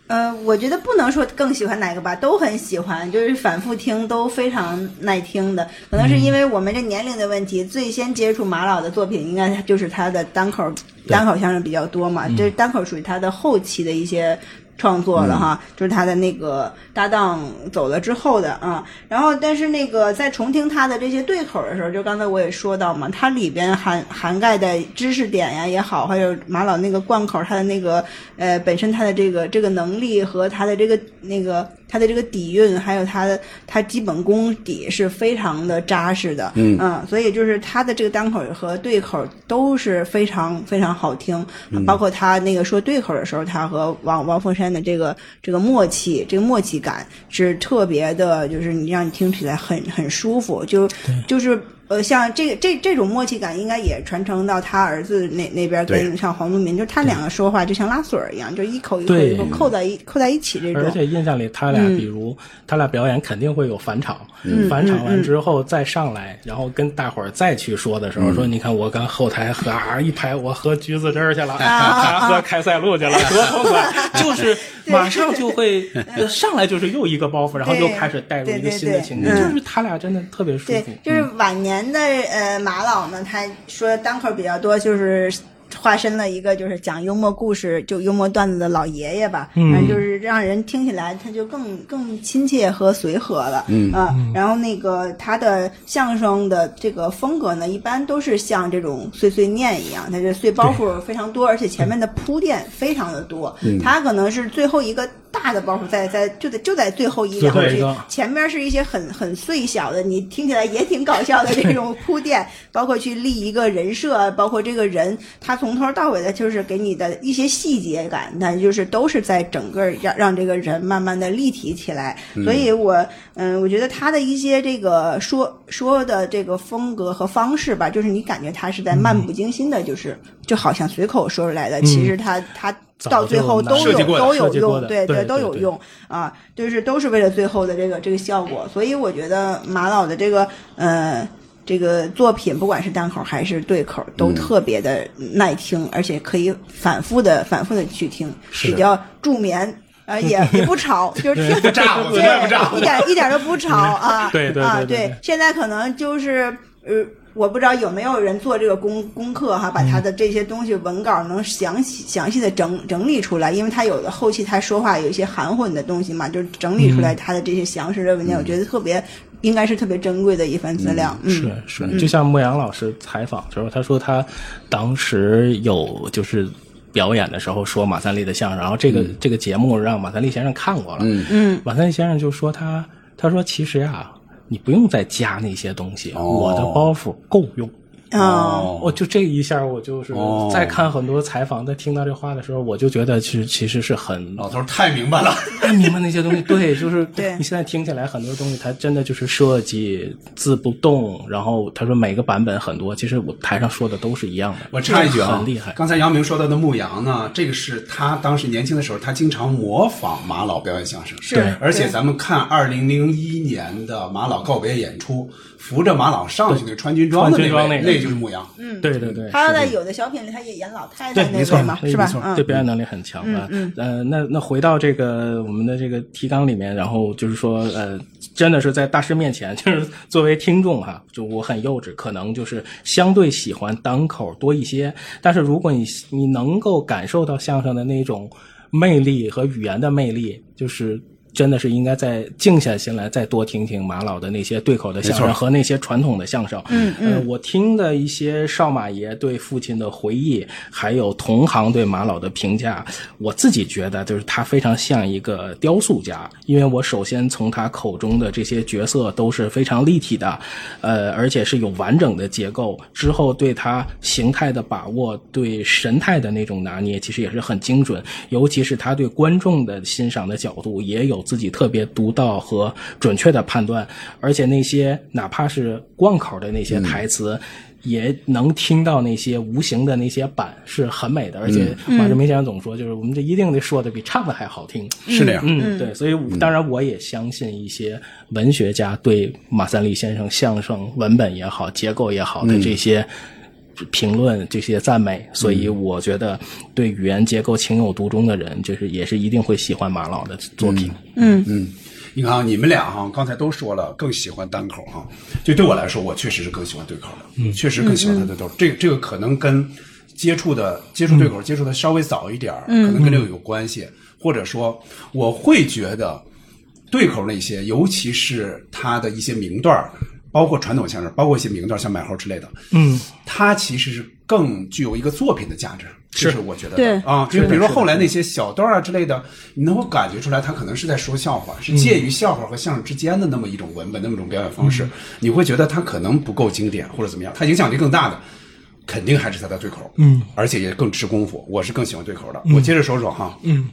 [SPEAKER 4] 呃，我觉得不能说更喜欢哪个吧，都很喜欢，就是反复听都非常耐听的。可能是因为我们这年龄的问题，最先接触马老的作品，应该就是他的单口单口相声比较多嘛。这单口属于他的后期的一些创作了哈，就是他的那个搭档走了之后的啊。然后，但是那个在重听他的这些对口的时候，就刚才我也说到嘛，它里边涵涵盖的知识点呀也好，还有马老那个贯口，他的那个呃本身他的这个这个能力和他的这个那个他的这个底蕴，还有他的他基本功底是非常的扎实的，嗯所以就是他的这个单口和对口都是非常非常好听，包括他那个说对口的时候，他和王王凤山的这个这个默契，这个默契感是特别的，就是你让你听起来很很舒服，就就是。呃，像这个这这种默契感，应该也传承到他儿子那那边
[SPEAKER 3] 对
[SPEAKER 4] 跟像黄宗民，就是他两个说话就像拉锁儿一样，就一口一口
[SPEAKER 6] 对
[SPEAKER 4] 一口扣在一扣在一起这种。
[SPEAKER 6] 而且印象里，他俩
[SPEAKER 4] 嗯
[SPEAKER 6] 比如、他俩表演肯定会有返场，返场
[SPEAKER 4] 嗯
[SPEAKER 6] 完之后再上来，然后跟大伙儿再去说的时候，说你看我刚后台喝啊一排，我喝橘子汁儿去
[SPEAKER 4] 啊
[SPEAKER 6] 了，他 喝开塞露去了，多痛 快！就是马上就会呃上来就是又一个包袱，然后又开始带入一个新的情节，
[SPEAKER 4] 对对对
[SPEAKER 6] 就是他俩真的特别舒
[SPEAKER 4] 对
[SPEAKER 6] 服，。嗯
[SPEAKER 4] 就是晚年的呃马老呢，他说单口比较多，就是化身了一个就是讲幽默故事、就幽默段子的老爷爷吧，
[SPEAKER 6] 嗯
[SPEAKER 4] 反正就是让人听起来他就更更亲切和随和了，
[SPEAKER 16] 嗯
[SPEAKER 4] 啊，然后那个他的相声的这个风格呢，一般都是像这种碎碎念一样，他这碎包袱非常多，而且前面的铺垫非常的多，
[SPEAKER 6] 嗯
[SPEAKER 4] 他可能是最后一个大的包袱在在就在就在最后一两
[SPEAKER 6] 最后一
[SPEAKER 4] 句
[SPEAKER 6] 个，
[SPEAKER 4] 前面是一些很很碎小的，你听起来也挺搞笑的这种铺垫，包括去立一个人设，包括这个人他从头到尾的就是给你的一些细节感，那就是都是在整个让让这个人慢慢的立体起来。所以我嗯，我觉得他的一些这个说说的这个风格和方式吧，就是你感觉他是在漫不经心的，就是就好像随口说出来的，其实他他。
[SPEAKER 6] 早
[SPEAKER 4] 到最
[SPEAKER 6] 就
[SPEAKER 4] 后都
[SPEAKER 6] 设
[SPEAKER 4] 有
[SPEAKER 6] 计过的
[SPEAKER 4] 都
[SPEAKER 6] 设
[SPEAKER 4] 有
[SPEAKER 6] 计过
[SPEAKER 4] 用，
[SPEAKER 6] 的
[SPEAKER 4] 对
[SPEAKER 6] 对
[SPEAKER 4] 都
[SPEAKER 6] 对
[SPEAKER 4] 有
[SPEAKER 6] 对
[SPEAKER 4] 用。啊，就是都是为了最后的这个这个效果，所以我觉得马老的这个呃这个作品，不管是单口还是对口，都
[SPEAKER 6] 嗯
[SPEAKER 4] 特别的耐听，而且可以反复的反复的去听，
[SPEAKER 6] 是
[SPEAKER 4] 比
[SPEAKER 6] 的！
[SPEAKER 4] 较助眠。啊，也也不吵， 就是听
[SPEAKER 3] 不炸我从来不炸
[SPEAKER 4] 对一点一点都不吵啊
[SPEAKER 6] 对对
[SPEAKER 4] 啊，
[SPEAKER 6] 对对
[SPEAKER 4] 对，现在可能就是呃，我不知道有没有人做这个功功课哈，把他的这些东西文稿能详细详细的整整理出来，因为他有的后期他说话有一些含混的东西嘛，就是整理出来他的这些详实的文件，我觉得特别应该是特别珍贵的一份资料。嗯，
[SPEAKER 6] 是是，就像牧羊老师采访的时候，他说他当时有就是表演的时候说马三立的相声，然后这个、这个节目让马三立先生看过了，嗯
[SPEAKER 4] 嗯，
[SPEAKER 6] 马三立先生就说他他说其实啊，你不用再加那些东西，
[SPEAKER 16] 哦
[SPEAKER 6] 我的包袱够用。
[SPEAKER 4] 哦，
[SPEAKER 6] 我就这一下，我就是
[SPEAKER 16] 哦
[SPEAKER 6] 在看很多采访，在听到这话的时候，我就觉得其实其实是很
[SPEAKER 16] 老头儿太明白了，
[SPEAKER 6] 他明白那些东西，对，就是
[SPEAKER 4] 对
[SPEAKER 6] 你现在听起来很多东西，它真的就是设计字不动，然后他说每个版本很多，其实我台上说的都是一样的。
[SPEAKER 3] 我插一句啊，
[SPEAKER 6] 很厉害。
[SPEAKER 3] 刚才杨明说到的牧羊呢，这个是他当时年轻的时候，他经常模仿马老表演相声。
[SPEAKER 4] 是对
[SPEAKER 3] 而且咱们看二零零一年的马老告别演出，扶着马老上去那个穿军装的那
[SPEAKER 6] 穿军装
[SPEAKER 3] 位，
[SPEAKER 6] 那个嗯
[SPEAKER 3] 就是牧羊。
[SPEAKER 6] 对对对，
[SPEAKER 4] 他
[SPEAKER 6] 是的
[SPEAKER 4] 在有的小品里他也演老太
[SPEAKER 6] 对
[SPEAKER 4] 太，那
[SPEAKER 6] 没错
[SPEAKER 4] 位嘛，是吧
[SPEAKER 6] 没？错，
[SPEAKER 4] 嗯
[SPEAKER 6] 对，表演能力很强啊。
[SPEAKER 4] 嗯
[SPEAKER 6] 呃，那那回到这个我们的这个提纲里面，然后就是说，呃，真的是在大师面前， 就是作为听众哈，就我很幼稚，可能就是相对喜欢单口多一些。但是如果你你能够感受到相声的那种魅力和语言的魅力，就是。真的是应该再静下心来，再多听听马老的那些对口的相声和那些传统的相声。嗯嗯、呃，我听的一些少马爷对父亲的回忆，还有同行对马老的评价，我自己觉得就是他非常像一个雕塑家，因为我首先从他口中的这些角色都是非常立体的，呃，而且是有完整的结构。之后对他形态的把握，对神态的那种拿捏，其实也是很精准。尤其是他对观众的欣赏的角度，也有自己特别独到和准确的判断。而且那些哪怕是贯口的那些台词。也能听到那些无形的那些板是很美的，而且马志明先生总说，就是我们这一定得说的比唱的还好听。
[SPEAKER 16] 是那样。
[SPEAKER 6] 嗯，对，所以我当然我也相信一些文学家对马三立先生相声文本也好、结构也好
[SPEAKER 3] 嗯
[SPEAKER 6] 的这些评论、这些赞美，所以
[SPEAKER 3] 嗯
[SPEAKER 6] 我觉得对语言结构情有独钟的人，就是也是一定会喜欢马老的作品。
[SPEAKER 3] 嗯你看啊，你们俩哈、刚才都说了，更喜欢单口哈、就对我来说，我确实是更喜欢对口的，
[SPEAKER 6] 嗯
[SPEAKER 3] 确实更喜欢他的
[SPEAKER 4] 嗯
[SPEAKER 3] 对口。这个这个可能跟接触的接触对
[SPEAKER 6] 嗯
[SPEAKER 3] 口、接触的稍微早一点儿，可
[SPEAKER 4] 嗯
[SPEAKER 3] 能跟这个有关系，或者说我会觉得对口那些，尤其是他的一些名段儿包括传统相声，包括一些名段儿像买猴之类的，嗯，它其实是更具有一个作品的价值。这是我觉得的
[SPEAKER 4] 对
[SPEAKER 3] 啊，就比如说后来那些小段儿啊之类的，你能够感觉出来，他可能是在说笑话，是介于笑话和相声之间的那么一种文本，那么一种表演方式。你会觉得他可能不够经典或者怎么样，他影响力更大的，肯定还是他的对口，嗯，而且也更吃功夫。我是更喜欢对口的。我接着说说哈，嗯，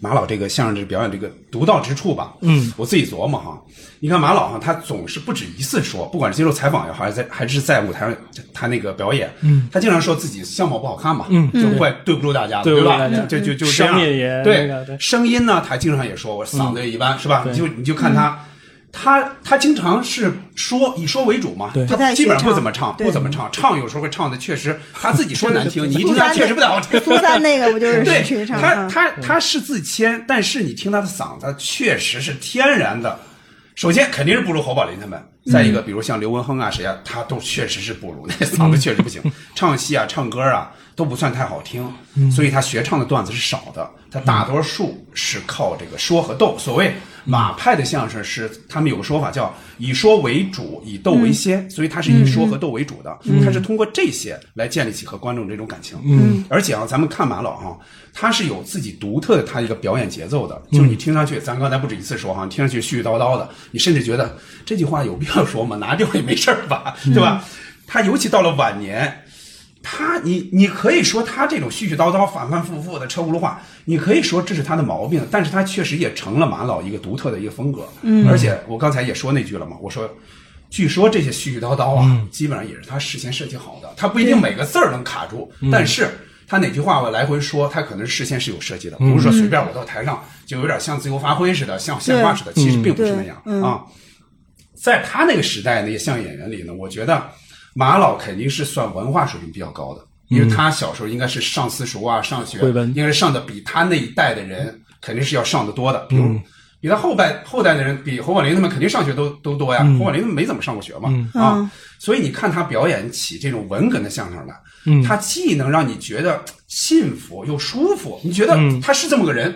[SPEAKER 3] 马老这个相声这表演这个独到之处吧，嗯，我自己琢磨哈，你看马老哈，他总是不止一次说，不管是接受采访也好，还是在还是在舞台上他那个表演，嗯，他经常说自己相貌不好看嘛，嗯，就怪对不住大家，
[SPEAKER 6] 对不住
[SPEAKER 3] 吧
[SPEAKER 6] 大家？
[SPEAKER 3] 就就就这
[SPEAKER 6] 声
[SPEAKER 3] 样
[SPEAKER 6] 音也那
[SPEAKER 3] 对
[SPEAKER 6] 个对嗯
[SPEAKER 3] 声音呢，他经常也说我嗓子也一般，是吧？你就你就看他。他他经常是说以说为主嘛，
[SPEAKER 4] 不
[SPEAKER 3] 他
[SPEAKER 4] 太
[SPEAKER 3] 基本上不
[SPEAKER 4] 学唱
[SPEAKER 3] 怎么唱，
[SPEAKER 4] 对
[SPEAKER 3] 不怎么唱，唱有时候会唱的确实他自己说难听，你一听他确实不太好听。
[SPEAKER 4] 苏三那个不就是
[SPEAKER 3] 对
[SPEAKER 4] 去唱
[SPEAKER 3] 他
[SPEAKER 4] 啊？
[SPEAKER 3] 他他是自谦，但是你听他的嗓子，确实是天然的首先肯定是不如侯宝林他们，再
[SPEAKER 4] 嗯
[SPEAKER 3] 一个，比如像刘文亨啊谁啊，他都确实是不如，那嗓子确实不行，
[SPEAKER 4] 嗯
[SPEAKER 3] 唱戏啊、唱歌啊都不算太好听，所以他学唱的段子是少的，他大多数是靠这个说和逗。所谓马派的相声是，他们有个说法叫以说为主，以逗
[SPEAKER 4] 嗯
[SPEAKER 3] 为先，所以他是以说和逗为主的，他是通过这些来建立起和观众这种感情。嗯，而且啊，咱们看马老哈、他是有自己独特的他一个表演节奏的，就是你听上去，咱刚才不止一次说哈，你听上去絮絮叨叨的，你甚至觉得这句话有必要说吗？ 拿掉也没事儿吧，对吧？他尤其到了晚年，他你你可以说他这种絮絮叨叨、反反复复的车轱辘话，你可以说这是他的毛病，但是他确实也成了马老一个独特的一个风格。嗯，而且我刚才也说那句了嘛，我说。据说这些絮絮叨叨啊，基本上也是他事先设计好的。他不一定每个字儿能卡住，但是他哪句话我来回说，他可能事先是有设计的，不是说随便我到台上就有点像自由发挥似的，像像话似的，其实并不是那样啊。在他那个时代呢，也像演员里呢，我觉得马老肯定是算文化水平比较高的，因为他小时候应该是上私塾啊，上学
[SPEAKER 6] 会文
[SPEAKER 3] 应
[SPEAKER 6] 嗯
[SPEAKER 3] 该是上的比他那一代的人肯定是要上的多的，比如。比他后代后代的人，比侯宝林他们肯定上学都都多呀。
[SPEAKER 6] 嗯
[SPEAKER 3] 侯宝林没怎么上过学嘛，啊，所以你看他表演起这种文哏的相声来，
[SPEAKER 6] 嗯
[SPEAKER 3] 他既能让你觉得信服又舒服，你觉得
[SPEAKER 6] 嗯
[SPEAKER 3] 他是这么个人，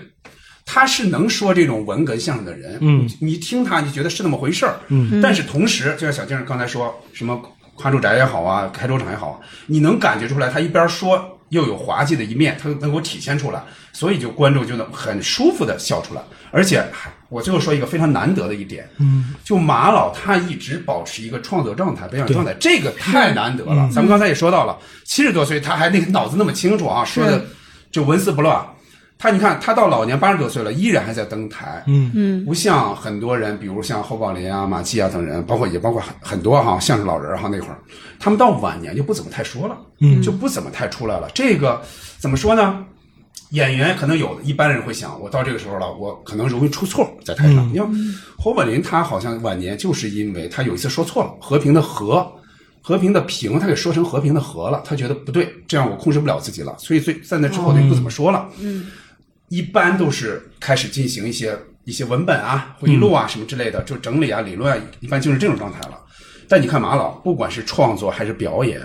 [SPEAKER 3] 他是能说这种文哏相声的人，嗯，你听他你觉得是那么回事儿，嗯，但是同时，就像小静刚才说什么夸住宅也好啊，开州场也好啊，你能感觉出来他一边说。又有滑稽的一面，他能够体现出来，所以就观众就能很舒服的笑出来，而且还我最后说一个非常难得的一点，嗯，就马老他一直保持一个创作状态、表演状态，这个太难得了。咱们刚才也说到了，七十多岁他还那个脑子那么清楚啊，说的就纹丝不乱。他你看，他到老年八十多岁了，依然还在登台，嗯嗯，不像很多人，比如像侯宝林啊、马季啊等人，包括也包括很很多哈相声老人哈那会儿，他们到晚年就不怎么太说了，嗯，就不怎么太出来了。这个怎么说呢？演员可能有的一般人会想，我到这个时候了，我可能容易出错在台上。你看侯宝林，他好像晚年就是因为他有一次说错了，和平的和。和平的平，他给说成和平的和了，他觉得不对，这样我控制不了自己了，所以最在那之后就不怎么说了。嗯，一般都是开始进行一些一些文本啊、回忆录啊什么之类的，就整理啊、理论啊，一般就是这种状态了。但你看马老，不管是创作还是表演，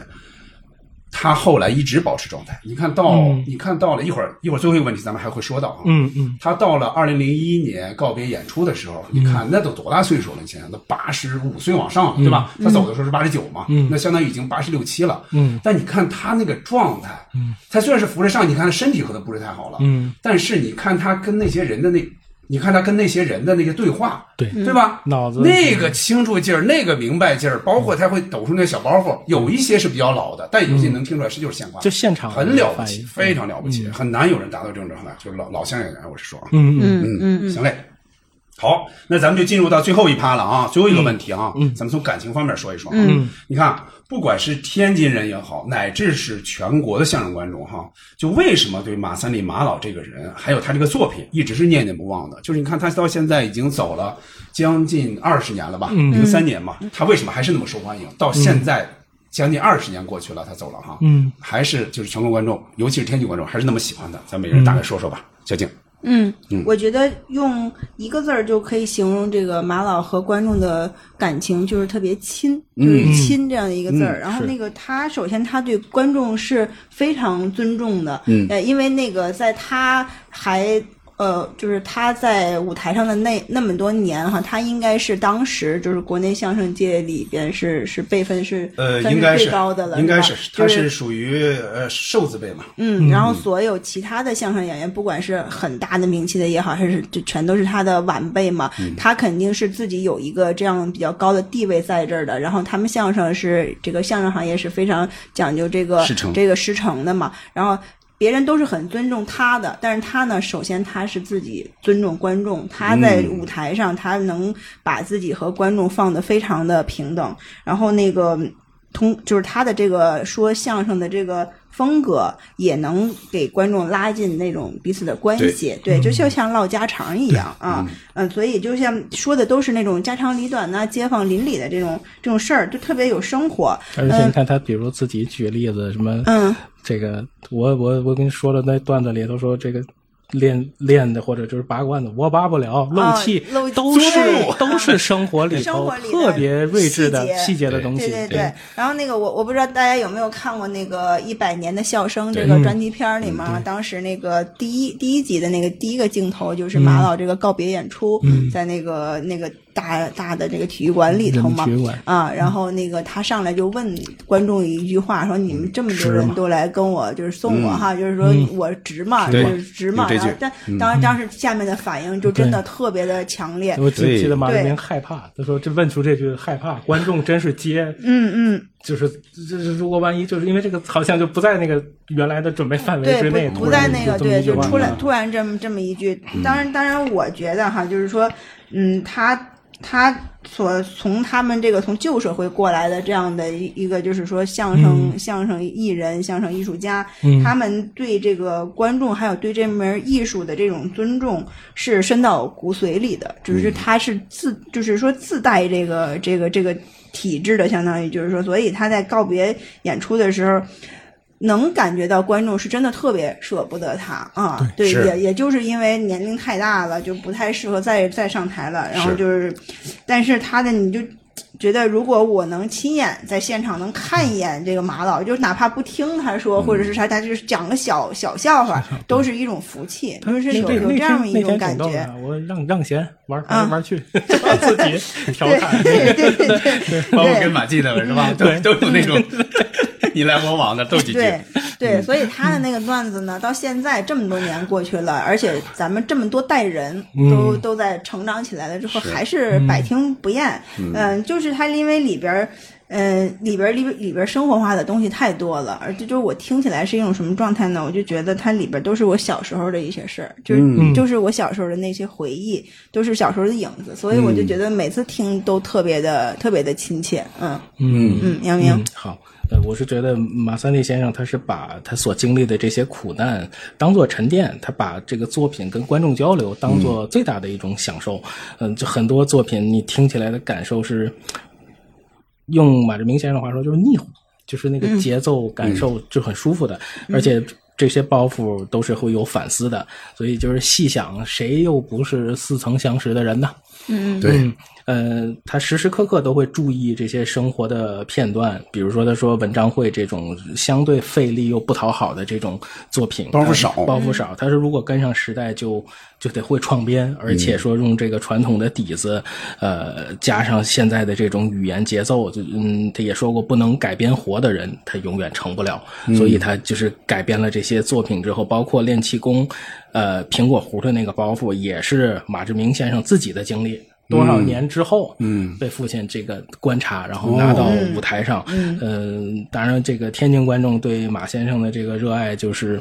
[SPEAKER 3] 他后来一直保持状态。你看到，你看到了一会儿，一会儿最后一个问题咱们还会说到啊。
[SPEAKER 6] 嗯嗯，
[SPEAKER 3] 他到了二零零一年告别演出的时候，你看那都多大岁数了？你想想，那八十五岁往上了，
[SPEAKER 6] 嗯
[SPEAKER 3] 对吧？他走的时候是八十九嘛，那相当于已经八十六七了。
[SPEAKER 6] 嗯，
[SPEAKER 3] 但你看他那个状态，嗯，他虽然是扶着上，你看他身体可能不是太好了，
[SPEAKER 6] 嗯，
[SPEAKER 3] 但是你看他跟那些人的那。你看他跟那些人的那个对话，
[SPEAKER 6] 对嗯
[SPEAKER 3] 对吧？
[SPEAKER 6] 脑子
[SPEAKER 3] 那个清楚劲儿，那个明白劲儿，包括他会抖出那小包袱，有一些是比较老的，但有些能听出来是就是现挂的，
[SPEAKER 6] 就现场
[SPEAKER 3] 很了不起，
[SPEAKER 6] 嗯反应
[SPEAKER 3] 非常了不起，很难有人达到这种状态，就是老老相声演员，我是说啊，
[SPEAKER 6] 嗯嗯
[SPEAKER 17] 嗯嗯嗯，
[SPEAKER 3] 行嘞。好，那咱们就进入到最后一趴了啊，最后一
[SPEAKER 6] 嗯
[SPEAKER 3] 个问题啊，咱们从感情方面说一说啊。
[SPEAKER 17] 嗯
[SPEAKER 3] 你看，不管是天津人也好，乃至是全国的相声观众哈，就为什么对马三立马老这个人，还有他这个作品，一直是念念不忘的？就是你看他到现在已经走了将近二十年了吧，
[SPEAKER 6] 嗯
[SPEAKER 3] 零三、年
[SPEAKER 4] 嗯
[SPEAKER 3] 嘛，他为什么还是那么受欢迎？到现在将近二十年过去了，他走了哈，
[SPEAKER 6] 嗯，
[SPEAKER 3] 还是就是全国观众，尤其是天津观众，还是那么喜欢他。咱每人大概说说吧，小静。
[SPEAKER 4] 嗯
[SPEAKER 3] 嗯，
[SPEAKER 4] 我觉得用一个字儿就可以形容这个马老和观众的感情，就是特别亲，
[SPEAKER 3] 嗯
[SPEAKER 4] 就是亲这样的一个字儿。然后那个他，首先他对观众是非常尊重的，
[SPEAKER 3] 嗯
[SPEAKER 4] 呃，因为那个在他还。呃，就是他在舞台上的那那么多年哈，他应该是当时就是国内相声界里边是是辈分是
[SPEAKER 3] 呃，
[SPEAKER 4] 算
[SPEAKER 3] 应该
[SPEAKER 4] 最
[SPEAKER 3] 是
[SPEAKER 4] 高的了，
[SPEAKER 3] 应该
[SPEAKER 4] 是
[SPEAKER 3] 是
[SPEAKER 4] 吧，
[SPEAKER 3] 他
[SPEAKER 4] 就是
[SPEAKER 3] 是属于呃瘦字辈嘛，
[SPEAKER 4] 嗯，然后所有其他的相声演员，不管是很大的名气的也好，还是就全都是他的晚辈嘛，
[SPEAKER 3] 嗯
[SPEAKER 4] 他肯定是自己有一个这样比较高的地位在这儿的。然后他们相声是这个相声行业是非常讲究这个
[SPEAKER 3] 师承
[SPEAKER 4] 这个师承的嘛，然后。别人都是很尊重他的，但是他呢，首先他是自己尊重观众，他在
[SPEAKER 3] 嗯
[SPEAKER 4] 舞台上、他能把自己和观众放得非常的平等，然后那个通就是他的这个说相声的这个风格，也能给观众拉近那种彼此的关系。对，就就像唠家常一样啊，嗯、所以就像说的都是那种家长里短呐、街坊邻里的这种这种事儿，就特别有生活。
[SPEAKER 6] 而且你看他，比如自己举例子，什么，
[SPEAKER 4] 嗯，
[SPEAKER 6] 这个我我我跟你说了，那段子里头说这个练练的或者就是拔罐的，我拔不了，漏气
[SPEAKER 4] 哦漏气
[SPEAKER 6] 都是
[SPEAKER 4] 对
[SPEAKER 6] 都是生活里
[SPEAKER 4] 生
[SPEAKER 6] 头
[SPEAKER 4] 活里的
[SPEAKER 6] 特别睿智的
[SPEAKER 4] 细节
[SPEAKER 6] 细节的东西。
[SPEAKER 4] 对对对，然后那个我我不知道大家有没有看过那个《一百年的笑声》这个专题片儿里面啊，当时那个第一第一集的那个第一个镜头就是马老这个告别演出，在那个那个大大的这个体育馆里头嘛
[SPEAKER 6] 体育馆，
[SPEAKER 4] 啊，然后那个他上来就问观众一句话，说你们这么多
[SPEAKER 6] 值
[SPEAKER 4] 人
[SPEAKER 6] 吗
[SPEAKER 4] 都来跟我就是送我哈，就是说我值嘛，就
[SPEAKER 3] 对
[SPEAKER 4] 是值嘛，
[SPEAKER 3] 有这
[SPEAKER 4] 然后
[SPEAKER 3] 句
[SPEAKER 4] 但当时当时下面的反应就真的特别的强烈，
[SPEAKER 6] 我只
[SPEAKER 3] 对
[SPEAKER 6] 记得马
[SPEAKER 4] 对
[SPEAKER 6] 明害怕，他说这问出这句害怕，观众真是接，
[SPEAKER 4] 嗯嗯。
[SPEAKER 6] 就是就是如果万一就是因为这个好像就不在那个原来的准备范围
[SPEAKER 4] 对，
[SPEAKER 6] 之内，
[SPEAKER 4] 不
[SPEAKER 6] 突
[SPEAKER 4] 不
[SPEAKER 6] 然
[SPEAKER 4] 在那个
[SPEAKER 6] 这么
[SPEAKER 4] 对，
[SPEAKER 6] 一句
[SPEAKER 4] 就
[SPEAKER 6] 话嗯
[SPEAKER 4] 出来突然这么这么一句。当然，当然，我觉得哈，就是说，嗯，他他所从他们这个从旧社会过来的这样的一一个，就是说相声、
[SPEAKER 6] 嗯
[SPEAKER 4] 相声艺人、相声艺术家，他们对这个观众还有对这门艺术的这种尊重是深到骨髓里的，就是
[SPEAKER 6] 嗯
[SPEAKER 4] 他是自，就是说自带这个这个这个体制的，相当于就是说，所以他在告别演出的时候。能感觉到观众是真的特别舍不得他啊，对，
[SPEAKER 3] 是
[SPEAKER 4] 也也就是因为年龄太大了，就不太适合再再上台了。然后
[SPEAKER 3] 是
[SPEAKER 4] 就是，但是他的你就觉得，如果我能亲眼在现场能看一眼这个马老，就哪怕不听他说，或者是他他就是讲个小小笑话，都是一种福气，就是有
[SPEAKER 6] 那
[SPEAKER 4] 有
[SPEAKER 6] 那
[SPEAKER 4] 这样
[SPEAKER 6] 天
[SPEAKER 4] 一
[SPEAKER 6] 那
[SPEAKER 4] 种
[SPEAKER 6] 天
[SPEAKER 4] 感
[SPEAKER 6] 挺逗
[SPEAKER 4] 觉
[SPEAKER 6] 的。，我让让贤玩
[SPEAKER 4] 啊
[SPEAKER 6] 玩玩去，自己调 侃。
[SPEAKER 4] 对对对对，
[SPEAKER 3] 包括
[SPEAKER 4] 对
[SPEAKER 3] 跟马季的是吧？都
[SPEAKER 6] 对
[SPEAKER 3] 都有那种 你来我往的斗几句。
[SPEAKER 4] 对对，所以他的那个段子呢，到现在这么多年过去了，而且咱们这么多代人都都在成长起来了之后，还嗯是百听不厌。嗯，就是他因为里边儿。嗯，里边儿里边里边儿生活化的东西太多了，而且就是我听起来是一种什么状态呢？我就觉得它里边都是我小时候的一些事儿，就是、就是我小时候的那些回忆，都是小时候的影子，所以我就觉得每次听都特别的、特别的亲切。嗯
[SPEAKER 6] 嗯
[SPEAKER 4] 嗯，杨明，
[SPEAKER 6] 嗯、好，呃，我是觉得马三立先生他是把他所经历的这些苦难当做沉淀，他把这个作品跟观众交流当做最大的一种享受。嗯、就很多作品你听起来的感受是，用马志明先生的话说就是腻乎，就是那个节奏感
[SPEAKER 3] 嗯
[SPEAKER 6] 受就很舒服的，而且。这些包袱都是会有反思的，所以就是细想，谁又不是似曾相识的人呢？
[SPEAKER 3] 对，
[SPEAKER 6] 嗯，他时时刻刻都会注意这些生活的片段，比如说他说文章会这种相对费力又不讨好的这种作品，
[SPEAKER 3] 包袱
[SPEAKER 6] 呃
[SPEAKER 3] 少
[SPEAKER 6] 包袱少。他说如果跟上时代就，就得会创编，而且说用这个传统的底子，呃，加上现在的这种语言节奏，就嗯，他也说过不能改编活的人，他永远成不了。所以他就是改编了这些作品之后，包括练气功，呃，苹果核的那个包袱也是马志明先生自己的经历。多少年之后，嗯，被父亲这个观察，然后拿到舞台上，哦嗯，当然这个天津观众对马先生的这个热爱就是。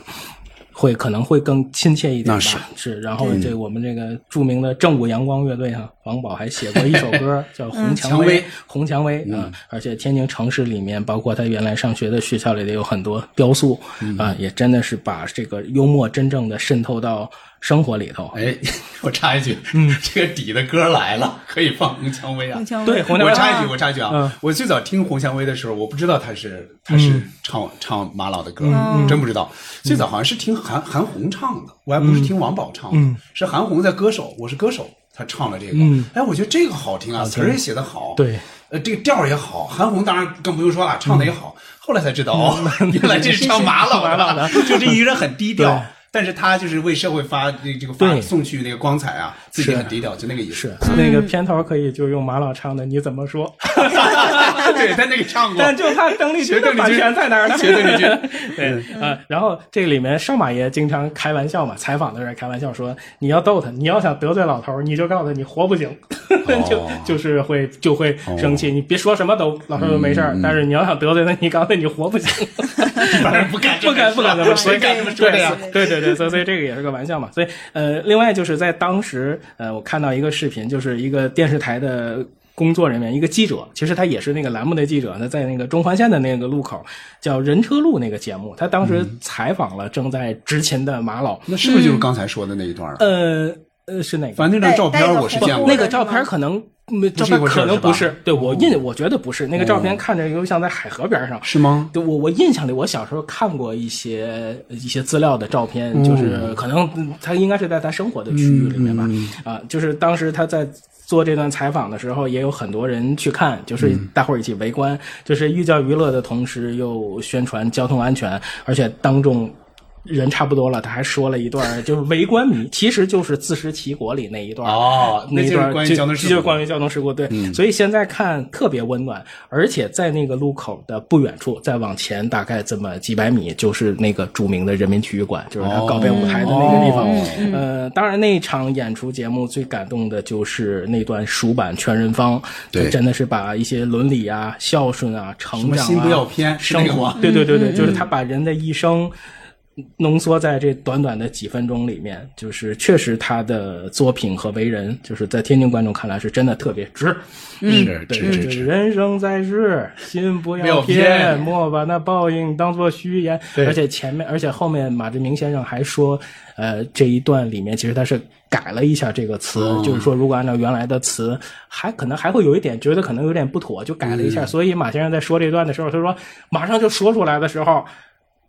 [SPEAKER 6] 会可能会更亲切一点吧，
[SPEAKER 3] 那是嗯
[SPEAKER 6] 然后这我们这个著名的正午阳光乐队哈、王宝还写过一首 歌叫《红蔷
[SPEAKER 3] 嗯蔷
[SPEAKER 6] 薇
[SPEAKER 3] 薇》，嗯
[SPEAKER 6] 红蔷薇啊，而且天津城市里面，包括他原来上学的学校里的有很多雕塑
[SPEAKER 3] 嗯
[SPEAKER 6] 啊，也真的是把这个幽默真正的渗透到生活里头。
[SPEAKER 3] 哎，我插一句，嗯，这个底的歌来了，可以放《红蔷薇》啊。
[SPEAKER 4] 孟姜
[SPEAKER 6] 对
[SPEAKER 4] 维
[SPEAKER 6] 红蔷薇
[SPEAKER 3] 我插一句，我插一句
[SPEAKER 6] 嗯嗯
[SPEAKER 3] 啊！我最早听红蔷薇的时候，我不知道她是她是唱唱马老的歌，真不知道。最早好像是听韩韩红唱的，我还
[SPEAKER 6] 嗯
[SPEAKER 3] 不是听王宝唱的，是韩红在歌手，我是歌手，她唱了这个。哎，我觉得这个好听啊，词儿也写得好，
[SPEAKER 6] 嗯对，嗯
[SPEAKER 3] 呃，这个调儿也好。韩红当然更不用说了，唱的也好。后来才知道，哦，原来这是唱马老 的，就这一个人很低
[SPEAKER 6] 对
[SPEAKER 3] 调。但是他就是为社会发这这个发
[SPEAKER 6] 对
[SPEAKER 3] 送去那个光彩啊，自己很低调，就那个意思。
[SPEAKER 6] 是那个片头可以就用马老唱的，你怎么说？
[SPEAKER 3] 对他那个唱过，
[SPEAKER 6] 但就怕邓丽君的版权在哪儿呢？
[SPEAKER 3] 学邓丽 君，
[SPEAKER 6] 对啊、然后这里面少马爷经常开玩笑嘛，采访的时候开玩笑说，你要逗他，你要想得罪老头儿，你就告诉他你活不行， 就就是会就会生气，你别说什么都老头儿都没事儿，但是你要想得罪他，你告诉他你活不 行，
[SPEAKER 3] 一般人不敢这
[SPEAKER 6] 不
[SPEAKER 3] 么
[SPEAKER 6] 敢不敢这么说，
[SPEAKER 3] 谁敢这么说的呀？
[SPEAKER 6] 对对对，所以所以这个也是个玩笑嘛。所以呃，另外就是在当时呃，我看到一个视频，就是一个电视台的。工作人员，一个记者，其实他也是那个栏目的记者，他在那个中环线的那个路口，叫人车路那个节目，他当时采访了正在执勤的马老，
[SPEAKER 3] 那是不是就是刚才说的那一段儿？
[SPEAKER 6] 嗯
[SPEAKER 3] 啊
[SPEAKER 6] 呃。呃，是哪个？
[SPEAKER 3] 樊厅长照片
[SPEAKER 4] 带带
[SPEAKER 3] 我是
[SPEAKER 4] 不
[SPEAKER 3] 见过
[SPEAKER 4] 那
[SPEAKER 3] 的嗯
[SPEAKER 6] 那，个照片可能没，照片
[SPEAKER 3] 一回事
[SPEAKER 6] 可
[SPEAKER 3] 是吧
[SPEAKER 6] 能
[SPEAKER 3] 嗯哦
[SPEAKER 6] 不是。对我印，我觉得不是。那个照片看着又像在海河边上。
[SPEAKER 3] 是吗？
[SPEAKER 6] 对我我印象里，我小时候看过一些一些资料的照片，就是可能嗯他应该是在他生活的区域里面
[SPEAKER 3] 嗯
[SPEAKER 6] 吧，啊，就是当时他在。做这段采访的时候，也有很多人去看，就是
[SPEAKER 3] 嗯
[SPEAKER 6] 大伙儿一起围观，就是寓教于乐的同时又宣传交通安全，而且当众人差不多了，他还说了一段儿，就是围观迷，其实就是《自食其果》里那一段儿
[SPEAKER 3] 哦那
[SPEAKER 6] 那
[SPEAKER 3] 就是
[SPEAKER 6] 段儿
[SPEAKER 3] 关于
[SPEAKER 6] 就
[SPEAKER 3] 交通事故
[SPEAKER 6] 就是关于交通事故，对，所以现在看特别温暖，而且在那个路口的不远处，再往前大概这么几百米，就是那个著名的人民体育馆，就是他告别舞台的那个地方。呃，当然那场演出节目最感动的就是那段蜀版全人方，
[SPEAKER 3] 对
[SPEAKER 6] 就真的是把一些伦理啊、孝顺啊、成
[SPEAKER 3] 什么
[SPEAKER 6] 长啊、
[SPEAKER 3] 心不要偏是那
[SPEAKER 6] 生
[SPEAKER 3] 个
[SPEAKER 6] 活
[SPEAKER 3] 吗，嗯
[SPEAKER 6] 对对对对，就是他把人的一生。浓缩在这短短的几分钟里面，就是确实他的作品和为人，就是在天津观众看来是真的特别值。
[SPEAKER 3] 是
[SPEAKER 6] 嗯对，对对，人生在世，心不
[SPEAKER 3] 不要
[SPEAKER 6] 要
[SPEAKER 3] 偏
[SPEAKER 6] 偏，莫把那报应当作虚言。而且前面，而且后面，马志明先生还说，呃，这一段里面其实他是改了一下这个词，
[SPEAKER 3] 哦
[SPEAKER 6] 就是说如果按照原来的词，还可能还会有一点觉得可能有点不妥，就改了一
[SPEAKER 3] 嗯
[SPEAKER 6] 下。所以马先生在说这段的时候，他说马上就说出来的时候。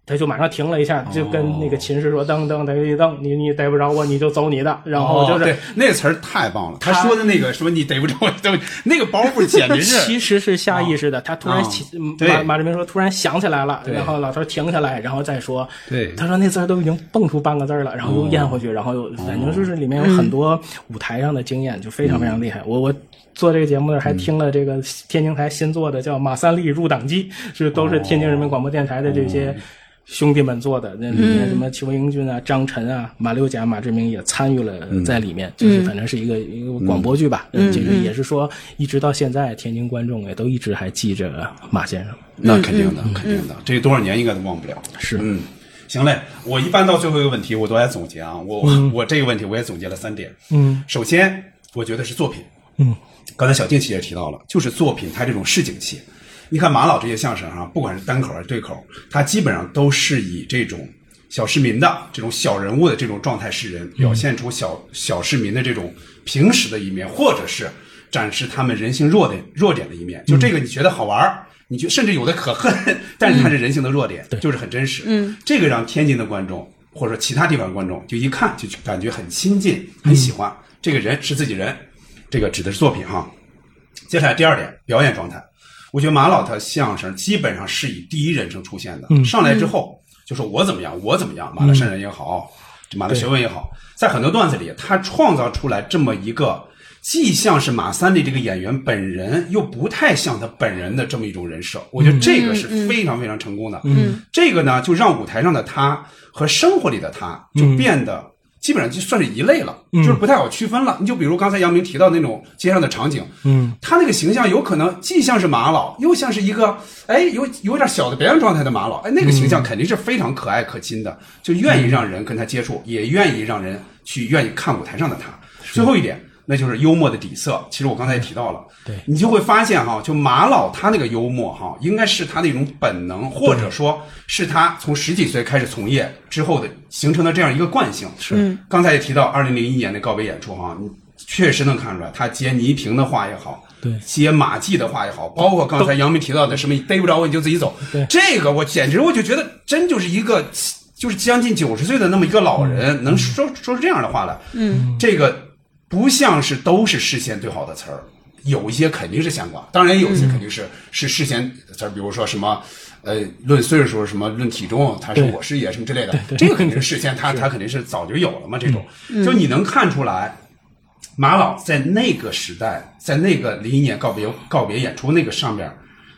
[SPEAKER 6] 他就马上停了一下，就跟那个琴师
[SPEAKER 3] 哦
[SPEAKER 6] 说：“噔噔噔一噔，你你逮不着我，你就走你的。”然后就
[SPEAKER 3] 哦
[SPEAKER 6] 是、
[SPEAKER 3] 对那个词儿太棒了，他说的那个说你逮不着我，对那个包袱简直
[SPEAKER 6] 其
[SPEAKER 3] 是
[SPEAKER 6] 实是下意识的，他突然
[SPEAKER 3] 啊
[SPEAKER 6] 起、
[SPEAKER 3] 对
[SPEAKER 6] 马马志明说突然想起来了，
[SPEAKER 3] 对
[SPEAKER 6] 然后老头停下来，然后再说，
[SPEAKER 3] 对嗯
[SPEAKER 6] 他说那字儿都已经蹦出半个字儿了，然后又咽回去，然后又反正就是里面有很多舞台上的经验，就非常非常厉害。我我做这个节目的时候还听了这个天津台新做的叫《马三立入党记》，是都是天津人民广播电台的这
[SPEAKER 3] 哦
[SPEAKER 6] 些。兄弟们做的那里面什么邱英俊啊、张晨啊、马六甲、马志明也参与了
[SPEAKER 3] 嗯
[SPEAKER 6] 在里面，就是反正是一个一个广播剧吧。嗯，这个也是说，一直到现在，天津观众也都一直还记着马先生。
[SPEAKER 3] 那肯定的，肯定的，这多少年应该都忘不了。
[SPEAKER 6] 嗯是
[SPEAKER 3] 嗯，行嘞，我一般到最后一个问题，我都来总结啊，我、我这个问题我也总结了三点。
[SPEAKER 6] 嗯，
[SPEAKER 3] 首先我觉得是作品。
[SPEAKER 6] 嗯，
[SPEAKER 3] 刚才小静姐也提到了，就是作品它这种市井气。你看马老这些相声啊，不管是单口还是对口，它基本上都是以这种小市民的这种小人物的这种状态示人，表现出小小市民的这种平时的一面，或者是展示他们人性弱点弱点的一面。就这个你觉得好玩儿，你觉甚至有的可恨， 但是它是人性的弱点，就是很真实。嗯，这个让天津的观众或者说其他地方的观众就一看就感觉很亲近，很喜欢、这个人是自己人，这个指的是作品哈。接下来第二点，表演状态。我觉得马老他相声基本上是以第一人称出现的，上来之后就说我怎么样，我怎么样，马了善人也好，这马了学问也好，在很多段子里，他创造出来这么一个既像是马三立这个演员本人，又不太像他本人的这么一种人设。我觉得这个是非常非常成功的。嗯，这个呢，就让舞台上的他和生活里的他就变得基本上就算是一类了，就是不太好区分了。你就比如刚才杨明提到那种街上的场景，嗯，他那个形象有可能既像是马老，又像是一个哎有有点小的表演状态的马老，哎，那个形象肯定是非常可爱可亲的，就愿意让人跟他接触，也愿意让人去愿意看舞台上的他。最后一点。那就是幽默的底色，其实我刚才也提到了，对你就会发现哈，就马老他那个幽默哈，应该是他的一种本能，或者说是他从十几岁开始从业之后的形成的这样一个惯性。是，嗯刚才也提到二零零一年的告别演出哈，你确实能看出来，他接倪萍的话也好，
[SPEAKER 6] 对
[SPEAKER 3] 接马季的话也好，包括刚才杨明提到的什么“逮不着我你就自己走”，这个我简直我就觉得真就是一个。就是将近九十岁的那么一个老人，能说说出这样的话来，嗯，这个不像是都是事先对好的词儿，有一些肯定是相关，当然有一些肯定是、是事先词儿，比如说什么。呃，论岁数什么，论体重，他是
[SPEAKER 6] 对
[SPEAKER 3] 我师爷什么之类的，这个肯定是嗯事先他他肯定是早就有了嘛，这种，就你能看出来，马老在那个时代，在那个零一年告别告别演出那个上面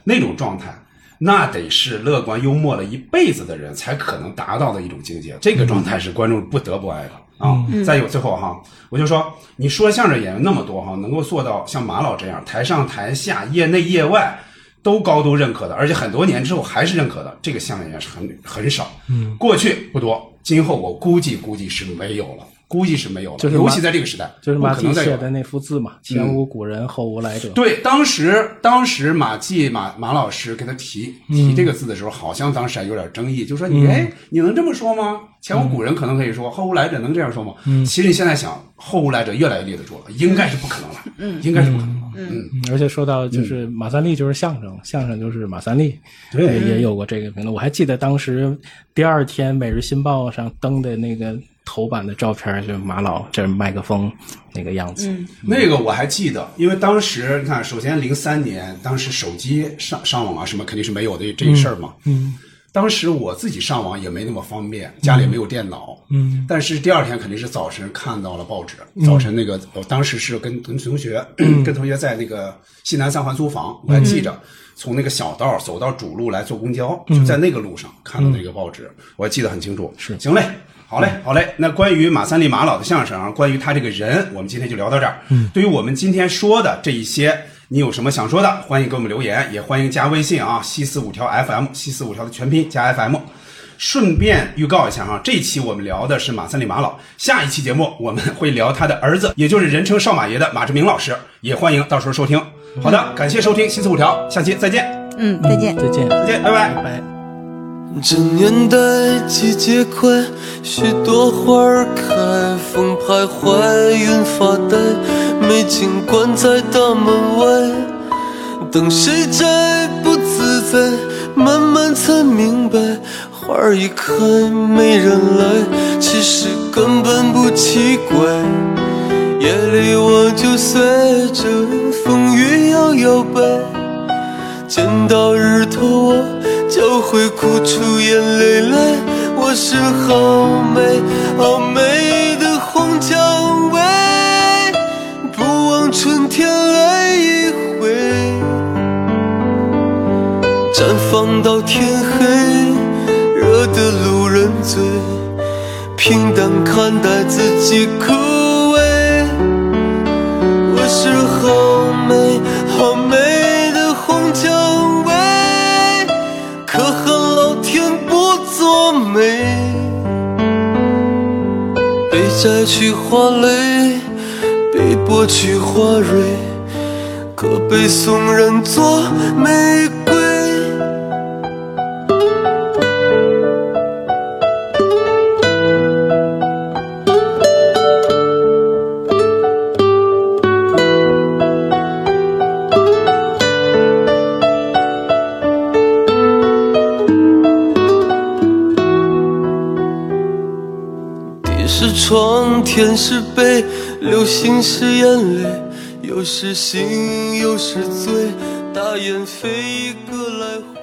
[SPEAKER 3] 那种状态，那得是乐观幽默了一辈子的人才可能达到的一种境界。这个状态是观众不得不爱的
[SPEAKER 6] 嗯
[SPEAKER 3] 啊！再有最后哈，我就说，你说相声演员那么多哈，能够做到像马老这样，台上台下、业内业外。都高度认可的，而且很多年之后还是认可的，这个相声演员是很很少。嗯，过去不多，今后我估计估计是没有了。估计是没有了，
[SPEAKER 6] 就是马
[SPEAKER 3] 尤其在这个时代，
[SPEAKER 6] 就是
[SPEAKER 3] 不
[SPEAKER 6] 马
[SPEAKER 3] 哦可
[SPEAKER 6] 季
[SPEAKER 3] 能再有嗯
[SPEAKER 6] 写
[SPEAKER 3] 了
[SPEAKER 6] 的那幅字嘛，“前无古人，后无来者”。
[SPEAKER 3] 对，当时当时马季马马老师给他提
[SPEAKER 6] 嗯
[SPEAKER 3] 提这个字的时候，好像当时还有点争议，就说你哎，你能这么说吗？前
[SPEAKER 6] 嗯
[SPEAKER 3] 无古人可能可以说，后无来者能这样说吗？其实你现在想，后无来者越来越立得住了，应该是不可能了，应该是不可能了。嗯，
[SPEAKER 6] 嗯而且说到就是马三立就是相声，相声就是马三立，
[SPEAKER 3] 对
[SPEAKER 6] 也也有过这个名字。我还记得当时第二天《每日新报》上登的那个头版的照片，就是马老这麦克风那个样子。
[SPEAKER 3] 那个我还记得，因为当时你看，首先零三年，当时手机上上网啊什么肯定是没有的这一事儿嘛。嗯。当时我自己上网也没那么方便，家里没有电脑。嗯。但是第二天肯定是早晨看到了报纸，早晨那个我当时是跟跟同学 跟同学在那个西南三环租房，我还记着。从那个小道走到主路来坐公交，就在那个路上看到那个报纸，我还记得很清楚。嗯是，行嘞，好嘞，好嘞。那关于马三立马老的相声啊，关于他这个人，我们今天就聊到这儿。嗯，对于我们今天说的这一些，你有什么想说的，欢迎给我们留言，也欢迎加微信啊，西四五条 FM，西四五条的全拼加 FM。顺便预告一下哈，这一期我们聊的是马三立马老，下一期节目我们会聊他的儿子，也就是人称少马爷的马志明老师，也欢迎到时候收听。好的，感谢收听西四五条，下期再见，
[SPEAKER 4] 嗯，再见。
[SPEAKER 6] 再见，
[SPEAKER 3] 再见，拜拜。
[SPEAKER 6] 拜拜。
[SPEAKER 18] 这年代季节快，许多花儿开，风徘徊，云发呆，美景关在大门外，等谁摘不自在，慢慢才明白，花儿一开没人来，其实根本不奇怪。夜里我就随着风雨摇摇摆，见到日头我就会哭出眼泪来。我是好美好美的红蔷薇，不枉春天来一回，绽放到天黑，惹得路人醉，平淡看待自己枯萎。我是好美好美的红蔷薇，可恨老天不作美，被摘去花蕾，被剥去花蕊，可被送人做玫瑰。地是床，天是被，流星是眼泪，有时醒，有时醉，大雁飞一个来回。